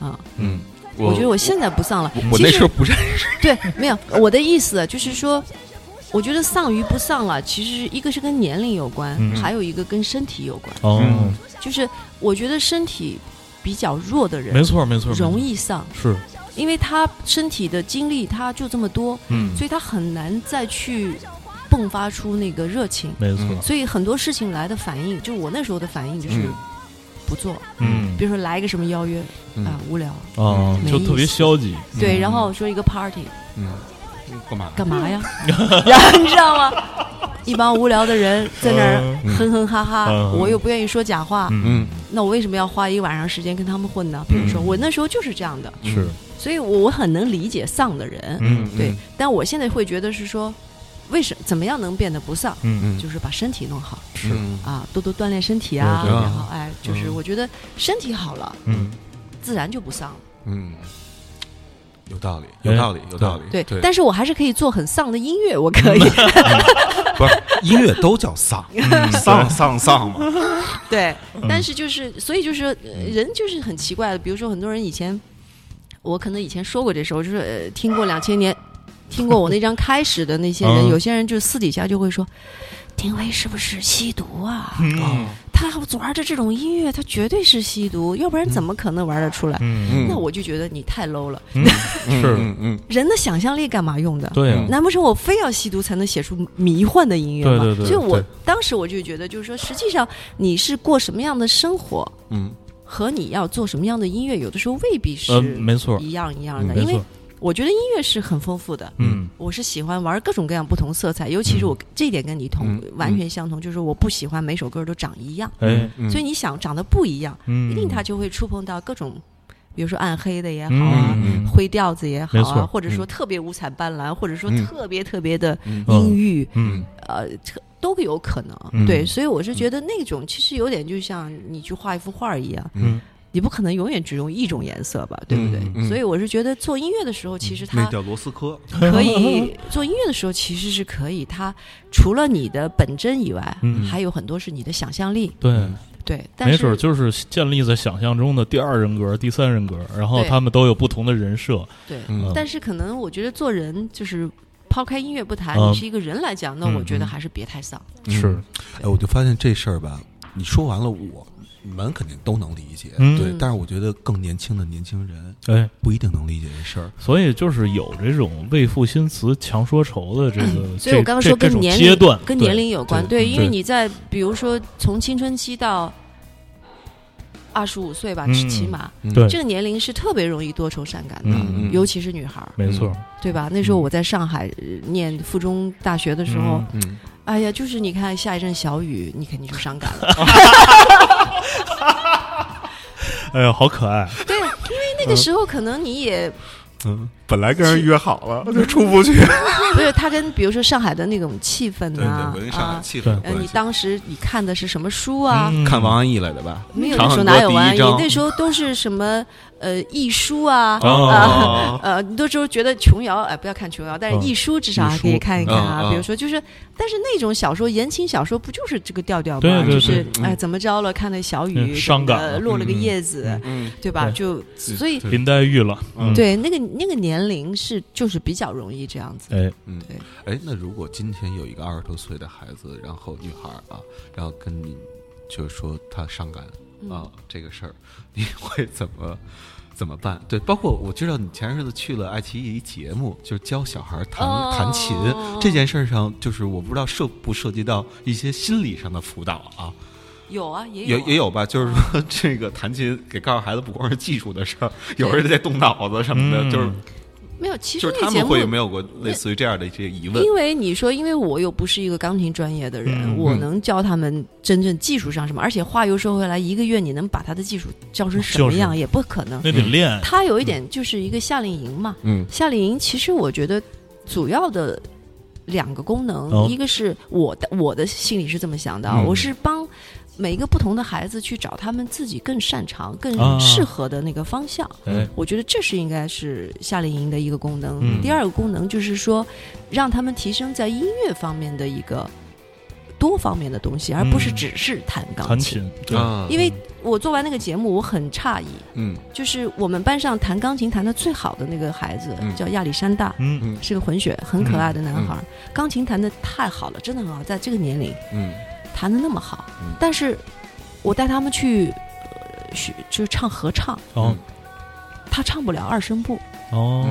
[SPEAKER 4] 啊。
[SPEAKER 1] 嗯，
[SPEAKER 4] 我觉得我现在不丧了。
[SPEAKER 1] 我
[SPEAKER 4] 其
[SPEAKER 1] 那
[SPEAKER 4] 实
[SPEAKER 1] 时候不认识，
[SPEAKER 4] 对，没有我的意思就是说，我觉得丧与不丧啊，其实一个是跟年龄有关，
[SPEAKER 2] 嗯
[SPEAKER 4] 还有一个跟身体有关。
[SPEAKER 2] 哦，
[SPEAKER 3] 嗯
[SPEAKER 4] 就是我觉得身体比较弱的
[SPEAKER 2] 嗯没
[SPEAKER 4] 人
[SPEAKER 2] 错没错，没错
[SPEAKER 4] 容易丧，
[SPEAKER 2] 是
[SPEAKER 4] 因为他身体的精力他就这么多，
[SPEAKER 2] 嗯，
[SPEAKER 4] 所以他很难再去迸发出那个热情。
[SPEAKER 2] 没错，
[SPEAKER 4] 所以很多事情来的反应，就我那时候的反应就是
[SPEAKER 3] 嗯
[SPEAKER 4] 不做，
[SPEAKER 2] 嗯
[SPEAKER 4] 比如说来一个什么邀约啊，无聊，
[SPEAKER 2] 啊，
[SPEAKER 4] 没
[SPEAKER 2] 就特别
[SPEAKER 4] 意思
[SPEAKER 2] 消极，
[SPEAKER 4] 对，然后说一个 party
[SPEAKER 1] 嗯，干嘛？
[SPEAKER 4] 干嘛呀？ (laughs) 然后你知道吗？一帮无聊的人在那儿哼哼哈哈，
[SPEAKER 2] 嗯
[SPEAKER 4] 我又不愿意说假话，
[SPEAKER 2] 嗯，
[SPEAKER 4] 那我为什么要花一个晚上时间跟他们混呢？比如说我那时候就是这样的，
[SPEAKER 2] 是，
[SPEAKER 4] 所以我我很能理解丧的人，
[SPEAKER 2] 嗯
[SPEAKER 4] 对，但我现在会觉得是说，为什怎么样能变得不丧？
[SPEAKER 2] 嗯
[SPEAKER 1] 嗯
[SPEAKER 4] 就是把身体弄好
[SPEAKER 1] 是
[SPEAKER 4] 啊，多多锻炼身体啊，
[SPEAKER 2] 对对啊
[SPEAKER 4] 然后哎，就是我觉得身体好了，
[SPEAKER 2] 嗯，
[SPEAKER 4] 自然就不丧了。
[SPEAKER 1] 嗯，有道理，有道理，有道理。
[SPEAKER 4] 对，
[SPEAKER 1] 对，
[SPEAKER 4] 但是我还是可以做很丧的音乐，我可以。
[SPEAKER 1] 不是音乐都叫丧，
[SPEAKER 3] 嗯
[SPEAKER 2] 嗯
[SPEAKER 3] 丧丧丧嘛，
[SPEAKER 4] 对，但是就是，所以就是呃人就是很奇怪的，比如说很多人以前，我可能以前说过这事，我就是、呃、听过两千年，听过我那张开始的那些人，
[SPEAKER 2] 嗯
[SPEAKER 4] 有些人就私底下就会说，丁薇是不是吸毒啊？
[SPEAKER 2] 嗯
[SPEAKER 4] 他玩的这种音乐，他绝对是吸毒，要不然怎么可能玩得出来？
[SPEAKER 2] 嗯
[SPEAKER 4] 那我就觉得你太 low 了，
[SPEAKER 2] 嗯，是，
[SPEAKER 1] 嗯嗯
[SPEAKER 4] 人的想象力干嘛用的？
[SPEAKER 2] 对呀，
[SPEAKER 4] 难不成我非要吸毒才能写出迷幻的音乐吗？
[SPEAKER 2] 对对对
[SPEAKER 4] 所以我
[SPEAKER 2] 对
[SPEAKER 4] 当时我就觉得，就是说，实际上你是过什么样的生活，
[SPEAKER 1] 嗯
[SPEAKER 4] 和你要做什么样的音乐，有的时候未必是
[SPEAKER 2] 呃，没错，
[SPEAKER 4] 一样一样
[SPEAKER 2] 嗯
[SPEAKER 4] 的。
[SPEAKER 2] 没
[SPEAKER 4] 因为
[SPEAKER 2] 错，
[SPEAKER 4] 我觉得音乐是很丰富的，
[SPEAKER 2] 嗯
[SPEAKER 4] 我是喜欢玩各种各样不同色彩，尤其是我这一点跟你同
[SPEAKER 1] 嗯
[SPEAKER 4] 完全相同，就是我不喜欢每首歌都长一样，
[SPEAKER 2] 哎，
[SPEAKER 1] 嗯，
[SPEAKER 4] 所以你想长得不一样，
[SPEAKER 2] 嗯，
[SPEAKER 4] 一定它就会触碰到各种，比如说暗黑的也好啊。
[SPEAKER 2] 嗯嗯
[SPEAKER 4] 灰调子也好
[SPEAKER 2] 没错嗯
[SPEAKER 4] 啊，或者说特别五彩斑斓，或者说
[SPEAKER 1] 嗯
[SPEAKER 4] 特别特别的
[SPEAKER 1] 嗯
[SPEAKER 4] 阴郁，
[SPEAKER 2] 嗯
[SPEAKER 4] 呃，特都有可能。
[SPEAKER 2] 嗯
[SPEAKER 4] 对，所以我是觉得那种其实有点就像你去画一幅画一样，
[SPEAKER 2] 嗯
[SPEAKER 4] 你不可能永远只用一种颜色吧，对不对？
[SPEAKER 1] 嗯嗯
[SPEAKER 4] 所以我是觉得做音乐的时候，其
[SPEAKER 2] 嗯
[SPEAKER 4] 实
[SPEAKER 3] 那
[SPEAKER 4] 它
[SPEAKER 3] 叫罗斯科，
[SPEAKER 4] 可以做音乐的时候，其实是可以它除了你的本真以外，
[SPEAKER 2] 嗯
[SPEAKER 4] 还有很多是你的想象力。
[SPEAKER 2] (laughs) 对，
[SPEAKER 4] 对，但
[SPEAKER 2] 没准儿
[SPEAKER 4] 是
[SPEAKER 2] 就是建立在想象中的第二人格、第三人格，然后
[SPEAKER 4] 对
[SPEAKER 2] 他们都有不同的人设，
[SPEAKER 4] 对，
[SPEAKER 1] 嗯
[SPEAKER 4] 但是可能我觉得做人就是。抛开音乐不谈，
[SPEAKER 2] 嗯
[SPEAKER 4] 你是一个人来讲，那
[SPEAKER 2] 嗯
[SPEAKER 4] 我
[SPEAKER 2] 嗯
[SPEAKER 4] 觉得还是别太丧。
[SPEAKER 2] 是，
[SPEAKER 1] 哎，我就发现这事儿吧，你说完了，我你们肯定都能理解，
[SPEAKER 2] 嗯
[SPEAKER 1] 对。但是我觉得更年轻的年轻人
[SPEAKER 2] 哎，
[SPEAKER 1] 不一定能理解这事儿。
[SPEAKER 2] 所以就是有这种为赋新词强说愁的这个，
[SPEAKER 4] 嗯所以我
[SPEAKER 2] 这
[SPEAKER 4] 刚刚
[SPEAKER 2] 这
[SPEAKER 4] 说
[SPEAKER 2] 这
[SPEAKER 4] 跟
[SPEAKER 2] 种
[SPEAKER 4] 年
[SPEAKER 2] 阶
[SPEAKER 4] 龄
[SPEAKER 2] 段
[SPEAKER 4] 跟
[SPEAKER 2] 对
[SPEAKER 4] 年龄有关，
[SPEAKER 2] 对
[SPEAKER 4] 对，
[SPEAKER 1] 嗯
[SPEAKER 4] 因为
[SPEAKER 2] 对
[SPEAKER 4] 你在比如说从青春期到二十五岁吧，
[SPEAKER 2] 嗯
[SPEAKER 4] 起码
[SPEAKER 1] 嗯
[SPEAKER 2] 对
[SPEAKER 4] 这个年龄是特别容易多愁善感的，
[SPEAKER 2] 嗯，
[SPEAKER 4] 尤其是女孩儿，
[SPEAKER 2] 没错，
[SPEAKER 4] 对吧？那时候我在上海呃念附中大学的时候，
[SPEAKER 1] 嗯，
[SPEAKER 4] 哎呀，就是你看下一阵小雨，你肯定就伤感
[SPEAKER 1] (laughs)
[SPEAKER 4] 了。
[SPEAKER 2] 哎呀，好可爱，
[SPEAKER 4] 对呀，因为那个时候可能你
[SPEAKER 1] (laughs)
[SPEAKER 4] 也
[SPEAKER 3] 本来跟人约好了，
[SPEAKER 2] 嗯
[SPEAKER 3] 就出不去，
[SPEAKER 4] 不是他跟比如说上海的那种气氛
[SPEAKER 1] 嗯对
[SPEAKER 4] 啊
[SPEAKER 1] 对，我跟上海
[SPEAKER 4] 啊，
[SPEAKER 1] 气氛
[SPEAKER 2] 对
[SPEAKER 1] 有
[SPEAKER 4] 呃，
[SPEAKER 1] 关
[SPEAKER 4] 你
[SPEAKER 1] 系
[SPEAKER 4] 当时你看的是什么书啊？
[SPEAKER 2] 嗯
[SPEAKER 1] 看王安忆来的吧？
[SPEAKER 4] 没有
[SPEAKER 1] 长
[SPEAKER 4] 那时
[SPEAKER 1] 很
[SPEAKER 4] 候哪
[SPEAKER 1] 多
[SPEAKER 4] 有
[SPEAKER 1] 第
[SPEAKER 4] 玩
[SPEAKER 1] 一
[SPEAKER 4] 意？
[SPEAKER 1] 章
[SPEAKER 4] 那时候都是什么呃艺书
[SPEAKER 2] (laughs)
[SPEAKER 4] 啊，
[SPEAKER 2] 哦
[SPEAKER 4] 啊呃，你都时候觉得琼瑶，哎，不要看琼瑶，但是
[SPEAKER 2] 嗯
[SPEAKER 4] 艺书至少还可
[SPEAKER 2] 艺
[SPEAKER 4] 以
[SPEAKER 2] 书
[SPEAKER 4] 看一看啊。
[SPEAKER 1] 嗯嗯
[SPEAKER 4] 比如说，就是，但是那种小说，言情小说不就是这个调调吗？
[SPEAKER 2] 对对
[SPEAKER 4] 就是
[SPEAKER 1] 对
[SPEAKER 4] 哎，怎么着了？看那小雨，
[SPEAKER 2] 嗯伤感
[SPEAKER 4] 怎么
[SPEAKER 2] 了
[SPEAKER 4] 落了个
[SPEAKER 2] 嗯
[SPEAKER 4] 叶子，
[SPEAKER 1] 嗯
[SPEAKER 4] 对吧？
[SPEAKER 2] 对
[SPEAKER 4] 就所以
[SPEAKER 2] 林黛玉了，嗯
[SPEAKER 4] 对那个那个年龄是就是比较容易这样子。
[SPEAKER 2] 哎，
[SPEAKER 1] 嗯
[SPEAKER 4] 对，
[SPEAKER 1] 哎，那如果今天有一个二十多岁的孩子，然后女孩儿啊，然后跟你就是说她伤感
[SPEAKER 4] 嗯
[SPEAKER 1] 啊、这个事儿，你会怎么怎么办？对，包括我知道你前日子去了爱奇艺一节目，就是教小孩儿弹、
[SPEAKER 4] 哦
[SPEAKER 1] 弹琴这件事儿上，就是我不知道涉不涉及到一些心理上的辅导啊，
[SPEAKER 4] 有啊，也
[SPEAKER 1] 也
[SPEAKER 4] 有啊
[SPEAKER 1] 也有吧，就是说 (laughs) 这个弹琴给告诉孩子不光是技术的事儿，有时候得动脑子什么的，
[SPEAKER 2] 嗯
[SPEAKER 1] 就是
[SPEAKER 4] 没有？其
[SPEAKER 1] 就
[SPEAKER 4] 实
[SPEAKER 1] 是
[SPEAKER 4] 那
[SPEAKER 1] 他
[SPEAKER 4] 节
[SPEAKER 1] 们
[SPEAKER 4] 目
[SPEAKER 1] 会有没有过类似于这样的一些疑问？
[SPEAKER 4] 因为你说，因为我又不是一个钢琴专业的人，
[SPEAKER 2] 嗯
[SPEAKER 4] 我能教他们真正技术上什么？而且话又说回来，一个月你能把他的技术教成什么样，
[SPEAKER 2] 就是
[SPEAKER 4] 也不可能。
[SPEAKER 2] 那得练。
[SPEAKER 4] 他有
[SPEAKER 2] 嗯
[SPEAKER 4] 一点就是一个夏令营嘛，
[SPEAKER 1] 嗯
[SPEAKER 4] 夏令营其实我觉得主要的两个功能，
[SPEAKER 2] 哦
[SPEAKER 4] 一个是我的我的心里是这么想的啊，
[SPEAKER 2] 嗯
[SPEAKER 4] 我是帮每一个不同的孩子去找他们自己更擅长、更
[SPEAKER 2] 啊
[SPEAKER 4] 适合的那个方向。
[SPEAKER 2] 哎，
[SPEAKER 4] 我觉得这是应该是夏令营的一个功能。
[SPEAKER 2] 嗯
[SPEAKER 4] 第二个功能就是说，让他们提升在音乐方面的一个多方面的东西，而不是
[SPEAKER 2] 嗯
[SPEAKER 4] 只是弹钢
[SPEAKER 2] 弹
[SPEAKER 4] 琴。
[SPEAKER 2] 琴，对，
[SPEAKER 1] 啊，
[SPEAKER 4] 因为我做完那个节目，我很诧异，
[SPEAKER 1] 嗯
[SPEAKER 4] 就是我们班上弹钢琴弹的最好的那个孩子、
[SPEAKER 1] 嗯
[SPEAKER 4] 叫亚历山大，
[SPEAKER 2] 嗯，
[SPEAKER 1] 嗯
[SPEAKER 4] 是个混血，很可爱的男孩儿，钢琴弹的太好了，真的很好，在这个年龄
[SPEAKER 1] 嗯
[SPEAKER 4] 弹的那么好。
[SPEAKER 1] 嗯
[SPEAKER 4] 但是，我带他们去呃学，就是唱合唱，
[SPEAKER 2] 哦
[SPEAKER 4] 他唱不了二声部，嗯
[SPEAKER 2] 哦，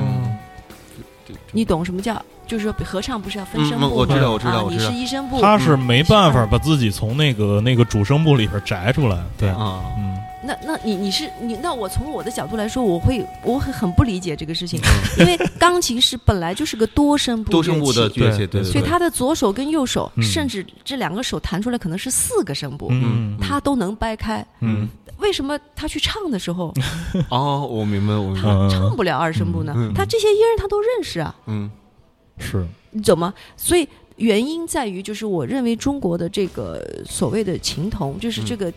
[SPEAKER 4] 你懂什么叫？就是说合唱不是要分声
[SPEAKER 1] 嗯，
[SPEAKER 4] 部吗？
[SPEAKER 1] 我知道，我知
[SPEAKER 4] 啊
[SPEAKER 1] 道，我
[SPEAKER 4] 你
[SPEAKER 1] 知
[SPEAKER 4] 是
[SPEAKER 1] 道
[SPEAKER 4] 一声部，
[SPEAKER 2] 他是没办法把自己从那个那个主声部里边摘出来，对，
[SPEAKER 1] 啊，
[SPEAKER 2] 嗯，
[SPEAKER 4] 那那你你是你，那我从我的角度来说，我会我会很不理解这个事情，因为钢琴是本来就是个多声部
[SPEAKER 1] 嗯多声部的
[SPEAKER 4] 乐器
[SPEAKER 1] 乐器，对
[SPEAKER 2] 对
[SPEAKER 1] 对
[SPEAKER 4] 所以
[SPEAKER 1] 对
[SPEAKER 4] 他的左手跟右手，
[SPEAKER 2] 嗯
[SPEAKER 4] 甚至这两个手弹出来可能是四个声部，
[SPEAKER 2] 嗯
[SPEAKER 4] 他都能掰开。
[SPEAKER 2] 嗯
[SPEAKER 4] 为什么他去唱的
[SPEAKER 2] (laughs)
[SPEAKER 4] 时候
[SPEAKER 1] 哦，我明白，我明白，
[SPEAKER 2] 嗯，
[SPEAKER 4] 唱不了二声部呢？
[SPEAKER 1] 嗯嗯
[SPEAKER 4] 他这些音儿他都认识啊，
[SPEAKER 1] 嗯
[SPEAKER 2] 是，
[SPEAKER 4] 你懂吗？所以原因在于，就是我认为中国的这个所谓的琴童，就是这个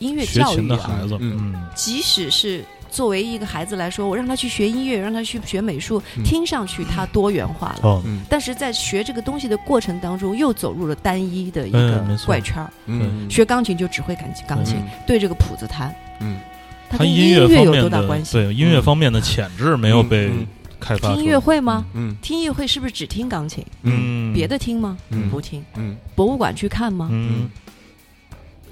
[SPEAKER 4] 音乐
[SPEAKER 2] 嗯学
[SPEAKER 4] 教
[SPEAKER 2] 琴
[SPEAKER 4] 育
[SPEAKER 2] 的
[SPEAKER 4] 啊，
[SPEAKER 2] 孩子，
[SPEAKER 1] 嗯
[SPEAKER 2] 嗯
[SPEAKER 4] 即使是作为一个孩子来说，我让他去学音乐，让他去学美术，
[SPEAKER 1] 嗯
[SPEAKER 4] 听上去他多元化了。
[SPEAKER 2] 哦，
[SPEAKER 1] 嗯
[SPEAKER 4] 但是在学这个东西的过程当中，又走入了单一的一
[SPEAKER 2] 嗯
[SPEAKER 4] 个
[SPEAKER 2] 没错
[SPEAKER 4] 怪圈儿。
[SPEAKER 1] 嗯，
[SPEAKER 4] 学钢琴就只会弹钢琴，对这个谱子弹，
[SPEAKER 1] 嗯，
[SPEAKER 4] 它
[SPEAKER 2] 他
[SPEAKER 4] 跟
[SPEAKER 2] 嗯音
[SPEAKER 4] 乐
[SPEAKER 2] 方
[SPEAKER 4] 有
[SPEAKER 2] 面
[SPEAKER 4] 多大
[SPEAKER 2] 的
[SPEAKER 4] 关系？嗯
[SPEAKER 2] 对音乐方面的潜质没有被
[SPEAKER 1] 嗯
[SPEAKER 2] 开发
[SPEAKER 4] 听
[SPEAKER 2] 出
[SPEAKER 4] 音
[SPEAKER 2] 来
[SPEAKER 4] 乐会吗？
[SPEAKER 1] 嗯
[SPEAKER 4] 听音乐会是不是只听钢琴？
[SPEAKER 1] 嗯
[SPEAKER 2] 嗯，
[SPEAKER 4] 别的听吗？
[SPEAKER 1] 嗯
[SPEAKER 4] 不听。
[SPEAKER 1] 嗯
[SPEAKER 4] 博物馆去看吗？
[SPEAKER 2] 嗯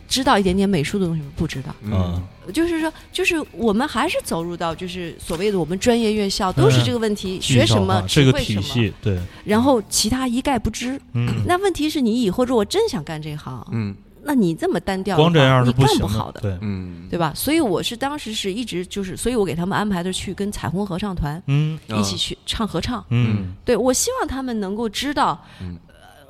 [SPEAKER 4] 知道一点点美术的东西吗？不知道。
[SPEAKER 1] 嗯
[SPEAKER 2] 啊
[SPEAKER 1] 啊，
[SPEAKER 4] 就是说，就是我们还是走入到就是所谓的我们专业院
[SPEAKER 2] 嗯
[SPEAKER 4] 校都是这个问题，
[SPEAKER 2] 技
[SPEAKER 4] 学
[SPEAKER 2] 巧
[SPEAKER 4] 什么
[SPEAKER 2] 化这
[SPEAKER 4] 只
[SPEAKER 2] 啊个
[SPEAKER 4] 会什
[SPEAKER 2] 体
[SPEAKER 4] 么，
[SPEAKER 2] 系，对，
[SPEAKER 4] 然后其他一概不知。
[SPEAKER 2] 嗯，
[SPEAKER 4] 那问题是你以后如果真想干这行，
[SPEAKER 1] 嗯
[SPEAKER 4] 那你这么单调的话，
[SPEAKER 2] 光这样是
[SPEAKER 4] 你
[SPEAKER 2] 不
[SPEAKER 4] 干
[SPEAKER 2] 行
[SPEAKER 4] 不好的。
[SPEAKER 2] 对，
[SPEAKER 1] 嗯，
[SPEAKER 4] 对吧？所以我是当时是一直就是，所以我给他们安排的去跟彩虹合唱团
[SPEAKER 2] 嗯
[SPEAKER 1] 啊
[SPEAKER 4] 一起去唱合唱。
[SPEAKER 2] 嗯
[SPEAKER 4] 对我希望他们能够知道，
[SPEAKER 1] 嗯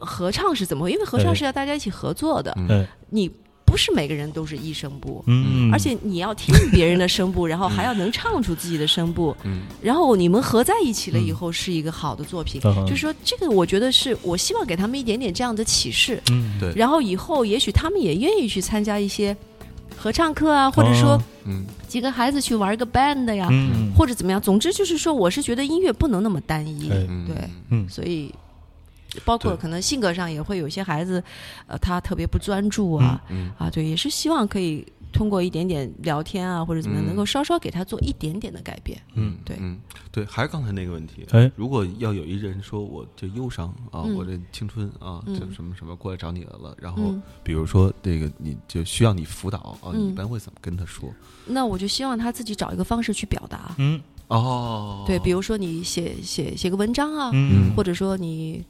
[SPEAKER 4] 呃，合唱是怎么回，因为合唱是要大家一起合作的，
[SPEAKER 1] 嗯
[SPEAKER 2] 哎
[SPEAKER 4] 你不是每个人都是一声部。
[SPEAKER 2] 嗯，
[SPEAKER 4] 而且你要听别人的声部，然后还要能唱出自己的声部，
[SPEAKER 1] 嗯
[SPEAKER 4] 然后你们合在一起了以后是一个好的作品。
[SPEAKER 2] 嗯
[SPEAKER 4] 就是说，这个我觉得是我希望给他们一点点这样的启示，
[SPEAKER 2] 嗯
[SPEAKER 1] 对
[SPEAKER 4] 然后以后也许他们也愿意去参加一些合唱课啊，或者说
[SPEAKER 2] 哦
[SPEAKER 1] 嗯
[SPEAKER 4] 几个孩子去玩个 band 呀，
[SPEAKER 2] 嗯
[SPEAKER 4] 或者怎么样。总之就是说，我是觉得音乐不能那么单一，
[SPEAKER 2] 哎
[SPEAKER 1] 嗯，
[SPEAKER 4] 对
[SPEAKER 2] 嗯
[SPEAKER 4] 所以包括
[SPEAKER 1] 对
[SPEAKER 4] 可能性格上也会有些孩子，呃，他特别不专注啊，
[SPEAKER 1] 嗯
[SPEAKER 4] 啊，对，也是希望可以通过一点点聊天啊，或者怎么样，
[SPEAKER 1] 嗯
[SPEAKER 4] 能够稍稍给他做一点点的改变。
[SPEAKER 1] 嗯，
[SPEAKER 4] 对
[SPEAKER 1] 嗯对，还是刚才那个问题，
[SPEAKER 2] 哎
[SPEAKER 1] 如果要有一人说我这忧伤啊，
[SPEAKER 4] 嗯
[SPEAKER 1] 我这青春啊，
[SPEAKER 4] 嗯
[SPEAKER 1] 这什么什么过来找你来了，然后
[SPEAKER 4] 嗯，
[SPEAKER 1] 比如说这个你就需要你辅导啊，你
[SPEAKER 4] 嗯
[SPEAKER 1] 一般会怎么跟他说？
[SPEAKER 4] 那我就希望他自己找一个方式去表达，
[SPEAKER 2] 嗯
[SPEAKER 1] 哦，
[SPEAKER 4] 对，比如说你写写写个文章啊，
[SPEAKER 2] 嗯
[SPEAKER 4] 或者说你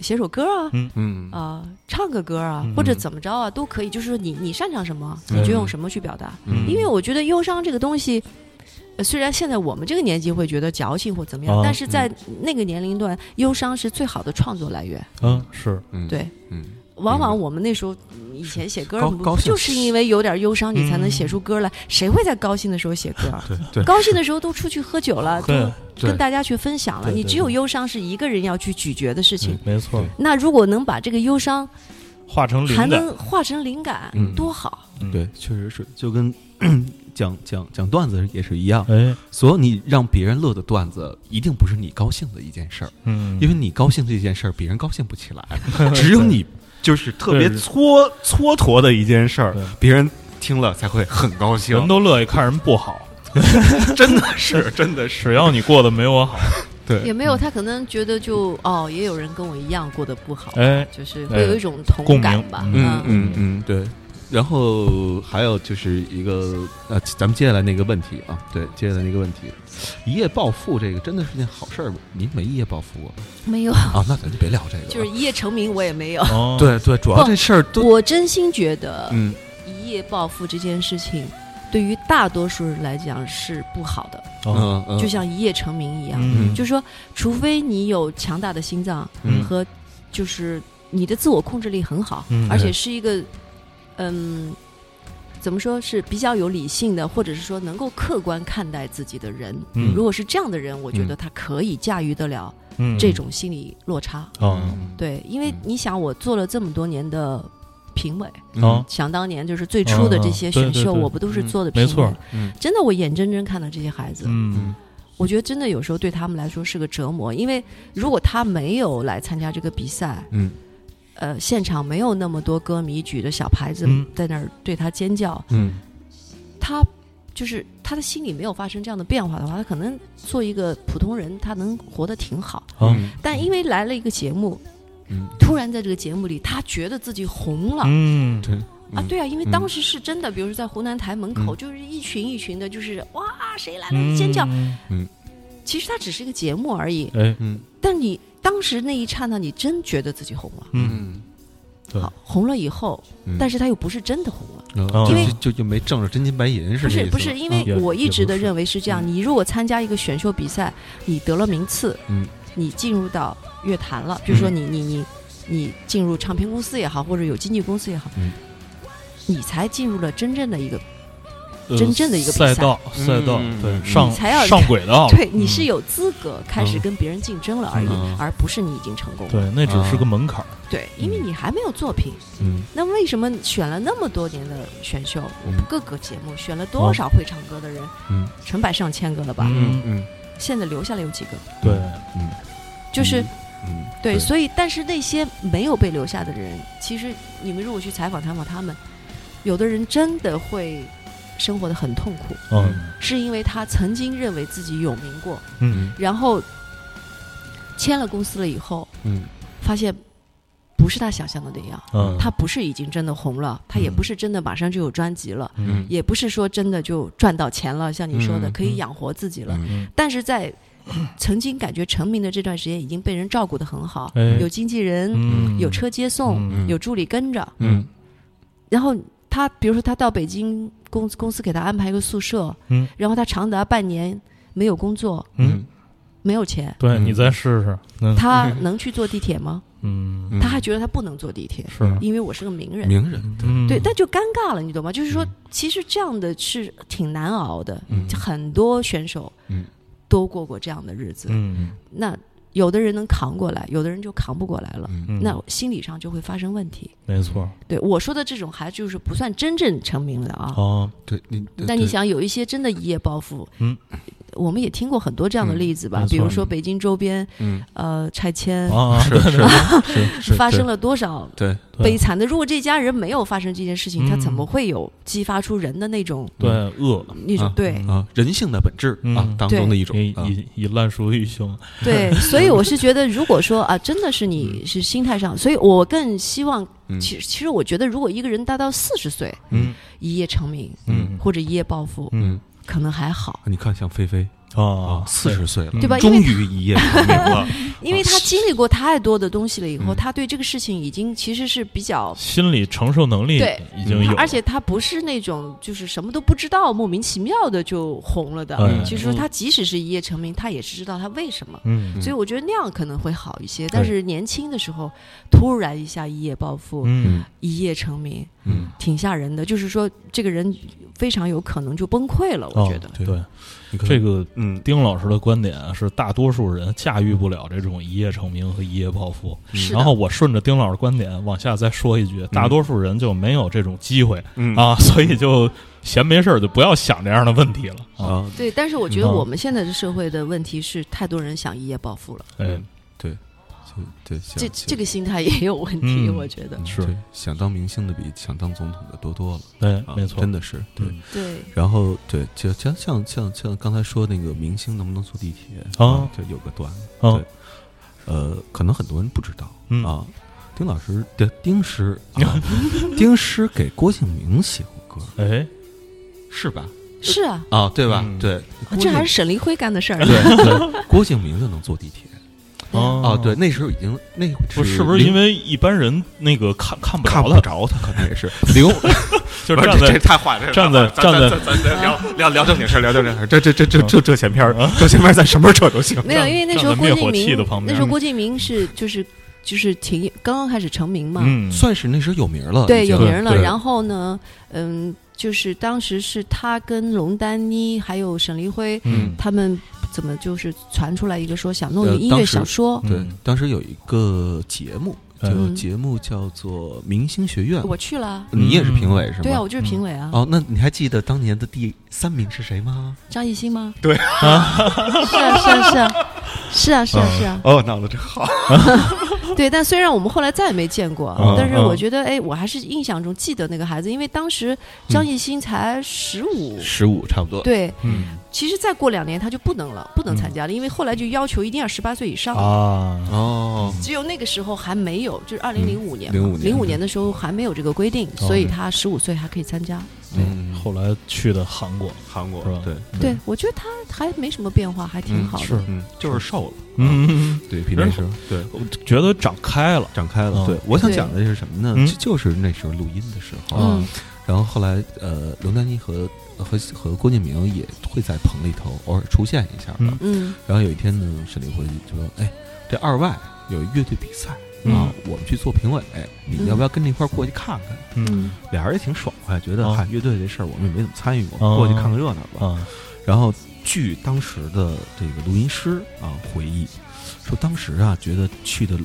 [SPEAKER 4] 写首歌啊。
[SPEAKER 1] 嗯
[SPEAKER 4] 啊、唱个歌啊，
[SPEAKER 2] 嗯
[SPEAKER 4] 或者怎么着啊，都可以。就是说你你擅长什么，
[SPEAKER 1] 嗯
[SPEAKER 4] 你就用什么去表达。
[SPEAKER 1] 嗯
[SPEAKER 4] 因为我觉得忧伤这个东西，呃虽然现在我们这个年纪会觉得矫情或怎么
[SPEAKER 1] 哦
[SPEAKER 4] 样，
[SPEAKER 2] 啊
[SPEAKER 4] 但是
[SPEAKER 1] 嗯
[SPEAKER 4] 在那个年龄段，忧伤是最好的创作来源。
[SPEAKER 2] 嗯是
[SPEAKER 1] 嗯
[SPEAKER 4] 对，
[SPEAKER 1] 嗯
[SPEAKER 4] 往往我们那时候嗯以前写歌，
[SPEAKER 1] 高
[SPEAKER 4] 不
[SPEAKER 1] 高兴
[SPEAKER 4] 就是因为有点忧伤，你才能
[SPEAKER 2] 嗯
[SPEAKER 4] 写出歌来。谁会在高兴的时候写歌？啊
[SPEAKER 1] 嗯对
[SPEAKER 4] 高兴的时候都出去喝酒了，都
[SPEAKER 2] 对
[SPEAKER 1] (laughs) 对
[SPEAKER 4] 跟大家去分享了。
[SPEAKER 2] 对对
[SPEAKER 4] 你只有忧伤是一个人要去咀嚼的事
[SPEAKER 1] 嗯
[SPEAKER 4] 情。
[SPEAKER 2] 没错，
[SPEAKER 4] 那如果能把这个忧伤
[SPEAKER 2] 化成灵
[SPEAKER 4] 还
[SPEAKER 2] 感，
[SPEAKER 4] 能化成灵感
[SPEAKER 1] 嗯，
[SPEAKER 4] 多好！
[SPEAKER 1] 对，确实是，就跟 (clears throat) 讲讲讲段子也是一样，
[SPEAKER 2] 哎
[SPEAKER 1] 所有你让别人乐的段子，一定不是你高兴的一件事儿，
[SPEAKER 2] 嗯，
[SPEAKER 1] 因为你高兴这件事儿，别人高兴不起 (laughs) 来，只有你就是特别
[SPEAKER 2] 对
[SPEAKER 1] 蹉蹉跎的一件事儿
[SPEAKER 2] 对，
[SPEAKER 1] 别人听了才会很高兴
[SPEAKER 2] 人。都乐意看人不好，
[SPEAKER 3] 真的是，真的是，
[SPEAKER 2] 只要你过得没我好，
[SPEAKER 4] 也没有，他可能觉得就哦，也有人跟我一样过得不好，
[SPEAKER 2] 哎，
[SPEAKER 4] 就是会有一种同
[SPEAKER 2] 共
[SPEAKER 4] 感
[SPEAKER 2] 鸣
[SPEAKER 4] 吧。
[SPEAKER 2] 嗯
[SPEAKER 4] 嗯，
[SPEAKER 1] 嗯嗯，对。然后还有就是一个呃，咱们接下来那个问题啊，对，接下来那个问题，一夜暴富这个真的是件好事儿吗？您没一夜暴富过吗
[SPEAKER 2] 嗯
[SPEAKER 4] 没有，
[SPEAKER 1] 啊？那咱就别聊这个了。
[SPEAKER 4] 就是一夜成名我也没有。
[SPEAKER 2] 哦，
[SPEAKER 1] 对对，主要这事儿都
[SPEAKER 4] 我真心觉得
[SPEAKER 1] 嗯
[SPEAKER 4] 一夜暴富这件事情，对于大多数人来讲是不好的，
[SPEAKER 2] 哦，
[SPEAKER 1] 嗯嗯，
[SPEAKER 4] 就像一夜成名一样。
[SPEAKER 2] 嗯，
[SPEAKER 4] 就是说，除非你有强大的心脏
[SPEAKER 1] 嗯
[SPEAKER 4] 和，就是你的自我控制力很好，
[SPEAKER 2] 嗯
[SPEAKER 4] 而且是一个，嗯，怎么说是比较有理性的，或者是说能够客观看待自己的人。
[SPEAKER 2] 嗯
[SPEAKER 4] 如果是这样的人，我觉得他可以驾驭得了
[SPEAKER 2] 嗯
[SPEAKER 4] 这种心理落差。
[SPEAKER 2] 啊
[SPEAKER 4] 对，因为你想，我做了这么多年的评委，
[SPEAKER 1] 嗯
[SPEAKER 2] 啊，
[SPEAKER 4] 想当年就是最初的这些选秀，
[SPEAKER 2] 嗯对对对
[SPEAKER 4] 我不都是做的评
[SPEAKER 2] 没
[SPEAKER 4] 委？
[SPEAKER 2] 错，
[SPEAKER 1] 嗯
[SPEAKER 4] 真的，我眼睁睁看到这些孩子，
[SPEAKER 2] 嗯
[SPEAKER 4] 我觉得真的有时候对他们来说是个折磨，因为如果他没有来参加这个比赛，
[SPEAKER 1] 嗯，
[SPEAKER 4] 呃，现场没有那么多歌迷举着小牌子
[SPEAKER 2] 嗯
[SPEAKER 4] 在那儿对他尖叫，
[SPEAKER 1] 嗯
[SPEAKER 4] 他就是他的心里没有发生这样的变化的话，他可能做一个普通人，他能活得挺好。
[SPEAKER 2] 啊，
[SPEAKER 4] 但因为来了一个节目，
[SPEAKER 1] 嗯
[SPEAKER 4] 突然在这个节目里，他觉得自己红了。
[SPEAKER 2] 嗯，
[SPEAKER 1] 对
[SPEAKER 4] 啊，
[SPEAKER 1] 嗯
[SPEAKER 4] 对啊，因为
[SPEAKER 1] 嗯
[SPEAKER 4] 当时是真的，比如说在湖南台门口，就是一群一群的，就是哇，谁来了尖叫。
[SPEAKER 2] 嗯，
[SPEAKER 4] 其实它只是一个节目而已，
[SPEAKER 2] 哎，
[SPEAKER 1] 嗯
[SPEAKER 4] 但你当时那一刹那，你真觉得自己红了。
[SPEAKER 2] 嗯，对
[SPEAKER 4] 好，红了以后，
[SPEAKER 1] 嗯
[SPEAKER 4] 但是他又不是真的红了。
[SPEAKER 1] 嗯
[SPEAKER 2] 因
[SPEAKER 1] 就
[SPEAKER 4] 为
[SPEAKER 1] 就就就没挣着真金白银是
[SPEAKER 4] 不
[SPEAKER 1] 这
[SPEAKER 4] 是
[SPEAKER 1] 意思
[SPEAKER 4] 不
[SPEAKER 1] 吗
[SPEAKER 4] 是，因
[SPEAKER 1] 嗯
[SPEAKER 4] 为
[SPEAKER 2] 也
[SPEAKER 4] 我
[SPEAKER 2] 也
[SPEAKER 4] 一
[SPEAKER 2] 不
[SPEAKER 4] 直的
[SPEAKER 2] 是
[SPEAKER 4] 认为是这样：你如果参加一个选秀比赛，你得了名次，
[SPEAKER 1] 嗯，
[SPEAKER 4] 你进入到乐坛了，比如说
[SPEAKER 1] 嗯
[SPEAKER 4] 你你你你进入唱片公司也好，或者有经纪公司也好，
[SPEAKER 1] 嗯
[SPEAKER 4] 你才进入了真正的一个，
[SPEAKER 2] 呃
[SPEAKER 4] 真正的一个比赛
[SPEAKER 2] 赛道，
[SPEAKER 3] 嗯
[SPEAKER 2] 赛道，对
[SPEAKER 1] 嗯，
[SPEAKER 2] 上
[SPEAKER 4] 你才要
[SPEAKER 2] 上轨道了，
[SPEAKER 4] 对，你
[SPEAKER 2] 嗯
[SPEAKER 4] 是有资格开始
[SPEAKER 2] 嗯
[SPEAKER 4] 跟别人竞争了而已，
[SPEAKER 1] 嗯
[SPEAKER 4] 而不是你已经成功了。
[SPEAKER 2] 对，那只是个
[SPEAKER 1] 啊
[SPEAKER 2] 门槛儿，
[SPEAKER 4] 对，因为你还没有作品，
[SPEAKER 1] 嗯
[SPEAKER 4] 那为什么选了那么多年的选秀，我们各个节目选了
[SPEAKER 2] 哦
[SPEAKER 4] 多少会唱歌的人，
[SPEAKER 1] 嗯
[SPEAKER 4] 成百上千个了吧？
[SPEAKER 1] 嗯
[SPEAKER 2] 嗯
[SPEAKER 1] 嗯
[SPEAKER 4] 现在留下来有几个？
[SPEAKER 2] 对，
[SPEAKER 4] 就是、
[SPEAKER 1] 嗯
[SPEAKER 4] 对，所以但是那些没有被留下的人，其实你们如果去采访采访他们，有的人真的会生活的很痛苦，
[SPEAKER 2] 嗯
[SPEAKER 4] 是因为他曾经认为自己有名过，
[SPEAKER 2] 嗯
[SPEAKER 4] 然后签了公司了以后，
[SPEAKER 1] 嗯
[SPEAKER 4] 发现不是他想象的那样，
[SPEAKER 2] 嗯，
[SPEAKER 4] 他不是已经真的红了，他也
[SPEAKER 2] 嗯
[SPEAKER 4] 不是真的马上就有专辑了。
[SPEAKER 2] 嗯
[SPEAKER 4] 也不是说真的就赚到钱了，像你说的
[SPEAKER 1] 嗯
[SPEAKER 4] 可以养活自己了，
[SPEAKER 2] 嗯
[SPEAKER 4] 但是在曾经感觉成名的这段时间，已经被人照顾的很好，
[SPEAKER 2] 哎
[SPEAKER 4] 有经纪人，
[SPEAKER 2] 嗯，
[SPEAKER 4] 有车接送，
[SPEAKER 2] 嗯
[SPEAKER 4] 有助理跟着。
[SPEAKER 1] 嗯
[SPEAKER 4] 然后他，比如说他到北京公公司给他安排一个宿舍，
[SPEAKER 2] 嗯
[SPEAKER 4] 然后他长达半年没有工作，
[SPEAKER 2] 嗯，
[SPEAKER 4] 没有钱，
[SPEAKER 2] 对你再试试，嗯
[SPEAKER 4] 他能去坐地铁
[SPEAKER 2] 嗯
[SPEAKER 4] 吗？
[SPEAKER 1] 嗯
[SPEAKER 4] 他还觉得他不能坐地铁，
[SPEAKER 2] 是，
[SPEAKER 4] 因为我是个名人。
[SPEAKER 1] 名人
[SPEAKER 2] 嗯
[SPEAKER 4] 对，但就尴尬了，你懂吗？就是说，其实这样的是挺难熬的，
[SPEAKER 1] 嗯
[SPEAKER 4] 很多选手
[SPEAKER 1] 嗯
[SPEAKER 4] 都过过这样的日子。
[SPEAKER 2] 嗯
[SPEAKER 4] 那有的人能扛过来，有的人就扛不过来了，
[SPEAKER 1] 嗯
[SPEAKER 2] 嗯，
[SPEAKER 4] 那心理上就会发生问题。
[SPEAKER 2] 没错
[SPEAKER 4] 对我说的这种，还就是不算真正成名的啊。
[SPEAKER 2] 啊，
[SPEAKER 1] 对你
[SPEAKER 4] 但你想，有一些真的一夜暴富，
[SPEAKER 2] 嗯，
[SPEAKER 4] 我们也听过很多这样的例子吧
[SPEAKER 2] 没，错
[SPEAKER 4] 比如说北京周边，
[SPEAKER 1] 嗯
[SPEAKER 4] 呃，拆迁。
[SPEAKER 2] 啊，
[SPEAKER 1] 是是是是
[SPEAKER 4] 发生了多少
[SPEAKER 1] 对
[SPEAKER 2] 对
[SPEAKER 4] 悲惨的？如果这家人没有发生这件事情，他
[SPEAKER 2] 嗯
[SPEAKER 4] 怎么会有激发出人的那种
[SPEAKER 2] (laughs) 对恶
[SPEAKER 4] 那种
[SPEAKER 1] 啊
[SPEAKER 4] 对
[SPEAKER 1] 啊人性的本质啊
[SPEAKER 2] 嗯
[SPEAKER 1] 当中的一种
[SPEAKER 2] 以
[SPEAKER 1] 啊
[SPEAKER 2] 以以烂熟于胸， (laughs)
[SPEAKER 4] 对，所以我是觉得，如果说啊，真的是
[SPEAKER 2] 嗯
[SPEAKER 4] 你是心态上，所以我更希望，
[SPEAKER 1] 嗯
[SPEAKER 4] 其其实我觉得，如果一个人达到四十岁
[SPEAKER 2] 嗯
[SPEAKER 4] 一夜成名，
[SPEAKER 2] 嗯
[SPEAKER 4] 或者一夜暴富，
[SPEAKER 1] 嗯
[SPEAKER 4] 可能还好，
[SPEAKER 1] 你看像菲菲
[SPEAKER 2] 啊，
[SPEAKER 1] 四十岁了
[SPEAKER 4] 对吧因
[SPEAKER 1] 终
[SPEAKER 4] 为
[SPEAKER 1] 于一夜成名了
[SPEAKER 4] 因为他经历过太多的东西了以
[SPEAKER 2] 嗯
[SPEAKER 4] 后，他对这个事情已经其实是比较。
[SPEAKER 2] 心理承受能力
[SPEAKER 4] 对
[SPEAKER 2] 已经有
[SPEAKER 4] 他
[SPEAKER 2] 了，
[SPEAKER 4] 而且他不是那种就是什么都不知道，莫名其妙的就红了的。
[SPEAKER 2] 嗯
[SPEAKER 4] 就是说，他即使是一夜成名，他也是知道他为什么。
[SPEAKER 2] 嗯
[SPEAKER 4] 所以我觉得那样可能会好一些。但是年轻的时候，突然一下一夜暴富，
[SPEAKER 2] (laughs) 嗯
[SPEAKER 4] 一夜成名，
[SPEAKER 1] 嗯
[SPEAKER 4] 挺吓人的。就是说，这个人非常有可能就崩溃了。我
[SPEAKER 2] 哦
[SPEAKER 4] 觉得，
[SPEAKER 2] 对
[SPEAKER 1] 你看
[SPEAKER 2] 这个
[SPEAKER 1] 嗯
[SPEAKER 2] 丁老师的观点啊是，大多数人驾驭不了这种一夜成名和一夜暴富。
[SPEAKER 4] 是
[SPEAKER 2] 嗯
[SPEAKER 4] 的
[SPEAKER 2] 然后我顺着丁老师观点往下再说一句，大多数人就没有这种机会、
[SPEAKER 3] 嗯
[SPEAKER 2] 啊，所以就闲没事儿就不要想这样的问题了啊。
[SPEAKER 1] 啊
[SPEAKER 4] 对。但是我觉得
[SPEAKER 2] 嗯
[SPEAKER 4] 我们现在的社会的问题是，太多人想一夜暴富了。
[SPEAKER 2] 哎，
[SPEAKER 1] 对，就对，想
[SPEAKER 4] 这
[SPEAKER 1] 想
[SPEAKER 4] 这个心态也有问题，
[SPEAKER 2] 嗯
[SPEAKER 4] 我觉得。
[SPEAKER 2] 是
[SPEAKER 1] 对想当明星的比想当总统的多多了，
[SPEAKER 2] 对
[SPEAKER 1] 啊，
[SPEAKER 2] 哎没错，
[SPEAKER 1] 真的是对。
[SPEAKER 2] 嗯
[SPEAKER 4] 对，
[SPEAKER 1] 然后对，就像像像像刚才说那个明星能不能坐地铁
[SPEAKER 2] 啊
[SPEAKER 1] 就有个段子，
[SPEAKER 2] 啊
[SPEAKER 1] 对呃，可能很多人不知道、
[SPEAKER 2] 嗯
[SPEAKER 1] 啊。丁老师的丁师，
[SPEAKER 2] (laughs)
[SPEAKER 1] 啊、丁师给郭敬明写过歌，
[SPEAKER 2] 哎，
[SPEAKER 1] 是吧？
[SPEAKER 4] 是啊，
[SPEAKER 1] 啊，对吧？
[SPEAKER 2] 嗯
[SPEAKER 1] 对，郭
[SPEAKER 4] 这
[SPEAKER 1] 敬
[SPEAKER 4] 还是沈黎辉干的事儿。
[SPEAKER 1] 对对，郭敬明就能坐地铁
[SPEAKER 2] 哦
[SPEAKER 1] 啊。对，，那时候已经那
[SPEAKER 2] 不是不是因为一般人那个看看不
[SPEAKER 1] 看
[SPEAKER 2] 着
[SPEAKER 1] 不
[SPEAKER 2] 他，
[SPEAKER 1] 着他，可能也是零
[SPEAKER 2] (laughs) 就
[SPEAKER 3] 不
[SPEAKER 2] 是
[SPEAKER 3] 是
[SPEAKER 2] 站
[SPEAKER 3] 这这
[SPEAKER 2] 在
[SPEAKER 3] 太坏了，
[SPEAKER 2] 站在
[SPEAKER 3] 这太坏了
[SPEAKER 2] 站
[SPEAKER 3] 咱咱咱咱聊聊聊正经事儿，聊正经事儿，这这这这这这闲篇儿，
[SPEAKER 2] 嗯
[SPEAKER 3] 这闲篇儿咱什么时候都行。
[SPEAKER 4] 没有，
[SPEAKER 2] 站
[SPEAKER 4] 因为那时候
[SPEAKER 2] 站在灭
[SPEAKER 4] 郭敬
[SPEAKER 2] 火器
[SPEAKER 4] 明
[SPEAKER 2] 的旁，边
[SPEAKER 4] 那时候郭敬明是就是就是挺刚刚开始成名嘛，
[SPEAKER 2] 嗯，
[SPEAKER 1] 算是那时候有名了，
[SPEAKER 4] 对，
[SPEAKER 1] 已经
[SPEAKER 4] 有名了。
[SPEAKER 1] 对
[SPEAKER 4] 然后呢，嗯，就是当时是他跟龙丹妮还有沈黎辉
[SPEAKER 2] 嗯
[SPEAKER 4] 他们怎么就是传出来一个说想弄
[SPEAKER 1] 呃
[SPEAKER 4] 一个音
[SPEAKER 1] 当
[SPEAKER 4] 乐
[SPEAKER 1] 时
[SPEAKER 4] 小说，
[SPEAKER 1] 对
[SPEAKER 2] 嗯，
[SPEAKER 1] 当时有一个节目，就
[SPEAKER 4] 嗯
[SPEAKER 1] 节目叫做《明星学院》，
[SPEAKER 4] 我去了，
[SPEAKER 1] 你也是评委是吗？
[SPEAKER 4] 对啊，我就是评委啊，
[SPEAKER 1] 哦，那你还记得当年的第三名是谁吗？
[SPEAKER 4] 张艺兴吗？
[SPEAKER 3] 对
[SPEAKER 4] 是啊，是啊，是啊。是啊，
[SPEAKER 1] 嗯
[SPEAKER 4] 是啊，是啊，
[SPEAKER 3] 哦，脑子真好，
[SPEAKER 4] 对。但虽然我们后来再也没见过，
[SPEAKER 2] 嗯
[SPEAKER 4] 但是
[SPEAKER 2] 嗯
[SPEAKER 4] 我觉得，哎，我还是印象中记得那个孩子，因为当时张艺兴才十五、
[SPEAKER 1] 嗯十五，差不多。
[SPEAKER 4] 对，
[SPEAKER 2] 嗯
[SPEAKER 4] 其实再过两年他就不能了，不能参
[SPEAKER 1] 嗯
[SPEAKER 4] 加了，因为后来就要求一定要十八岁以上。
[SPEAKER 2] 啊，
[SPEAKER 1] 哦，
[SPEAKER 4] 只有那个时候还没有，就是二零零五年嘛，
[SPEAKER 1] 嗯05年哦
[SPEAKER 4] 05的时候还没有这个规定，所以他十五岁还可以参加。
[SPEAKER 1] 嗯，
[SPEAKER 2] 后来去的韩国，
[SPEAKER 3] 韩国
[SPEAKER 2] 是吧
[SPEAKER 1] 对，
[SPEAKER 4] 对，我觉得他还没什么变化，还挺
[SPEAKER 1] 嗯
[SPEAKER 4] 好的。
[SPEAKER 2] 嗯是
[SPEAKER 1] 嗯，
[SPEAKER 3] 就是瘦了，
[SPEAKER 2] 嗯，
[SPEAKER 1] 对，比那时候对
[SPEAKER 2] 我觉得长开了
[SPEAKER 1] 展开了。
[SPEAKER 2] 嗯
[SPEAKER 1] 对，我想
[SPEAKER 4] 对
[SPEAKER 1] 讲的是什么呢
[SPEAKER 2] 嗯？
[SPEAKER 1] 就就是那时候录音的时候，
[SPEAKER 2] 啊
[SPEAKER 4] 嗯，
[SPEAKER 1] 然后后来呃，龙丹妮和呃和和郭敬明也会在棚里头偶尔出现一下吧。
[SPEAKER 2] 嗯
[SPEAKER 4] 嗯
[SPEAKER 1] 然后有一天呢，沈立辉就说：“哎，这二外有一乐队比赛
[SPEAKER 2] 嗯
[SPEAKER 1] 啊，我们去做评委，你要不要跟着一块儿过去看看？”
[SPEAKER 2] 嗯
[SPEAKER 4] 嗯
[SPEAKER 1] 俩人也挺爽快，觉得
[SPEAKER 2] 哦
[SPEAKER 1] 嗨，乐队这事儿我们也没怎么参与过，
[SPEAKER 2] 哦
[SPEAKER 1] 过去看看热闹吧。
[SPEAKER 2] 啊，
[SPEAKER 1] 然后据当时的这个录音师啊回忆，说当时啊觉得去的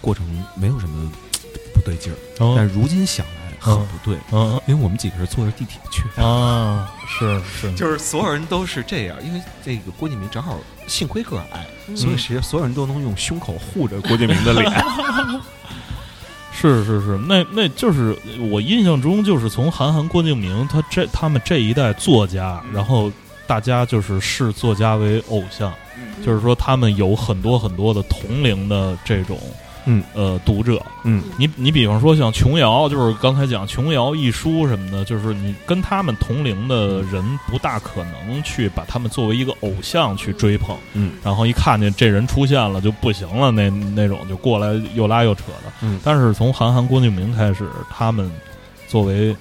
[SPEAKER 1] 过程没有什么嘖不对劲儿，但
[SPEAKER 2] 哦
[SPEAKER 1] 如今想来很
[SPEAKER 2] 哦
[SPEAKER 1] 不对，
[SPEAKER 2] 嗯
[SPEAKER 1] 因为我们几个是坐着地铁去。
[SPEAKER 2] 啊，是是，
[SPEAKER 1] 就是所有人都是这样，因为这个郭敬明正好幸亏个矮，
[SPEAKER 4] 嗯
[SPEAKER 1] 所以谁所有人都能用胸口护着郭敬明的脸。
[SPEAKER 2] 是是是，那那就是我印象中，就是从韩寒、郭敬明他这他们这一代作家，然后大家就是视作家为偶像，
[SPEAKER 3] 嗯
[SPEAKER 2] 就是说他们有很多很多的同龄的这种。
[SPEAKER 1] 嗯
[SPEAKER 2] 呃，读者，
[SPEAKER 1] 嗯，
[SPEAKER 2] 你你比方说像琼瑶，就是刚才讲琼瑶一书什么的，就是你跟他们同龄的人不大可能去把他们作为一个偶像去追捧，
[SPEAKER 1] 嗯，
[SPEAKER 2] 然后一看见这人出现了就不行了，那那种就过来又拉又扯的，
[SPEAKER 1] 嗯
[SPEAKER 2] 但是从韩寒、郭敬明开始，他们作为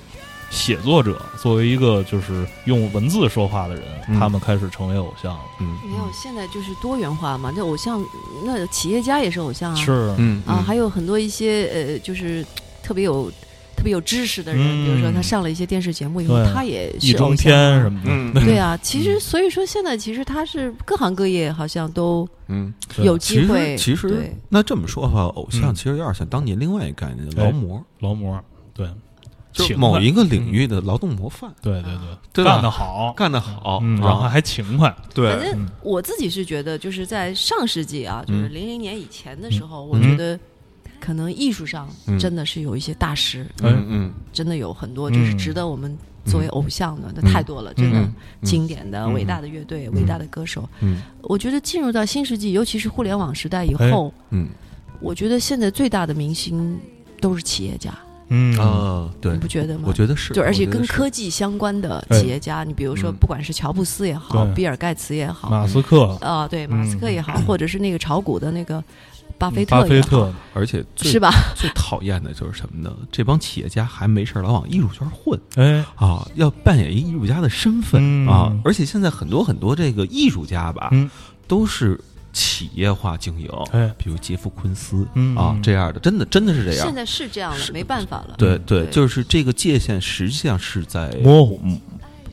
[SPEAKER 2] 写作者，作为一个就是用文字说话的人，
[SPEAKER 1] 嗯
[SPEAKER 2] 他们开始成为偶像了，
[SPEAKER 1] 嗯
[SPEAKER 4] 没有，现在就是多元化嘛。这偶像，那企业家也是偶像啊，
[SPEAKER 2] 是，
[SPEAKER 1] 嗯
[SPEAKER 4] 啊，还有很多一些呃，就是特别有特别有知识的人，
[SPEAKER 2] 嗯
[SPEAKER 4] 比如说他上了一些电视节目以后，
[SPEAKER 2] 对
[SPEAKER 4] 他也
[SPEAKER 2] 易
[SPEAKER 4] 是偶
[SPEAKER 2] 中
[SPEAKER 4] 像啊
[SPEAKER 2] 天什么的，
[SPEAKER 3] 嗯
[SPEAKER 2] (laughs)
[SPEAKER 4] 对啊，其实所以说现在其实他是各行各业好像都
[SPEAKER 1] 嗯，
[SPEAKER 2] 对
[SPEAKER 4] 有
[SPEAKER 1] 其
[SPEAKER 4] 机会
[SPEAKER 1] 实，其实
[SPEAKER 4] 对
[SPEAKER 1] (laughs) 那这么说 (laughs) 的话，偶像
[SPEAKER 2] 嗯
[SPEAKER 1] 其实有点像当年另外一概念
[SPEAKER 2] 哎
[SPEAKER 1] 劳模，
[SPEAKER 2] 劳模，对，
[SPEAKER 1] 就是
[SPEAKER 2] 勤
[SPEAKER 1] 某
[SPEAKER 2] 快
[SPEAKER 1] 一个领域的劳动模范，
[SPEAKER 2] 对对对，
[SPEAKER 1] 对吧啊
[SPEAKER 2] 干得好，
[SPEAKER 1] 嗯干得好，
[SPEAKER 2] 嗯，然后还勤快，
[SPEAKER 4] 啊反
[SPEAKER 3] 对，
[SPEAKER 4] 正
[SPEAKER 2] 嗯
[SPEAKER 4] 我自己是觉得，就是在上世纪啊，就是
[SPEAKER 1] 嗯
[SPEAKER 4] 零零年以前的时候，我
[SPEAKER 2] 嗯
[SPEAKER 4] 觉得可能艺术上
[SPEAKER 1] 嗯
[SPEAKER 4] 真的是有一些大师，
[SPEAKER 2] 哎
[SPEAKER 1] 嗯嗯
[SPEAKER 4] 真的有很多就是
[SPEAKER 2] 嗯
[SPEAKER 4] 值得我们作为偶像的，那
[SPEAKER 1] 嗯
[SPEAKER 4] 太多了，真的
[SPEAKER 1] 嗯嗯
[SPEAKER 4] 经典的、
[SPEAKER 1] 嗯
[SPEAKER 4] 伟大的乐队、伟大的歌手。
[SPEAKER 1] 嗯
[SPEAKER 4] 我觉得进入到新世纪，尤其是互联网时代以
[SPEAKER 2] 哎
[SPEAKER 4] 后，
[SPEAKER 1] 嗯
[SPEAKER 4] 我觉得现在最大的明星都是企业家，
[SPEAKER 2] 嗯
[SPEAKER 1] 啊，对
[SPEAKER 4] 你，不觉得吗？
[SPEAKER 1] 我觉得是，
[SPEAKER 4] 就而且
[SPEAKER 1] 我觉得
[SPEAKER 4] 跟
[SPEAKER 1] 是哎
[SPEAKER 4] 科技相关的
[SPEAKER 2] 对
[SPEAKER 4] 企业家，你比如说，
[SPEAKER 1] 嗯
[SPEAKER 4] 不管是乔布斯也好，
[SPEAKER 2] 对
[SPEAKER 4] 比尔盖茨也好，
[SPEAKER 2] 马斯克、
[SPEAKER 4] 啊，对，马斯克也好，或者是那个炒股的那个
[SPEAKER 1] 嗯
[SPEAKER 4] 巴菲特
[SPEAKER 2] 嗯
[SPEAKER 4] 也
[SPEAKER 2] 巴
[SPEAKER 4] 好，
[SPEAKER 2] 菲特，
[SPEAKER 1] 而且最
[SPEAKER 4] 是吧？
[SPEAKER 1] 最讨厌的就是什么呢？这帮企业家还没事儿老往艺术圈混
[SPEAKER 2] 哎，
[SPEAKER 1] 啊，要扮演一艺术家的身份
[SPEAKER 2] 嗯
[SPEAKER 1] 啊，而且现在很多很多这个艺术家吧
[SPEAKER 2] 嗯，
[SPEAKER 1] 都是企业化经营，
[SPEAKER 2] 哎，
[SPEAKER 1] 比如杰夫昆斯
[SPEAKER 2] 嗯嗯
[SPEAKER 1] 啊这样的，真的真的是这样
[SPEAKER 4] 现。在是这样了，
[SPEAKER 1] 是
[SPEAKER 4] 没办法了。
[SPEAKER 1] 对对，
[SPEAKER 4] 对
[SPEAKER 1] 就是这个界限实际上是在
[SPEAKER 2] 模糊，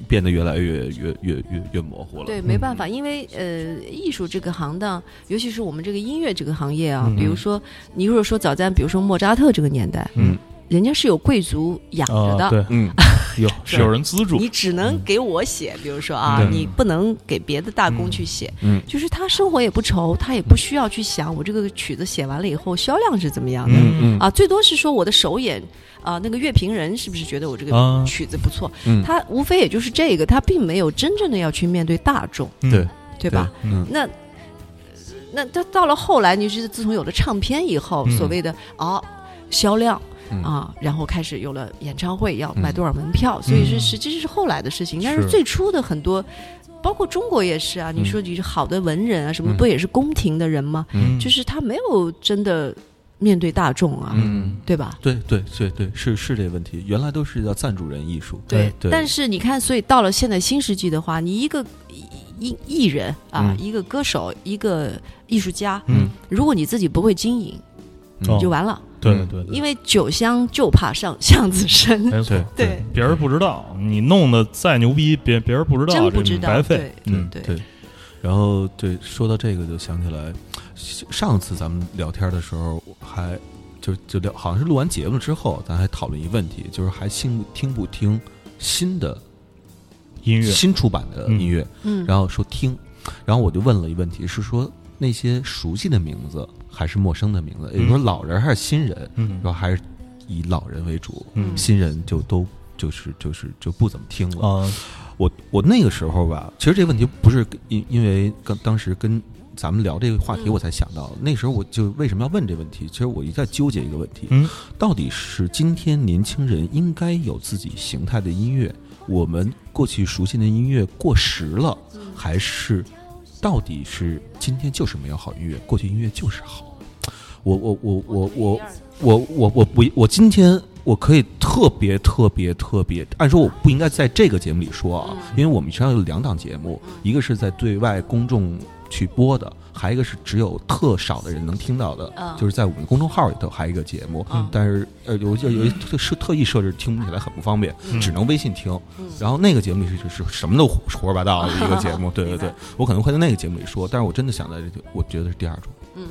[SPEAKER 1] 变得越来越越越越越模糊了。
[SPEAKER 4] 对，没办法，因为呃，艺术这个行当，尤其是我们这个音乐这个行业啊，
[SPEAKER 2] 嗯
[SPEAKER 4] 比如说，你如果说早在比如说莫扎特这个年代，
[SPEAKER 2] 嗯，
[SPEAKER 4] 人家是有贵族养着
[SPEAKER 2] 啊，
[SPEAKER 4] 的，
[SPEAKER 2] 对，
[SPEAKER 1] 嗯，
[SPEAKER 2] 有是有人资助
[SPEAKER 4] 你，只能给我写，比如说啊，
[SPEAKER 2] 对
[SPEAKER 4] 你不能给别的大公去写。
[SPEAKER 1] 嗯
[SPEAKER 4] 就是他生活也不愁，他也不需要去想我这个曲子写完了以后销量是怎么样的、
[SPEAKER 1] 嗯嗯
[SPEAKER 4] 啊，最多是说我的首演啊，那个乐评人是不是觉得我这
[SPEAKER 2] 啊
[SPEAKER 4] 个曲子不错？
[SPEAKER 1] 嗯
[SPEAKER 4] 他无非也就是这个，他并没有真正的要去面对大众，
[SPEAKER 2] 嗯
[SPEAKER 1] 对
[SPEAKER 4] 对吧？
[SPEAKER 1] 嗯
[SPEAKER 4] 那那他到了后来，你是自从有了唱片以后，
[SPEAKER 2] 嗯
[SPEAKER 4] 所谓的啊销量
[SPEAKER 1] 嗯
[SPEAKER 4] 啊，然后开始有了演唱会要
[SPEAKER 1] 嗯
[SPEAKER 4] 卖多少门票，所以
[SPEAKER 2] 嗯
[SPEAKER 4] 是实际是后来的事情，但是
[SPEAKER 2] 是
[SPEAKER 4] 最初的很多。包括中国也是啊，你说你好的文人啊，什么
[SPEAKER 1] 嗯
[SPEAKER 4] 不也是宫廷的人吗？
[SPEAKER 2] 嗯
[SPEAKER 4] 就是他没有真的面对大众啊，
[SPEAKER 1] 嗯，
[SPEAKER 4] 对吧？
[SPEAKER 1] 对对对对，是是这问题，原来都是叫赞助人艺术，
[SPEAKER 2] 对
[SPEAKER 1] 对，
[SPEAKER 4] 但是你看，所以到了现在新世纪的话，你一个艺艺艺人啊，
[SPEAKER 1] 嗯
[SPEAKER 4] 一个歌手，一个艺术家，
[SPEAKER 2] 嗯，
[SPEAKER 4] 如果你自己不会经营，
[SPEAKER 1] 嗯
[SPEAKER 2] 哦
[SPEAKER 4] 就完了。
[SPEAKER 2] 对
[SPEAKER 1] 嗯
[SPEAKER 2] 对对，
[SPEAKER 4] 因为酒香就怕上巷子深，
[SPEAKER 2] 没错
[SPEAKER 1] 对，
[SPEAKER 4] 对，
[SPEAKER 2] 别人不知道，你弄的再牛逼，别别人不知道，
[SPEAKER 4] 真
[SPEAKER 2] 这
[SPEAKER 4] 不知
[SPEAKER 2] 你
[SPEAKER 4] 道，
[SPEAKER 2] 白费
[SPEAKER 4] 对。
[SPEAKER 2] 嗯，
[SPEAKER 4] 对
[SPEAKER 1] 对。然后对，说到这个就想起来，上次咱们聊天的时候我还就就聊，好像是录完节目之后，咱还讨论一问题，就是还听听不听新的
[SPEAKER 2] 音乐
[SPEAKER 1] 新出版的
[SPEAKER 2] 嗯
[SPEAKER 1] 音乐，
[SPEAKER 4] 嗯，
[SPEAKER 1] 然后说听，然后我就问了一问题，是说那些熟悉的名字还是陌生的名字，也就是说老人还是新人，
[SPEAKER 2] 嗯
[SPEAKER 1] 然后还是以老人为主，
[SPEAKER 2] 嗯
[SPEAKER 1] 新人就都就是就是就不怎么听了。
[SPEAKER 2] 啊，
[SPEAKER 1] 我我那个时候吧，其实这个问题不是因因为刚当时跟咱们聊这个话题
[SPEAKER 4] 嗯
[SPEAKER 1] 我才想到的，那时候我就为什么要问这问题？其实我一再纠结一个问题，
[SPEAKER 2] 嗯
[SPEAKER 1] 到底是今天年轻人应该有自己形态的音乐，我们过去熟悉的音乐过时了，还是到底是今天就是没有好音乐，过去音乐就是好？我我我我我我我我我我今天我可以特别特别特别，按说我不应该在这个节目里说
[SPEAKER 4] 嗯
[SPEAKER 1] 啊，因为我们实际上有两档节目，一个是在对外公众去播的，还有一个是只有特少的人能听到的，
[SPEAKER 4] 嗯
[SPEAKER 1] 就是在我们公众号里头还有一个节目，
[SPEAKER 4] 嗯
[SPEAKER 1] 但是呃有有有一特是特意设置听不起来很不方便，
[SPEAKER 4] 嗯
[SPEAKER 1] 只能微信听。然后那个节目里是是什么都胡胡说八道的一个节目，对对对，我可能会在那个节目里说，但是我真的想在这个，我觉得是第二种，
[SPEAKER 4] 嗯，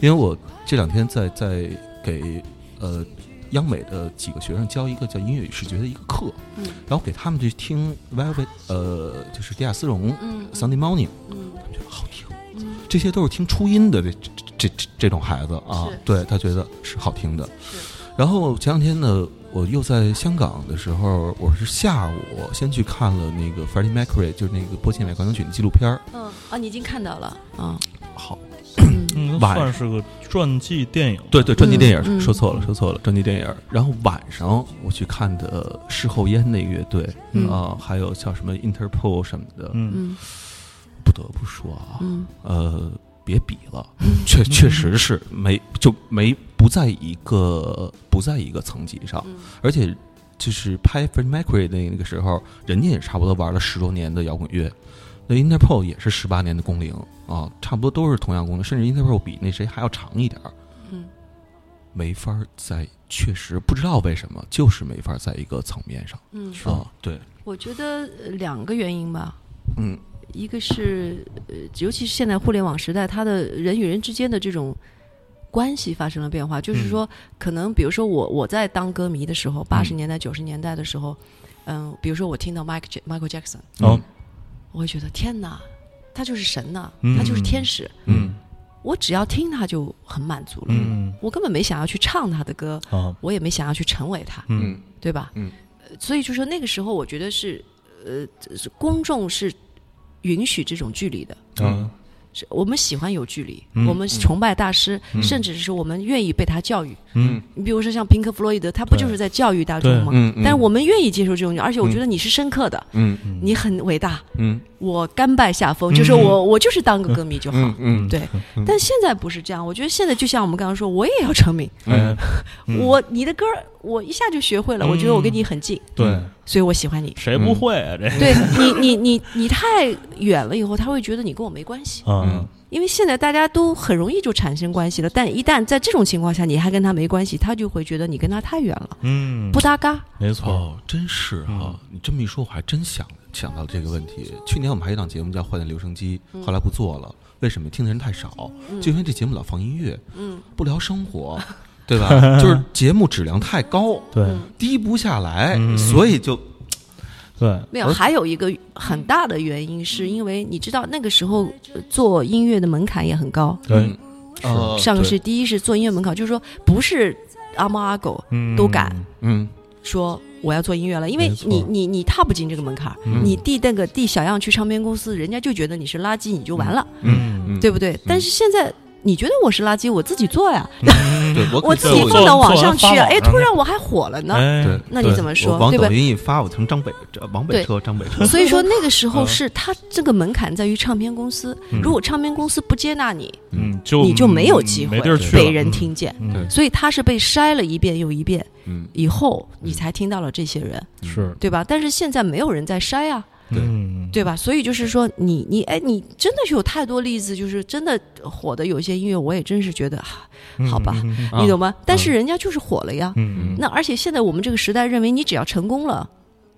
[SPEAKER 1] 因为我这两天在在给呃央美的几个学生教一个叫音乐与视觉的一个课，
[SPEAKER 4] 嗯，
[SPEAKER 1] 然后给他们去听 Velvet 呃就是迪亚斯荣
[SPEAKER 4] 嗯
[SPEAKER 1] Sunday Morning，
[SPEAKER 4] 嗯
[SPEAKER 1] 他们觉得好听，
[SPEAKER 4] 嗯
[SPEAKER 1] 这些都是听初音的这这这这这种孩子啊
[SPEAKER 4] 是，
[SPEAKER 1] 对他觉得是好听的
[SPEAKER 4] 是。
[SPEAKER 1] 然后前两天呢，我又在香港的时候，我是下午先去看了那个 Freddie Mercury，就是那个波西米亚狂想曲的纪录片儿，
[SPEAKER 4] 嗯啊，你已经看到了啊，
[SPEAKER 1] 好，
[SPEAKER 4] 嗯
[SPEAKER 2] 嗯，
[SPEAKER 1] 晚
[SPEAKER 2] 算是个传记电影。
[SPEAKER 1] 对对，专辑电影儿、
[SPEAKER 4] 嗯嗯
[SPEAKER 1] 说错了，说错了，专辑电影儿。然后晚上我去看的事后烟那个乐队啊、
[SPEAKER 4] 嗯
[SPEAKER 1] 还有像什么 Interpol 什么的，
[SPEAKER 2] 嗯，
[SPEAKER 4] 嗯
[SPEAKER 1] 不得不说啊，
[SPEAKER 4] 嗯
[SPEAKER 1] 呃，别比了，确确实是没就没不在一个不在一个层级上，
[SPEAKER 4] 嗯
[SPEAKER 1] 而且就是拍 Fred Mercury 的那个时候，人家也差不多玩了十多年的摇滚乐，那 Interpol 也是十八年的工龄啊，差不多都是同样工龄，甚至 Interpol 比那谁还要长一点儿，
[SPEAKER 4] 嗯
[SPEAKER 1] 没法儿在，确实不知道为什么，就是没法儿在一个层面上
[SPEAKER 4] 嗯，
[SPEAKER 1] 啊，对，
[SPEAKER 4] 我觉得呃两个原因吧，
[SPEAKER 1] 嗯
[SPEAKER 4] 一个是呃，尤其是现在互联网时代，它的人与人之间的这种关系发生了变化。
[SPEAKER 2] 嗯
[SPEAKER 4] 就是说，可能比如说我我在当歌迷的时候，八十年代九十年代的时候，嗯，比如说我听到 Mike Jack- Michael Jackson，
[SPEAKER 2] 哦，
[SPEAKER 4] 我会觉得天哪，他就是神呐、
[SPEAKER 2] 嗯
[SPEAKER 4] 他就是天使，
[SPEAKER 2] 嗯
[SPEAKER 4] 我只要听他就很满足了。
[SPEAKER 2] 嗯
[SPEAKER 4] 我根本没想要去唱他的歌，
[SPEAKER 2] 啊
[SPEAKER 4] 我也没想要去成为他，
[SPEAKER 2] 嗯
[SPEAKER 1] 嗯
[SPEAKER 4] 对吧？
[SPEAKER 1] 嗯
[SPEAKER 4] 呃所以就说那个时候，我觉得是呃，是公众是允许这种距离的。
[SPEAKER 2] 啊
[SPEAKER 4] 是我们喜欢有距离，
[SPEAKER 2] 嗯
[SPEAKER 4] 我们崇拜大师，
[SPEAKER 2] 嗯
[SPEAKER 4] 甚至是说我们愿意被他教育。
[SPEAKER 2] 嗯
[SPEAKER 4] 你比如说像平克·弗洛伊德，他不
[SPEAKER 2] 对
[SPEAKER 4] 就是在教育大众吗？
[SPEAKER 1] 嗯，
[SPEAKER 4] 但是我们愿意接受这种，而且我觉得你是深刻的，
[SPEAKER 1] 嗯
[SPEAKER 2] 嗯
[SPEAKER 4] 你很伟大，
[SPEAKER 1] 嗯
[SPEAKER 4] 我甘拜下风，就是我我就是当个歌迷就好。
[SPEAKER 1] 嗯嗯
[SPEAKER 4] 对，但现在不是这样，我觉得现在就像我们刚刚说，我也要成名，
[SPEAKER 2] 哎嗯
[SPEAKER 4] 我你的歌儿我一下就学会了，我觉
[SPEAKER 1] 嗯
[SPEAKER 4] 得我跟你很近，
[SPEAKER 2] 对，
[SPEAKER 4] 所以我
[SPEAKER 2] (laughs)
[SPEAKER 4] 喜欢你。
[SPEAKER 2] 谁不会啊这
[SPEAKER 4] 对你，你你你太远了以后，他会觉得你跟我没关系，
[SPEAKER 2] 啊？
[SPEAKER 4] 因为现在大家都很容易就产生关系了。但一旦在这种情况下，你还跟他没关系，他就会觉得你跟他太远了，
[SPEAKER 2] 嗯
[SPEAKER 4] 不，搭嘎。
[SPEAKER 2] 没错，嗯
[SPEAKER 1] 哦，真是哈、你这么一说，我还真想想到这个问题。去年我们还有一档节目叫《坏蛋留声机》，
[SPEAKER 4] 嗯
[SPEAKER 1] 后来不做了，为什么？听的人太少，就因为这节目老放音乐，
[SPEAKER 4] 嗯， (laughs)
[SPEAKER 1] 不聊生活。对
[SPEAKER 2] (laughs)
[SPEAKER 1] 吧？就是节目质量太高，
[SPEAKER 2] 对
[SPEAKER 4] 嗯
[SPEAKER 1] 低不下来，
[SPEAKER 2] 嗯
[SPEAKER 1] 所以就
[SPEAKER 2] 对，
[SPEAKER 4] 没有，
[SPEAKER 1] 而
[SPEAKER 4] 还有一个很大的原因是因为你知道那个时候呃做音乐的门槛也很高，
[SPEAKER 2] 对，哦
[SPEAKER 1] 呃
[SPEAKER 4] 上个
[SPEAKER 1] 对
[SPEAKER 4] 是第一是做音乐门槛，就是说不是阿猫阿狗
[SPEAKER 2] 嗯
[SPEAKER 4] 都敢，
[SPEAKER 1] 嗯
[SPEAKER 4] 说我要做音乐了，因为
[SPEAKER 2] 没错
[SPEAKER 4] 你你你踏不进这个门槛儿，
[SPEAKER 2] 嗯
[SPEAKER 4] 你递那个递小样去唱片公司，人家就觉得你是垃圾，你就完了，
[SPEAKER 2] 嗯，
[SPEAKER 4] 对不对？但是现在。你觉得我是垃圾，我自己做呀，
[SPEAKER 2] 嗯
[SPEAKER 1] 对我
[SPEAKER 4] 我自己
[SPEAKER 2] 对我
[SPEAKER 4] 放到
[SPEAKER 2] 做
[SPEAKER 4] 网上去
[SPEAKER 2] 做完发
[SPEAKER 4] 啊，
[SPEAKER 2] 网
[SPEAKER 4] 哎，
[SPEAKER 2] 上
[SPEAKER 4] 突然我还火了呢，
[SPEAKER 2] 哎
[SPEAKER 1] 对
[SPEAKER 4] 那你怎么
[SPEAKER 1] 我
[SPEAKER 4] 说，
[SPEAKER 1] 往
[SPEAKER 4] 对
[SPEAKER 1] 抖
[SPEAKER 4] 吧？
[SPEAKER 1] 音一发，我成张北这王北车张北
[SPEAKER 2] (laughs)
[SPEAKER 1] 车，
[SPEAKER 4] 所以说那个时候
[SPEAKER 2] 嗯
[SPEAKER 4] 是他这个门槛在于唱片公司，
[SPEAKER 2] 嗯
[SPEAKER 4] 如果唱片公司不接纳你，
[SPEAKER 2] 嗯，就
[SPEAKER 4] 你就没有机会
[SPEAKER 2] 没地儿去了
[SPEAKER 4] 被人，听见，
[SPEAKER 2] 嗯
[SPEAKER 1] 对
[SPEAKER 4] 所以他是被筛了一遍又一遍
[SPEAKER 1] 嗯，
[SPEAKER 4] 以后，你才听到了这些人，
[SPEAKER 2] 嗯是，
[SPEAKER 4] 对吧？但是现在没有人在筛啊，
[SPEAKER 1] 对
[SPEAKER 2] 嗯
[SPEAKER 4] 对吧？所以就是说你，你哎，你真的是有太多例子，就是真的火的有一些音乐，我也真是觉得，啊好吧，
[SPEAKER 2] 嗯
[SPEAKER 1] 啊
[SPEAKER 4] 你懂吗？但是人家就是火了呀。
[SPEAKER 2] 嗯，
[SPEAKER 4] 那而且现在我们这个时代认为，你只要成功了，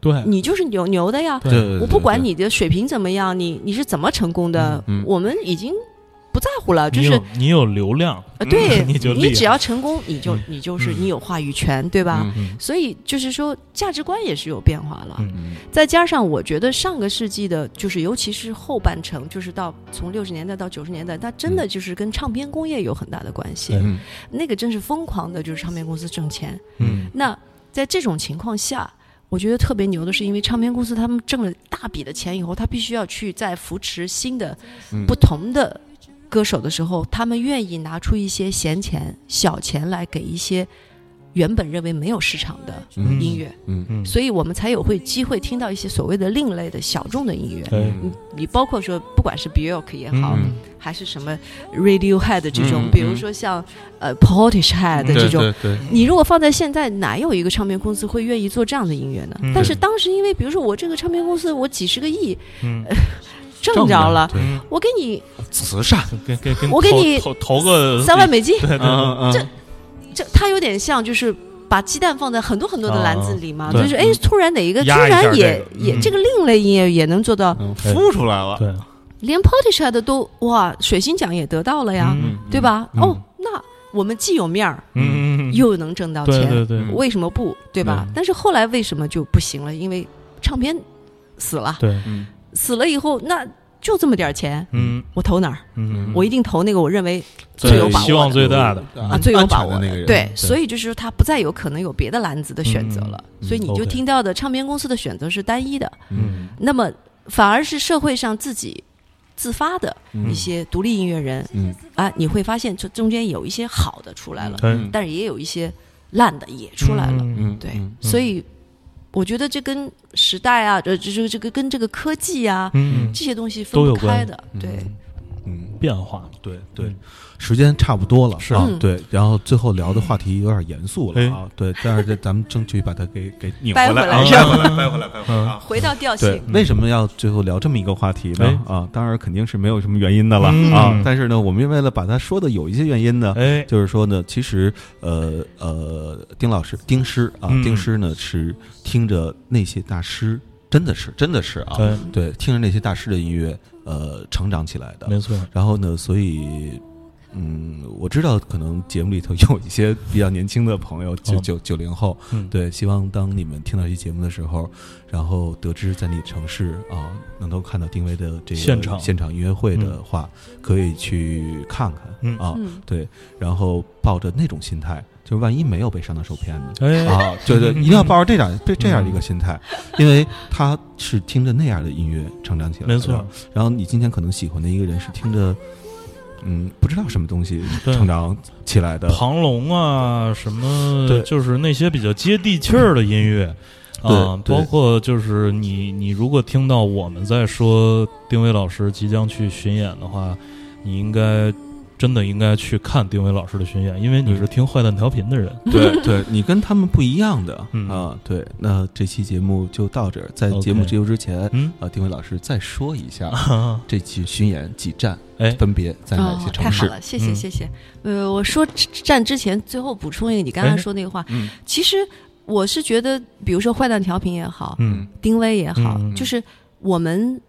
[SPEAKER 2] 对，
[SPEAKER 4] 你就是牛牛的呀。
[SPEAKER 1] 对对对
[SPEAKER 4] 我不管你的水平怎么样，你你是怎么成功的，
[SPEAKER 1] 嗯嗯
[SPEAKER 4] 我们已经不在乎了。就
[SPEAKER 2] 你
[SPEAKER 4] 是
[SPEAKER 2] 有你有流量，
[SPEAKER 4] 呃对
[SPEAKER 2] 你就厉害
[SPEAKER 4] 只要成功，你就你就是
[SPEAKER 2] 嗯
[SPEAKER 4] 你有话语权，对吧？
[SPEAKER 1] 嗯
[SPEAKER 2] 嗯
[SPEAKER 4] 所以就是说，价值观也是有变化了。
[SPEAKER 2] 嗯
[SPEAKER 1] 嗯
[SPEAKER 4] 再加上我觉得上个世纪的，就是尤其是后半程，就是到从六十年代到九十年代，它真的就是跟唱片工业有很大的关系。
[SPEAKER 2] 对
[SPEAKER 1] 嗯
[SPEAKER 4] 那个真是疯狂的，就是唱片公司挣钱。
[SPEAKER 2] 嗯
[SPEAKER 4] 那在这种情况下，我觉得特别牛的是，因为唱片公司他们挣了大笔的钱以后，他必须要去在扶持新的
[SPEAKER 1] 嗯
[SPEAKER 4] 不同的歌手的时候，他们愿意拿出一些闲钱、小钱来给一些原本认为没有市场的
[SPEAKER 1] 嗯
[SPEAKER 4] 音乐。
[SPEAKER 1] 嗯
[SPEAKER 2] 嗯，
[SPEAKER 4] 所以我们才有会机会听到一些所谓的另类的小众的音乐。
[SPEAKER 1] 嗯
[SPEAKER 2] 对，
[SPEAKER 4] 你你包括说，不管是 Bjork 也好，
[SPEAKER 2] 嗯
[SPEAKER 4] 还是什么 Radiohead 这种，
[SPEAKER 1] 嗯
[SPEAKER 4] 比如说像、呃 Portishead
[SPEAKER 1] 对
[SPEAKER 4] 这种，
[SPEAKER 1] 对对
[SPEAKER 4] 你如果放在现在，哪有一个唱片公司会愿意做这样的音乐呢？
[SPEAKER 2] 嗯
[SPEAKER 4] 但是当时因为，比如说我这个唱片公司，我几十个亿
[SPEAKER 2] 嗯
[SPEAKER 4] 挣着了，
[SPEAKER 1] 对
[SPEAKER 2] 嗯
[SPEAKER 4] 我给你
[SPEAKER 1] 慈善，
[SPEAKER 2] 跟跟跟
[SPEAKER 4] 我给你
[SPEAKER 2] 投投投个
[SPEAKER 4] 三万，美金，
[SPEAKER 2] 呃对对对，
[SPEAKER 1] 嗯嗯，
[SPEAKER 4] 这它有点像就是。把鸡蛋放在很多很多的篮子里嘛，
[SPEAKER 2] 啊
[SPEAKER 4] 就是哎，突然哪一个突
[SPEAKER 2] 压一下
[SPEAKER 4] 然也、
[SPEAKER 2] 这个
[SPEAKER 4] 也
[SPEAKER 2] 嗯
[SPEAKER 4] 这个另类音乐也能做到，
[SPEAKER 2] 对
[SPEAKER 3] 孵出来了，
[SPEAKER 2] 对，
[SPEAKER 4] 连 Portishead 都哇，水星奖也得到了呀，
[SPEAKER 2] 嗯
[SPEAKER 4] 对啊吧？
[SPEAKER 2] 嗯
[SPEAKER 4] 哦，那我们既有面儿，
[SPEAKER 2] 嗯嗯，
[SPEAKER 4] 又能挣到钱，
[SPEAKER 2] 对对对
[SPEAKER 4] 为什么不？对吧？
[SPEAKER 2] 对
[SPEAKER 4] 但是后来为什么就不行了？因为唱片死了，
[SPEAKER 2] 对，
[SPEAKER 1] 嗯
[SPEAKER 4] 死了以后，那就这么点儿钱，
[SPEAKER 2] 嗯
[SPEAKER 4] 我投哪儿？
[SPEAKER 2] 嗯，
[SPEAKER 4] 我一定投那个我认为最有
[SPEAKER 2] 对
[SPEAKER 4] 把
[SPEAKER 2] 希
[SPEAKER 4] 握
[SPEAKER 2] 望
[SPEAKER 4] 的。
[SPEAKER 2] 最大的
[SPEAKER 4] 啊，最有把握
[SPEAKER 1] 嗯安全的那个人
[SPEAKER 4] 对
[SPEAKER 1] 对，
[SPEAKER 4] 所以就是说，他不再有可能有别的篮子的选择了，
[SPEAKER 2] 嗯嗯
[SPEAKER 4] 所以你就
[SPEAKER 2] OK
[SPEAKER 4] 听到的唱片公司的选择是单一的，
[SPEAKER 2] 嗯
[SPEAKER 4] 那么反而是社会上自己自发的
[SPEAKER 2] 嗯
[SPEAKER 4] 一些独立音乐人，
[SPEAKER 1] 嗯
[SPEAKER 4] 啊，你会发现这中间有一些好的出来了，
[SPEAKER 2] 对
[SPEAKER 1] 嗯
[SPEAKER 4] 但是也有一些烂的也出来了，
[SPEAKER 2] 嗯
[SPEAKER 1] 嗯
[SPEAKER 4] 对，
[SPEAKER 1] 嗯
[SPEAKER 4] 所以我觉得这跟时代啊，这这这这个跟这个科技啊、
[SPEAKER 2] 嗯
[SPEAKER 4] 这些东西分
[SPEAKER 2] 都有
[SPEAKER 4] 不开
[SPEAKER 2] 关
[SPEAKER 4] 的，对，
[SPEAKER 1] 嗯，
[SPEAKER 2] 变化，
[SPEAKER 1] 对对
[SPEAKER 2] 嗯，
[SPEAKER 1] 时间差不多了
[SPEAKER 2] 是
[SPEAKER 1] 啊
[SPEAKER 4] 嗯，
[SPEAKER 1] 对，然后最后聊的话题有点严肃了啊，对，但是这咱们争取把它给给
[SPEAKER 3] 拧
[SPEAKER 4] 掰
[SPEAKER 3] 回来
[SPEAKER 4] 回
[SPEAKER 3] 啊
[SPEAKER 4] 来
[SPEAKER 3] 掰回来，掰回来，掰回
[SPEAKER 2] 嗯
[SPEAKER 3] 来啊！
[SPEAKER 4] 回到调
[SPEAKER 1] 对
[SPEAKER 4] 性，，
[SPEAKER 1] 为什么要最后聊这么一个话题呢？啊，当然肯定是没有什么原因的了
[SPEAKER 2] 嗯
[SPEAKER 1] 啊。但是呢，我们为了把它说的有一些原因呢，
[SPEAKER 2] 哎，
[SPEAKER 1] 就是说呢，其实呃呃，丁老师丁师啊，
[SPEAKER 2] 嗯
[SPEAKER 1] 丁师呢是听着那些大师，真的是真的是啊，
[SPEAKER 2] 对，
[SPEAKER 1] 对，听着那些大师的音乐，呃，成长起来的。
[SPEAKER 2] 哎没错，
[SPEAKER 1] 然后呢，所以，嗯，我知道可能节目里头有一些比较年轻的朋友，九
[SPEAKER 2] 哦
[SPEAKER 1] 九九零后，
[SPEAKER 2] 嗯，
[SPEAKER 1] 对，希望当你们听到这期节目的时候，然后得知在你城市啊能够看到丁薇的这个
[SPEAKER 2] 现场
[SPEAKER 1] 现场音乐会的话，可以去看看、
[SPEAKER 2] 嗯
[SPEAKER 1] 啊，
[SPEAKER 4] 嗯，
[SPEAKER 1] 对，然后抱着那种心态，就万一没有被上当受骗呢？
[SPEAKER 2] 哎，嗯
[SPEAKER 1] 啊，对
[SPEAKER 2] (laughs)
[SPEAKER 1] 对，一定要抱着这样这这样一个心态，因为他是听着那样的音乐成长起来的，
[SPEAKER 2] 没错，
[SPEAKER 1] 然后你今天可能喜欢的一个人是听着，嗯，不知道什么东西
[SPEAKER 2] 对
[SPEAKER 1] 成长起来的，
[SPEAKER 2] 庞龙啊，什
[SPEAKER 1] 嗯对
[SPEAKER 2] 么，就是那些比较接地气儿的音乐。啊，
[SPEAKER 1] 对对
[SPEAKER 2] 包括就是你，你如果听到我们在说丁薇老师即将去巡演的话，你应该真的应该去看丁薇老师的巡演，因为你是听坏蛋调频的人。
[SPEAKER 1] 对对，你跟他们不一样的
[SPEAKER 2] (laughs) 嗯
[SPEAKER 1] 啊。对，那这期节目就到这儿，在
[SPEAKER 2] OK
[SPEAKER 1] 节目结束之前，
[SPEAKER 2] 嗯，
[SPEAKER 1] 啊，丁伟老师再说一下
[SPEAKER 2] 啊
[SPEAKER 1] 这期巡演几站
[SPEAKER 2] (laughs) 哎，
[SPEAKER 1] 分别在哪
[SPEAKER 4] 哦
[SPEAKER 1] 些，
[SPEAKER 4] 太
[SPEAKER 1] 城
[SPEAKER 4] 好
[SPEAKER 1] 市？
[SPEAKER 4] 了，谢谢
[SPEAKER 2] 嗯
[SPEAKER 4] 谢谢。呃，我说站之前，最后补充一个你刚刚
[SPEAKER 2] 哎
[SPEAKER 4] 说那个话，
[SPEAKER 1] 嗯
[SPEAKER 4] 其实我是觉得，比如说坏蛋调频也好，
[SPEAKER 2] 嗯
[SPEAKER 4] 丁薇也好，
[SPEAKER 2] 嗯
[SPEAKER 4] 就是我们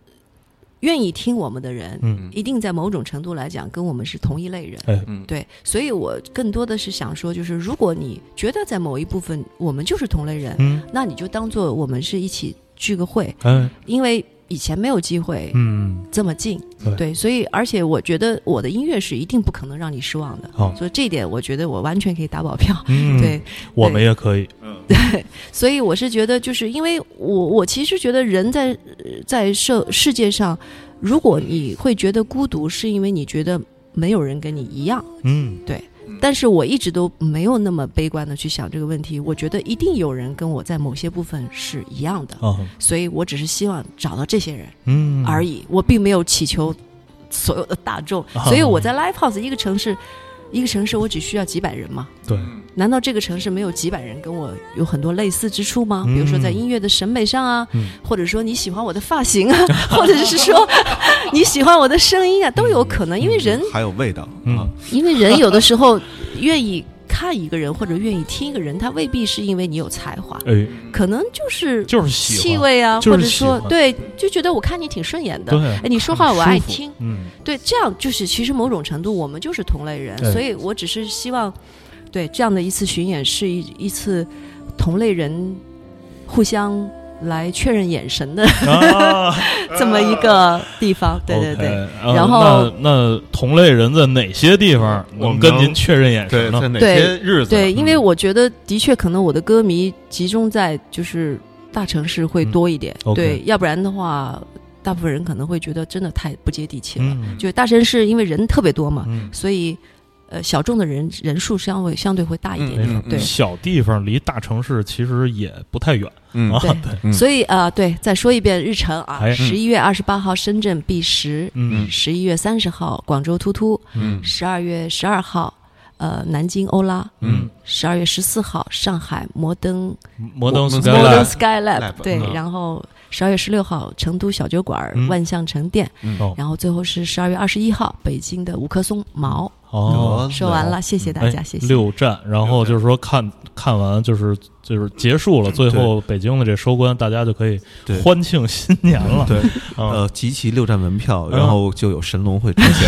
[SPEAKER 4] 愿意听我们的人，
[SPEAKER 2] 嗯
[SPEAKER 4] 一定在某种程度来讲跟我们是同一类人。
[SPEAKER 2] 哎
[SPEAKER 1] 嗯
[SPEAKER 4] 对，所以我更多的是想说，就是如果你觉得在某一部分我们就是同类人，
[SPEAKER 2] 嗯
[SPEAKER 4] 那你就当做我们是一起聚个会，
[SPEAKER 2] 哎
[SPEAKER 4] 因为以前没有机会
[SPEAKER 2] 嗯
[SPEAKER 4] 这么近。
[SPEAKER 2] 对
[SPEAKER 4] 对，所以而且我觉得我的音乐是一定不可能让你失望的，
[SPEAKER 2] 好
[SPEAKER 4] 所以这一点我觉得我完全可以打保票。
[SPEAKER 2] 哦嗯，
[SPEAKER 4] (laughs) 对，，
[SPEAKER 2] 我们也可以，
[SPEAKER 3] 嗯，
[SPEAKER 4] 所以我是觉得，就是因为我我其实觉得人在呃在社世界上，如果你会觉得孤独，是因为你觉得没有人跟你一样。
[SPEAKER 2] 嗯
[SPEAKER 4] 但是我一直都没有那么悲观的去想这个问题，我觉得一定有人跟我在某些部分是一样的，
[SPEAKER 2] 啊
[SPEAKER 4] 所以我只是希望找到这些人
[SPEAKER 2] 嗯
[SPEAKER 4] 而已，我并没有祈求所有的大众，
[SPEAKER 2] 啊
[SPEAKER 4] 所以我在 Live House 一个城市。一个城市，我只需要几百人吗？
[SPEAKER 2] 对，
[SPEAKER 4] 难道这个城市没有几百人跟我有很多类似之处吗？
[SPEAKER 2] 嗯
[SPEAKER 4] 比如说在音乐的审美上啊，
[SPEAKER 2] 嗯
[SPEAKER 4] 或者说你喜欢我的发型啊， (laughs) 或者
[SPEAKER 2] (laughs)
[SPEAKER 4] 是说你喜欢我的声音啊，都有可能。因为人，
[SPEAKER 3] 还有味道啊
[SPEAKER 2] 嗯，
[SPEAKER 4] 因为人有的时候愿意看一个人或者愿意听一个人，他未必是因为你有才华，
[SPEAKER 2] 哎
[SPEAKER 4] 可能就是
[SPEAKER 2] 就是喜欢
[SPEAKER 4] 气味啊，
[SPEAKER 2] 就是
[SPEAKER 4] 或者
[SPEAKER 2] 喜
[SPEAKER 4] 说
[SPEAKER 2] 欢
[SPEAKER 4] 对，就觉得我看你挺顺眼的，
[SPEAKER 2] 对
[SPEAKER 4] 哎，你说话我爱
[SPEAKER 3] 舒服
[SPEAKER 4] 听，
[SPEAKER 2] 嗯 (laughs)
[SPEAKER 4] 对，这样就是其实某种程度我们就是同类人
[SPEAKER 2] 对，
[SPEAKER 4] 所以我只是希望，对这样的一次巡演是一一次同类人互相来确认眼神的
[SPEAKER 2] 啊
[SPEAKER 4] (laughs) 这么一个地方。对对对
[SPEAKER 2] OK，呃
[SPEAKER 4] 然后
[SPEAKER 2] 那那同类人在哪些地方
[SPEAKER 1] 我
[SPEAKER 2] 能
[SPEAKER 1] 们
[SPEAKER 2] 跟
[SPEAKER 1] 能
[SPEAKER 2] 您确认眼神呢？
[SPEAKER 1] 哪
[SPEAKER 4] 对
[SPEAKER 1] 日
[SPEAKER 4] 对，
[SPEAKER 1] 呢
[SPEAKER 4] 因为我觉得的确可能我的歌迷集中在就是大城市会多一点，
[SPEAKER 2] 嗯，OK
[SPEAKER 4] 对，要不然的话，大部分人可能会觉得真的太不接地气了。
[SPEAKER 2] 嗯
[SPEAKER 4] 就大城市因为人特别多嘛，
[SPEAKER 2] 嗯，
[SPEAKER 4] 所以呃小众的人人数相会相对会大一点点。
[SPEAKER 2] 没事儿
[SPEAKER 1] 嗯
[SPEAKER 4] 对
[SPEAKER 2] 小地方离大城市其实也不太远啊
[SPEAKER 1] 嗯，
[SPEAKER 4] 对
[SPEAKER 2] 对，
[SPEAKER 1] 嗯
[SPEAKER 4] 所以啊、呃对，再说一遍日程啊
[SPEAKER 2] 哎，
[SPEAKER 4] 十一月二十八号深圳 B 十，
[SPEAKER 2] 嗯
[SPEAKER 4] 十一月三十号广州突突，
[SPEAKER 2] 嗯
[SPEAKER 4] 十二月十二号呃南京欧拉，
[SPEAKER 2] 嗯，
[SPEAKER 4] 十二月十四号上海摩登
[SPEAKER 2] 摩登
[SPEAKER 1] 嗯我们
[SPEAKER 2] skyline
[SPEAKER 4] 摩登
[SPEAKER 1] Lab
[SPEAKER 4] Skylab，
[SPEAKER 1] Lab，
[SPEAKER 4] 对
[SPEAKER 2] 嗯，
[SPEAKER 4] 然后十二月十六号成都小酒馆、
[SPEAKER 2] 嗯
[SPEAKER 4] 万象城店，
[SPEAKER 2] 哦
[SPEAKER 4] 然后最后是十二月二十一号北京的五棵松毛。
[SPEAKER 2] 哦，
[SPEAKER 4] 说完了，谢谢大家，
[SPEAKER 2] 哎
[SPEAKER 4] 谢谢。
[SPEAKER 2] 六站，然后就是说看看完就是就是结束了，最后北京的这收官，大家就可以
[SPEAKER 1] 嗯对
[SPEAKER 2] 欢庆新年了。
[SPEAKER 1] 对，
[SPEAKER 2] 啊，
[SPEAKER 1] 呃，集齐六站门票，
[SPEAKER 2] 嗯
[SPEAKER 1] 然后就有神龙会出现。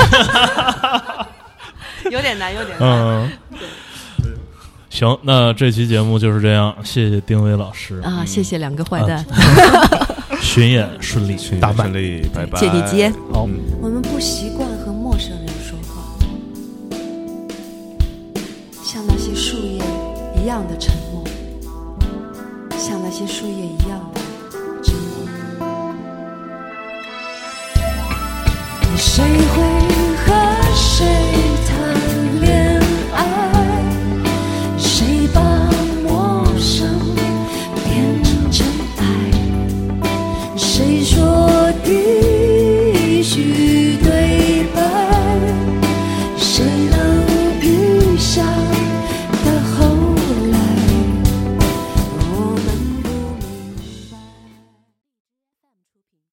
[SPEAKER 4] 有点难，有点难。
[SPEAKER 2] 嗯，行，那这期节目就是这样，谢谢丁薇老师，
[SPEAKER 4] 啊，谢谢两个坏蛋，
[SPEAKER 2] 啊巡演顺利，大卖
[SPEAKER 3] 顺。利，拜拜，
[SPEAKER 4] 借你接。
[SPEAKER 2] 好，
[SPEAKER 5] 我们不习惯和陌生人说话，像那些树叶一样的沉默，像那些树叶一样的沉默。有谁会